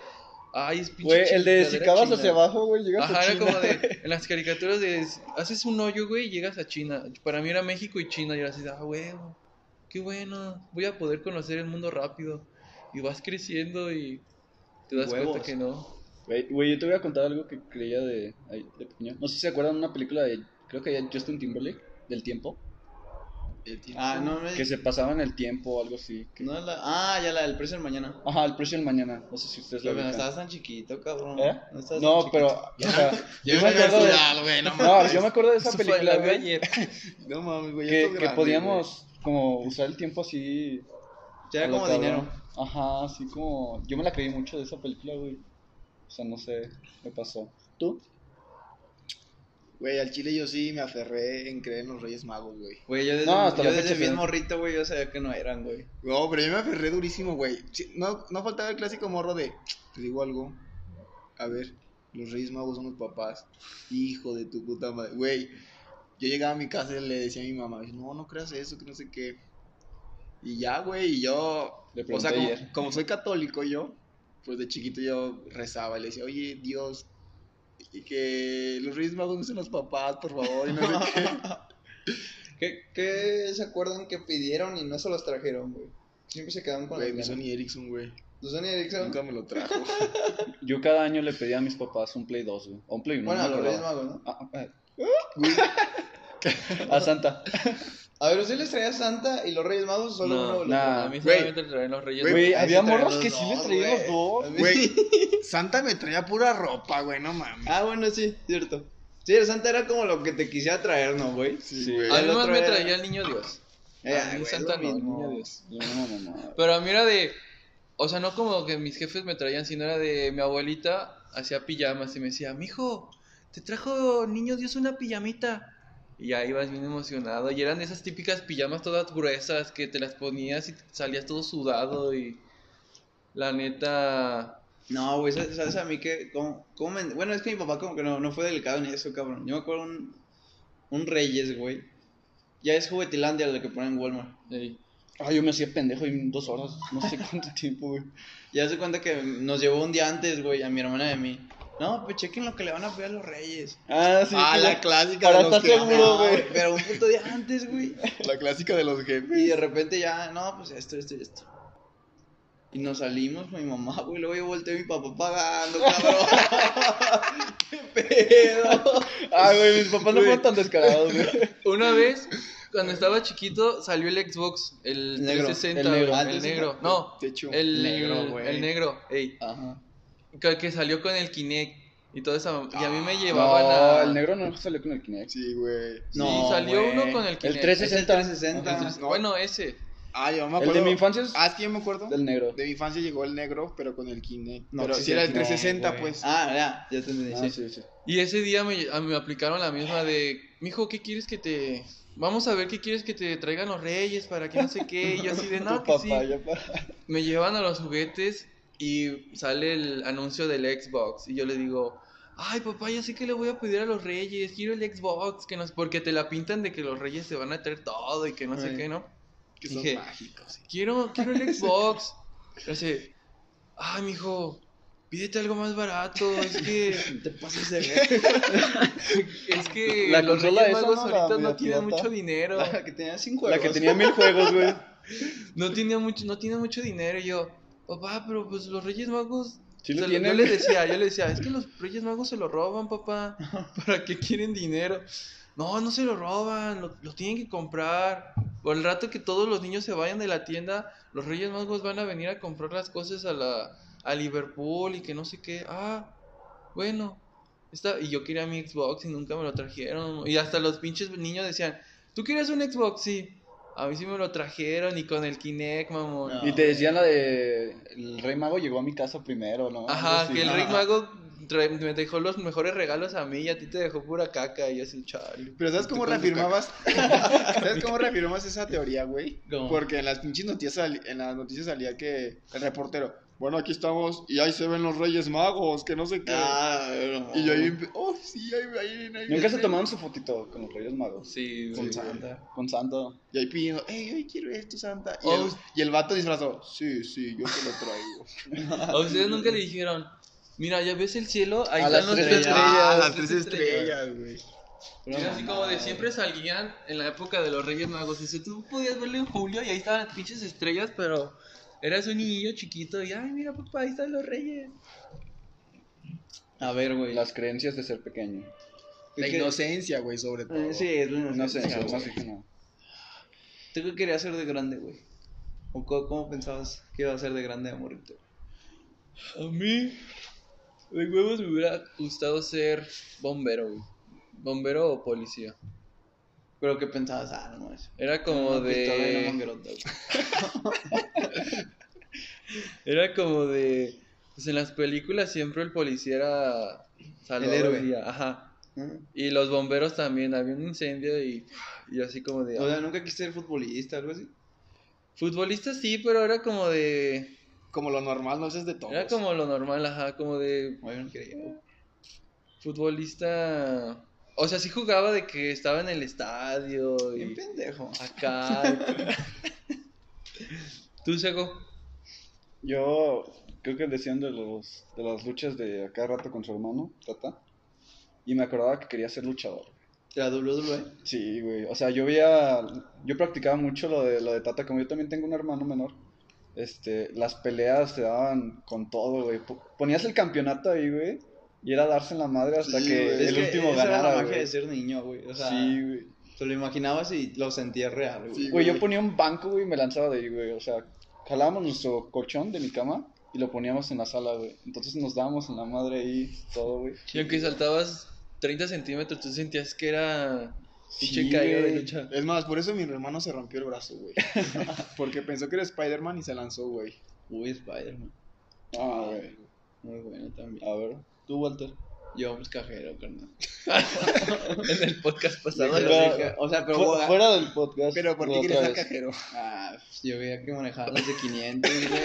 [SPEAKER 1] ay, es pinche.
[SPEAKER 3] Güey, el de
[SPEAKER 1] chingadera
[SPEAKER 3] si cavas
[SPEAKER 1] China".
[SPEAKER 3] hacia abajo, güey, llegas
[SPEAKER 1] Ajá,
[SPEAKER 3] a
[SPEAKER 1] era
[SPEAKER 3] China.
[SPEAKER 1] como de, en las caricaturas de, haces un hoyo, güey, y llegas a China. Para mí era México y China, y era así, de, ah, huevo, qué bueno, voy a poder conocer el mundo rápido. Y vas creciendo y te das
[SPEAKER 2] Huevos.
[SPEAKER 1] cuenta que no.
[SPEAKER 3] Güey, güey, yo te voy a contar algo que creía de, ay, de pequeño. No sé si se acuerdan de una película de, creo que de Justin Timberlake, del tiempo,
[SPEAKER 2] Ah, no, no.
[SPEAKER 3] que se pasaba en el tiempo o algo así. que-
[SPEAKER 2] no la... Ah, ya la del precio del mañana.
[SPEAKER 3] Ajá, el precio del mañana, no sé si ustedes lo
[SPEAKER 2] Pero no
[SPEAKER 3] ubican.
[SPEAKER 2] estabas tan chiquito, cabrón.
[SPEAKER 3] ¿Eh?
[SPEAKER 2] No, estabas
[SPEAKER 3] No,
[SPEAKER 2] tan
[SPEAKER 3] pero,
[SPEAKER 2] chiquito.
[SPEAKER 3] o sea,
[SPEAKER 4] Yo
[SPEAKER 3] yo
[SPEAKER 4] me
[SPEAKER 3] me acuerdo de...
[SPEAKER 4] güey, no
[SPEAKER 3] No, yo me acuerdo de esa
[SPEAKER 1] Eso fue
[SPEAKER 3] película,
[SPEAKER 1] la de
[SPEAKER 3] güey,
[SPEAKER 1] ayer.
[SPEAKER 4] No mames, güey. ya
[SPEAKER 3] que,
[SPEAKER 4] estoy
[SPEAKER 3] que
[SPEAKER 4] grande,
[SPEAKER 3] podíamos como usar el tiempo así
[SPEAKER 2] Ya
[SPEAKER 3] a
[SPEAKER 2] era
[SPEAKER 3] lo
[SPEAKER 2] como
[SPEAKER 3] cabrón.
[SPEAKER 2] dinero.
[SPEAKER 3] Ajá, así como. Yo me la creí mucho de esa película, güey. O sea, no sé, me pasó. ¿Tú?
[SPEAKER 4] güey. Güey, al chile yo sí me aferré en creer en los Reyes Magos, güey.
[SPEAKER 2] Güey, yo desde,
[SPEAKER 3] No, hasta
[SPEAKER 2] yo
[SPEAKER 3] la
[SPEAKER 2] desde
[SPEAKER 3] fecha
[SPEAKER 2] bien
[SPEAKER 3] sí.
[SPEAKER 2] morrito, güey, yo sabía que no eran, güey.
[SPEAKER 4] No, pero yo me aferré durísimo, güey. Sí, No, no faltaba el clásico morro de, te digo algo, a ver, los Reyes Magos son los papás, hijo de tu puta madre, güey. Yo llegaba a mi casa y le decía a mi mamá, no, no creas eso, que no sé qué. Y ya, güey, y yo,
[SPEAKER 3] Le
[SPEAKER 4] o sea,
[SPEAKER 3] pregunté
[SPEAKER 4] como,
[SPEAKER 3] ayer.
[SPEAKER 4] como soy católico yo, pues de chiquito yo rezaba y le decía, oye, Dios, y que los Reyes Magos no son los papás, por favor, y no sé qué.
[SPEAKER 2] ¿Qué, ¿Qué se acuerdan que pidieron y no se los trajeron, güey? Siempre se quedaron con
[SPEAKER 4] Güey, mi
[SPEAKER 2] las ganas.
[SPEAKER 4] Sony Ericsson, güey,
[SPEAKER 2] Tu Sony Ericsson.
[SPEAKER 4] nunca me lo trajo.
[SPEAKER 3] Yo cada año le pedía a mis papás un Play 2, güey. O un Play 1.
[SPEAKER 2] Bueno, a
[SPEAKER 3] no me
[SPEAKER 2] los Reyes
[SPEAKER 3] acordaba.
[SPEAKER 2] Magos, ¿no?
[SPEAKER 3] Ah, ah, ah. A Santa.
[SPEAKER 2] A ver, ¿usted les traía Santa y los Reyes Magos o solo
[SPEAKER 1] No,
[SPEAKER 2] uno?
[SPEAKER 3] nah.
[SPEAKER 1] A mí
[SPEAKER 4] Güey.
[SPEAKER 1] solamente le traen los reyes.
[SPEAKER 3] Güey,
[SPEAKER 4] a mí
[SPEAKER 3] había
[SPEAKER 4] sí traía
[SPEAKER 3] morros
[SPEAKER 4] los
[SPEAKER 3] que sí le
[SPEAKER 4] dos,
[SPEAKER 3] traían los
[SPEAKER 2] güey.
[SPEAKER 3] dos.
[SPEAKER 4] Güey, Santa me traía pura ropa, güey, no mames.
[SPEAKER 2] Ah, bueno, sí, cierto. Sí, el Santa era como lo que te quisiera traer, ¿no, güey?
[SPEAKER 3] Sí, güey.
[SPEAKER 1] A mí
[SPEAKER 2] El
[SPEAKER 1] más
[SPEAKER 2] otro
[SPEAKER 1] me
[SPEAKER 2] era-
[SPEAKER 1] traía el niño Dios.
[SPEAKER 2] Eh,
[SPEAKER 1] Ah,
[SPEAKER 2] ay, güey,
[SPEAKER 1] Santa
[SPEAKER 2] lo
[SPEAKER 1] no,
[SPEAKER 2] mismo.
[SPEAKER 3] Niña Dios. No, no, no, no.
[SPEAKER 1] Pero a mí era de. O sea, no como que mis jefes me traían, sino era de mi abuelita hacía pijamas y me decía, mijo, te trajo niño Dios una pijamita. Y ya ibas bien emocionado. Y eran esas típicas pijamas todas gruesas que te las ponías y salías todo sudado y. La neta.
[SPEAKER 2] No, güey, ¿sabes sabes a mí que ¿Cómo, cómo me- Bueno, es que mi papá como que no, no fue delicado ni eso, cabrón. Yo me acuerdo un, un Reyes, güey. Ya es juguetilandia lo que ponen en Walmart.
[SPEAKER 1] ey,
[SPEAKER 3] Ay, yo me hacía pendejo en dos horas. No sé cuánto tiempo, güey.
[SPEAKER 2] pues, Ya se cuenta que nos llevó un día antes, güey, a mi hermana y a mí. No, pues chequen lo que le van a pedir a los Reyes. Ah,
[SPEAKER 3] Ah, sí.
[SPEAKER 4] ah,
[SPEAKER 3] que
[SPEAKER 4] la
[SPEAKER 3] la-
[SPEAKER 4] clásica
[SPEAKER 3] Ahora
[SPEAKER 4] de los
[SPEAKER 3] estás seguro.
[SPEAKER 4] jefes.
[SPEAKER 3] No,
[SPEAKER 2] No,
[SPEAKER 3] güey.
[SPEAKER 2] Pero un puto día antes, güey.
[SPEAKER 4] La clásica de los jefes.
[SPEAKER 2] Y de repente ya, no, pues esto, esto y esto. Y nos salimos con mi mamá, güey. Luego yo volteé a mi papá pagando, cabrón. ¡Qué pedo!
[SPEAKER 3] Ah, güey, mis papás no
[SPEAKER 4] Güey.
[SPEAKER 3] fueron tan descarados, güey.
[SPEAKER 1] Una vez, cuando estaba chiquito, salió el Xbox, el
[SPEAKER 2] Negro,
[SPEAKER 1] 360,
[SPEAKER 3] el negro.
[SPEAKER 1] güey,
[SPEAKER 2] Ah,
[SPEAKER 1] el
[SPEAKER 2] 360.
[SPEAKER 1] negro. No,
[SPEAKER 4] Te echo.
[SPEAKER 1] el
[SPEAKER 2] Negro,
[SPEAKER 1] negro,
[SPEAKER 2] güey.
[SPEAKER 1] el negro, ey.
[SPEAKER 3] Ajá.
[SPEAKER 1] Que, que salió con el Kinect y todo eso. Y a mí me llevaban
[SPEAKER 3] Ah, No,
[SPEAKER 1] a.
[SPEAKER 3] el negro no salió con el Kinect.
[SPEAKER 4] Sí, güey.
[SPEAKER 1] Sí,
[SPEAKER 2] No,
[SPEAKER 1] salió
[SPEAKER 2] güey.
[SPEAKER 1] uno con el Kinect.
[SPEAKER 3] El 360.
[SPEAKER 2] Es el 360.
[SPEAKER 3] Ajá.
[SPEAKER 1] El tres- Bueno, ese.
[SPEAKER 4] Ah, yo me
[SPEAKER 3] El
[SPEAKER 4] acuerdo.
[SPEAKER 3] de mi infancia es
[SPEAKER 4] Ah, es que yo me acuerdo.
[SPEAKER 3] del negro.
[SPEAKER 4] De mi infancia llegó el negro, pero con el Kinect.
[SPEAKER 2] No
[SPEAKER 4] pero
[SPEAKER 2] existe
[SPEAKER 4] si era el
[SPEAKER 2] el Kinect,
[SPEAKER 4] 360,
[SPEAKER 2] güey.
[SPEAKER 4] pues.
[SPEAKER 2] Ah, ya, ya te entendí.
[SPEAKER 3] Ah,
[SPEAKER 2] sí.
[SPEAKER 3] sí, sí.
[SPEAKER 1] Y ese día me, a- me aplicaron la misma de, mijo, ¿qué quieres que te... Vamos a ver qué quieres que te traigan los reyes para que no sé qué. Y yo así de,
[SPEAKER 3] Tu
[SPEAKER 1] no, que
[SPEAKER 3] papá
[SPEAKER 1] sí.
[SPEAKER 3] ya para-
[SPEAKER 1] Me llevan a los juguetes y sale el anuncio del Xbox. Y yo le digo, ay, papá, ya sé que le voy a pedir a los reyes. Quiero el Xbox. que nos Porque te la pintan de que los reyes se van a traer todo y que no sé
[SPEAKER 2] Ay.
[SPEAKER 1] qué, ¿no?
[SPEAKER 4] que son
[SPEAKER 1] dije-
[SPEAKER 4] mágicos.
[SPEAKER 1] quiero, quiero el Xbox. Y hace, ay, "Ah, mijo, pídete algo más barato, es que...
[SPEAKER 2] Te pasas de ver.
[SPEAKER 1] Es que
[SPEAKER 3] La
[SPEAKER 1] los
[SPEAKER 3] consola
[SPEAKER 1] Reyes
[SPEAKER 3] esa,
[SPEAKER 1] Magos
[SPEAKER 3] ¿no? La
[SPEAKER 1] ahorita no
[SPEAKER 3] medio
[SPEAKER 1] tienen
[SPEAKER 3] pirata.
[SPEAKER 1] mucho dinero.
[SPEAKER 2] La que tenía cinco
[SPEAKER 4] La que
[SPEAKER 2] juegos.
[SPEAKER 4] tenía mil juegos, güey.
[SPEAKER 1] No tienen mucho, no tienen mucho dinero. Y yo, papá, pero pues los Reyes Magos...
[SPEAKER 3] Sí
[SPEAKER 1] o
[SPEAKER 3] lo
[SPEAKER 1] sea,
[SPEAKER 3] tienen.
[SPEAKER 1] Yo le decía, yo le decía, es que los Reyes Magos se lo roban, papá. ¿Para qué quieren dinero? No, no se lo roban, lo, lo tienen que comprar. Por el rato que todos los niños se vayan de la tienda, los Reyes Magos van a venir a comprar las cosas a la a Liverpool y que no sé qué. Ah, bueno. Está, y yo quería mi Xbox y nunca me lo trajeron. Y hasta los pinches niños decían, ¿tú quieres un Xbox? Sí. A mí sí me lo trajeron y con el Kinect, mamón.
[SPEAKER 2] No.
[SPEAKER 3] Y te decían la de. El Rey Mago llegó a mi casa primero, ¿no?
[SPEAKER 1] Ajá,
[SPEAKER 3] Algo así.
[SPEAKER 1] que el
[SPEAKER 2] ajá.
[SPEAKER 1] Rick Mago trae- me dejó los mejores regalos a mí y a ti te dejó pura caca y yo así, chale.
[SPEAKER 4] Pero ¿sabes cómo
[SPEAKER 1] Con tu
[SPEAKER 4] reafirmabas? ¿Sabes cómo reafirmabas esa teoría, güey?
[SPEAKER 2] ¿Cómo?
[SPEAKER 4] Porque en las pinches noticias, sali- en las noticias salía que el reportero, bueno, aquí estamos y ahí se ven los Reyes Magos, que no sé qué.
[SPEAKER 2] Ah, no.
[SPEAKER 4] y yo ahí, oh, sí, ahí, ahí, ahí-
[SPEAKER 3] Nunca se tomaron su fotito con los Reyes Magos.
[SPEAKER 1] Sí,
[SPEAKER 4] Con
[SPEAKER 1] güey.
[SPEAKER 4] Santa.
[SPEAKER 3] Con Santo.
[SPEAKER 4] Y ahí pidiendo, hey, hoy quiero esto, Santa. Y,
[SPEAKER 1] Oh.
[SPEAKER 4] el, y el vato disfrazado, sí, sí, yo te lo traigo.
[SPEAKER 1] A ustedes nunca le dijeron, mira, ya ves el cielo, ahí
[SPEAKER 3] A
[SPEAKER 1] están
[SPEAKER 3] las
[SPEAKER 1] los
[SPEAKER 3] tres
[SPEAKER 1] tres
[SPEAKER 3] estrellas,
[SPEAKER 1] estrellas.
[SPEAKER 4] Ah, las
[SPEAKER 1] las
[SPEAKER 4] tres
[SPEAKER 1] tres
[SPEAKER 4] estrellas, güey.
[SPEAKER 1] Y era así como de siempre salían en la época de los Reyes Magos. Dice, tú podías verlo en julio y ahí estaban las pinches estrellas, pero eras un niño chiquito y, ay, mira, papá, ahí están los Reyes.
[SPEAKER 2] A ver, güey.
[SPEAKER 3] Las creencias de ser pequeño.
[SPEAKER 4] La
[SPEAKER 2] Es que-
[SPEAKER 4] inocencia, güey, sobre todo.
[SPEAKER 2] Eh, Sí, es la
[SPEAKER 3] No sé,
[SPEAKER 2] inocencia,
[SPEAKER 3] no
[SPEAKER 2] güey.
[SPEAKER 3] sé qué no.
[SPEAKER 2] ¿Tú qué querías ser de grande, güey? ¿O co- cómo pensabas que iba a ser de grande de morrito?
[SPEAKER 1] A mí, de huevos me hubiera gustado ser bombero, güey. Bombero o policía.
[SPEAKER 2] Pero que pensabas, ah, no es.
[SPEAKER 1] Era como de... Era como de. Pues en las películas siempre el policía era. salvador
[SPEAKER 2] El héroe.
[SPEAKER 1] del día, Ajá.
[SPEAKER 2] ¿Eh?
[SPEAKER 1] Y los bomberos también. Había un incendio y. Y así como de. ah,
[SPEAKER 2] O sea, nunca quise ser futbolista, algo así.
[SPEAKER 1] Futbolista sí, pero era como de.
[SPEAKER 4] Como lo normal, no es de todo.
[SPEAKER 1] Era como lo normal, ajá. Como de.
[SPEAKER 2] No, yo no quería. güey.
[SPEAKER 1] Futbolista. O sea, sí jugaba de que estaba en el estadio
[SPEAKER 2] Bien
[SPEAKER 1] y.
[SPEAKER 2] pendejo.
[SPEAKER 1] Acá. y- ¿Tú, Seco?
[SPEAKER 3] Yo creo que decían de los de las luchas de acá rato con su hermano, Tata. Y me acordaba que quería ser luchador.
[SPEAKER 2] La WWE.
[SPEAKER 3] Sí, güey. O sea, yo veía, yo practicaba mucho lo de lo de Tata, como yo también tengo un hermano menor. Este, las peleas se daban con todo, güey. Po- Ponías el campeonato ahí, güey, y era darse en la madre hasta
[SPEAKER 4] Sí,
[SPEAKER 3] que
[SPEAKER 4] güey.
[SPEAKER 3] el
[SPEAKER 2] Es que
[SPEAKER 3] último
[SPEAKER 2] esa era
[SPEAKER 3] ganara,
[SPEAKER 2] la magia
[SPEAKER 3] güey.
[SPEAKER 2] de ser niño, güey. O sea,
[SPEAKER 3] Sí, güey.
[SPEAKER 2] te lo imaginabas y lo sentías real, güey.
[SPEAKER 4] Sí,
[SPEAKER 3] Güey, yo ponía un banco, güey, y me lanzaba de ahí, güey. O sea, jalábamos nuestro colchón de mi cama y lo poníamos en la sala, güey. Entonces nos dábamos en la madre ahí, todo, güey.
[SPEAKER 1] Y aunque saltabas 30 centímetros, tú sentías que era. Pinche
[SPEAKER 3] Sí,
[SPEAKER 1] caída de
[SPEAKER 3] güey.
[SPEAKER 1] lucha.
[SPEAKER 4] Es más, por eso mi hermano se rompió el brazo, güey. Porque pensó que era Spider-Man y se lanzó, güey.
[SPEAKER 2] Uy, Spider-Man.
[SPEAKER 3] Ah, güey.
[SPEAKER 2] Muy bueno también.
[SPEAKER 3] A ver. Tú, Walter.
[SPEAKER 2] Yo, pues cajero, carnal.
[SPEAKER 1] en el podcast pasado.
[SPEAKER 3] Pero-
[SPEAKER 1] lo dije.
[SPEAKER 2] O sea, pero.
[SPEAKER 3] Fu-
[SPEAKER 2] voy a-
[SPEAKER 3] fuera del podcast.
[SPEAKER 4] Pero ¿por qué
[SPEAKER 3] otra
[SPEAKER 4] querías ser
[SPEAKER 3] vez.
[SPEAKER 4] cajero?
[SPEAKER 2] Ah, pues, yo veía que manejaban los de 500, güey.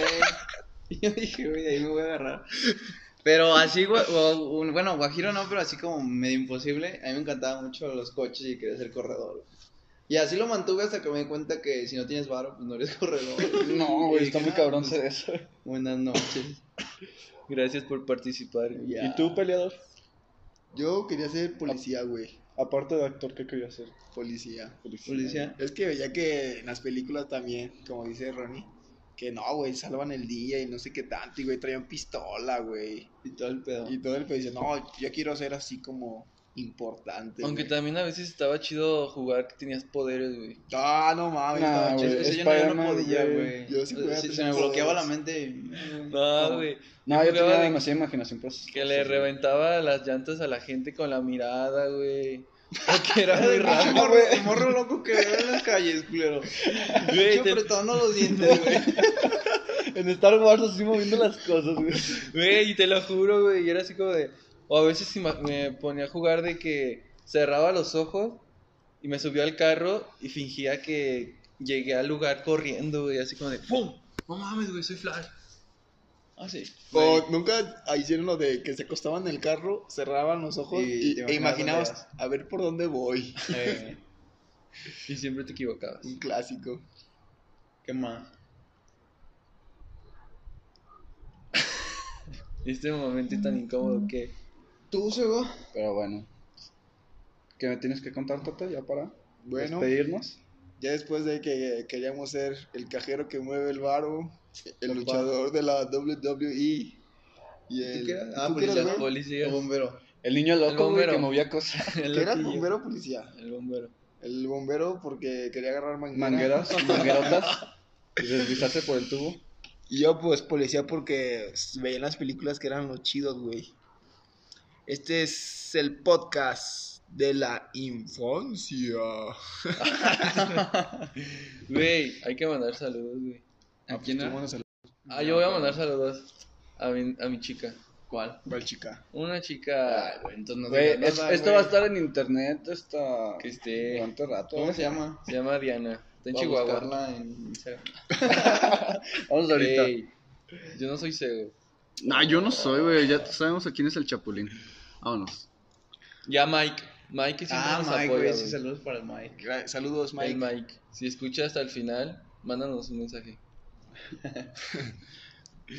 [SPEAKER 2] Y yo dije, güey, de ahí me voy a agarrar. Pero así, gua- o- un- bueno, Guajiro no, pero así como medio imposible. A mí me encantaban mucho los coches y quería ser corredor. Y así lo mantuve hasta que me di cuenta que si no tienes varo, pues no eres corredor.
[SPEAKER 3] No,
[SPEAKER 2] Y
[SPEAKER 3] güey, está
[SPEAKER 2] dije,
[SPEAKER 3] muy
[SPEAKER 2] "Ah,
[SPEAKER 3] cabrón
[SPEAKER 2] pues,
[SPEAKER 3] ser eso.
[SPEAKER 2] Buenas noches.
[SPEAKER 1] Gracias por participar.
[SPEAKER 2] Ya.
[SPEAKER 3] ¿Y tú, peleador?
[SPEAKER 4] Yo quería ser policía, güey.
[SPEAKER 3] Aparte de actor, ¿qué querías ser?
[SPEAKER 4] Policía.
[SPEAKER 2] Policía.
[SPEAKER 4] Es que veía que en las películas también, como dice Ronnie, que no, güey, salvan el día y no sé qué tanto, y güey, traían pistola, güey.
[SPEAKER 2] Y todo el pedo.
[SPEAKER 4] Y todo el país dice, no, yo quiero ser así como importante.
[SPEAKER 1] Aunque
[SPEAKER 4] güey".
[SPEAKER 1] también a veces estaba chido jugar que tenías poderes, güey.
[SPEAKER 4] Ah, no mames,
[SPEAKER 3] Nah,
[SPEAKER 4] estaba
[SPEAKER 3] güey.
[SPEAKER 4] chido.
[SPEAKER 2] Eso- eso yo no, yo no
[SPEAKER 3] Spider-Man,
[SPEAKER 2] podía,
[SPEAKER 3] güey.
[SPEAKER 2] güey.
[SPEAKER 4] Yo sí
[SPEAKER 2] O sea,
[SPEAKER 4] podía
[SPEAKER 2] si-
[SPEAKER 4] tener
[SPEAKER 2] se me bloqueaba la
[SPEAKER 4] todos.
[SPEAKER 2] mente.
[SPEAKER 1] No, güey.
[SPEAKER 3] No, yo
[SPEAKER 1] jugaba
[SPEAKER 3] tenía
[SPEAKER 1] de-
[SPEAKER 3] demasiada imaginación, pues.
[SPEAKER 1] Que le reventaba las llantas a la gente con la mirada, güey. Porque era muy raro,
[SPEAKER 2] El morro, el morro loco que veo en las calles, culero.
[SPEAKER 1] güey.
[SPEAKER 2] Yo
[SPEAKER 1] te-
[SPEAKER 2] apretando los dientes, güey.
[SPEAKER 3] En Star Wars así moviendo las cosas, güey.
[SPEAKER 1] Güey, y te lo juro, güey. Y era así como de. O a veces ima- me ponía a jugar de que cerraba los ojos y me subía al carro y fingía que llegué al lugar corriendo, güey. Así como de ¡Pum! No mames, güey, soy Flash.
[SPEAKER 2] Ah, sí.
[SPEAKER 4] O nunca hicieron lo de que se acostaban en el carro, cerraban los ojos
[SPEAKER 2] Y
[SPEAKER 4] y,
[SPEAKER 2] te
[SPEAKER 4] e
[SPEAKER 2] imaginabas
[SPEAKER 4] imaginabas
[SPEAKER 2] dónde
[SPEAKER 4] a ver por dónde voy.
[SPEAKER 2] Eh,
[SPEAKER 1] Y siempre te equivocabas.
[SPEAKER 4] Un clásico.
[SPEAKER 2] ¿Qué más?
[SPEAKER 1] Este momento es tan incómodo que.
[SPEAKER 2] ¿Tú, Sego?
[SPEAKER 3] Pero bueno. ¿Qué me tienes que contar, Tata, ya para
[SPEAKER 4] Bueno,
[SPEAKER 3] despedirnos?
[SPEAKER 4] ya después de que queríamos ser el cajero que mueve el varo, el
[SPEAKER 2] El
[SPEAKER 4] luchador de la WWE y el...
[SPEAKER 2] qué eras? Ah,
[SPEAKER 4] ¿tú qué
[SPEAKER 2] policía,
[SPEAKER 4] eras, pues
[SPEAKER 1] Los
[SPEAKER 4] güey?
[SPEAKER 1] policías.
[SPEAKER 2] ¿O bombero?
[SPEAKER 3] El niño loco, güey,
[SPEAKER 1] bombero.
[SPEAKER 3] que movía cosas.
[SPEAKER 1] El
[SPEAKER 4] ¿Qué era?
[SPEAKER 1] loquillo.
[SPEAKER 4] ¿Bombero o policía?
[SPEAKER 1] El bombero.
[SPEAKER 4] El bombero porque quería agarrar manguera.
[SPEAKER 3] Mangueras, manguerotas. Y deslizarse por el tubo.
[SPEAKER 4] Y yo, pues, policía porque veía las películas que eran los chidos, güey. Este es el podcast de la infancia.
[SPEAKER 1] Güey, hay que mandar saludos, güey. ¿A
[SPEAKER 2] pues,
[SPEAKER 1] quién era?
[SPEAKER 4] Vámonos a
[SPEAKER 1] Ah, yo voy a mandar saludos a mi, a mi chica.
[SPEAKER 2] ¿Cuál?
[SPEAKER 4] la chica.
[SPEAKER 1] Una chica
[SPEAKER 2] Ay, güey, entonces no
[SPEAKER 3] Güey,
[SPEAKER 2] digas
[SPEAKER 3] es-
[SPEAKER 2] nada,
[SPEAKER 3] esto
[SPEAKER 2] güey.
[SPEAKER 3] va a estar en internet hasta...
[SPEAKER 1] que esté.
[SPEAKER 3] Durante rato.
[SPEAKER 2] ¿Cómo
[SPEAKER 3] güey.
[SPEAKER 2] se llama?
[SPEAKER 1] Se llama Diana. Está en
[SPEAKER 2] Voy a
[SPEAKER 1] Chihuahua.
[SPEAKER 2] buscarla en Instagram.
[SPEAKER 3] Vamos ahorita.
[SPEAKER 1] Ey, yo no soy cego.
[SPEAKER 3] No, yo no soy, güey. Ya sabemos a quién es el chapulín. Vámonos.
[SPEAKER 1] Ya Mike. Mike sí
[SPEAKER 2] Ah,
[SPEAKER 1] nos
[SPEAKER 2] Mike,
[SPEAKER 1] apoya,
[SPEAKER 2] güey, sí,
[SPEAKER 1] güey.
[SPEAKER 2] saludos para el Mike.
[SPEAKER 4] Gra- Saludos, Mike.
[SPEAKER 1] El Mike. Si escucha hasta el final, mándanos un mensaje.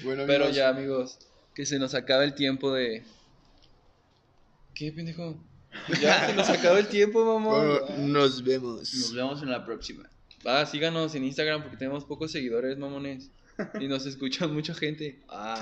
[SPEAKER 4] Bueno,
[SPEAKER 1] Pero
[SPEAKER 4] amigos,
[SPEAKER 1] ya, amigos, que se nos acaba el tiempo de. ¿Qué, pendejo? Ya se nos acaba el tiempo, mamón.
[SPEAKER 4] bueno, nos vemos.
[SPEAKER 2] Nos vemos en la próxima.
[SPEAKER 1] Ah, síganos en Instagram porque tenemos pocos seguidores, mamones. Y nos escucha mucha gente.
[SPEAKER 2] Ah,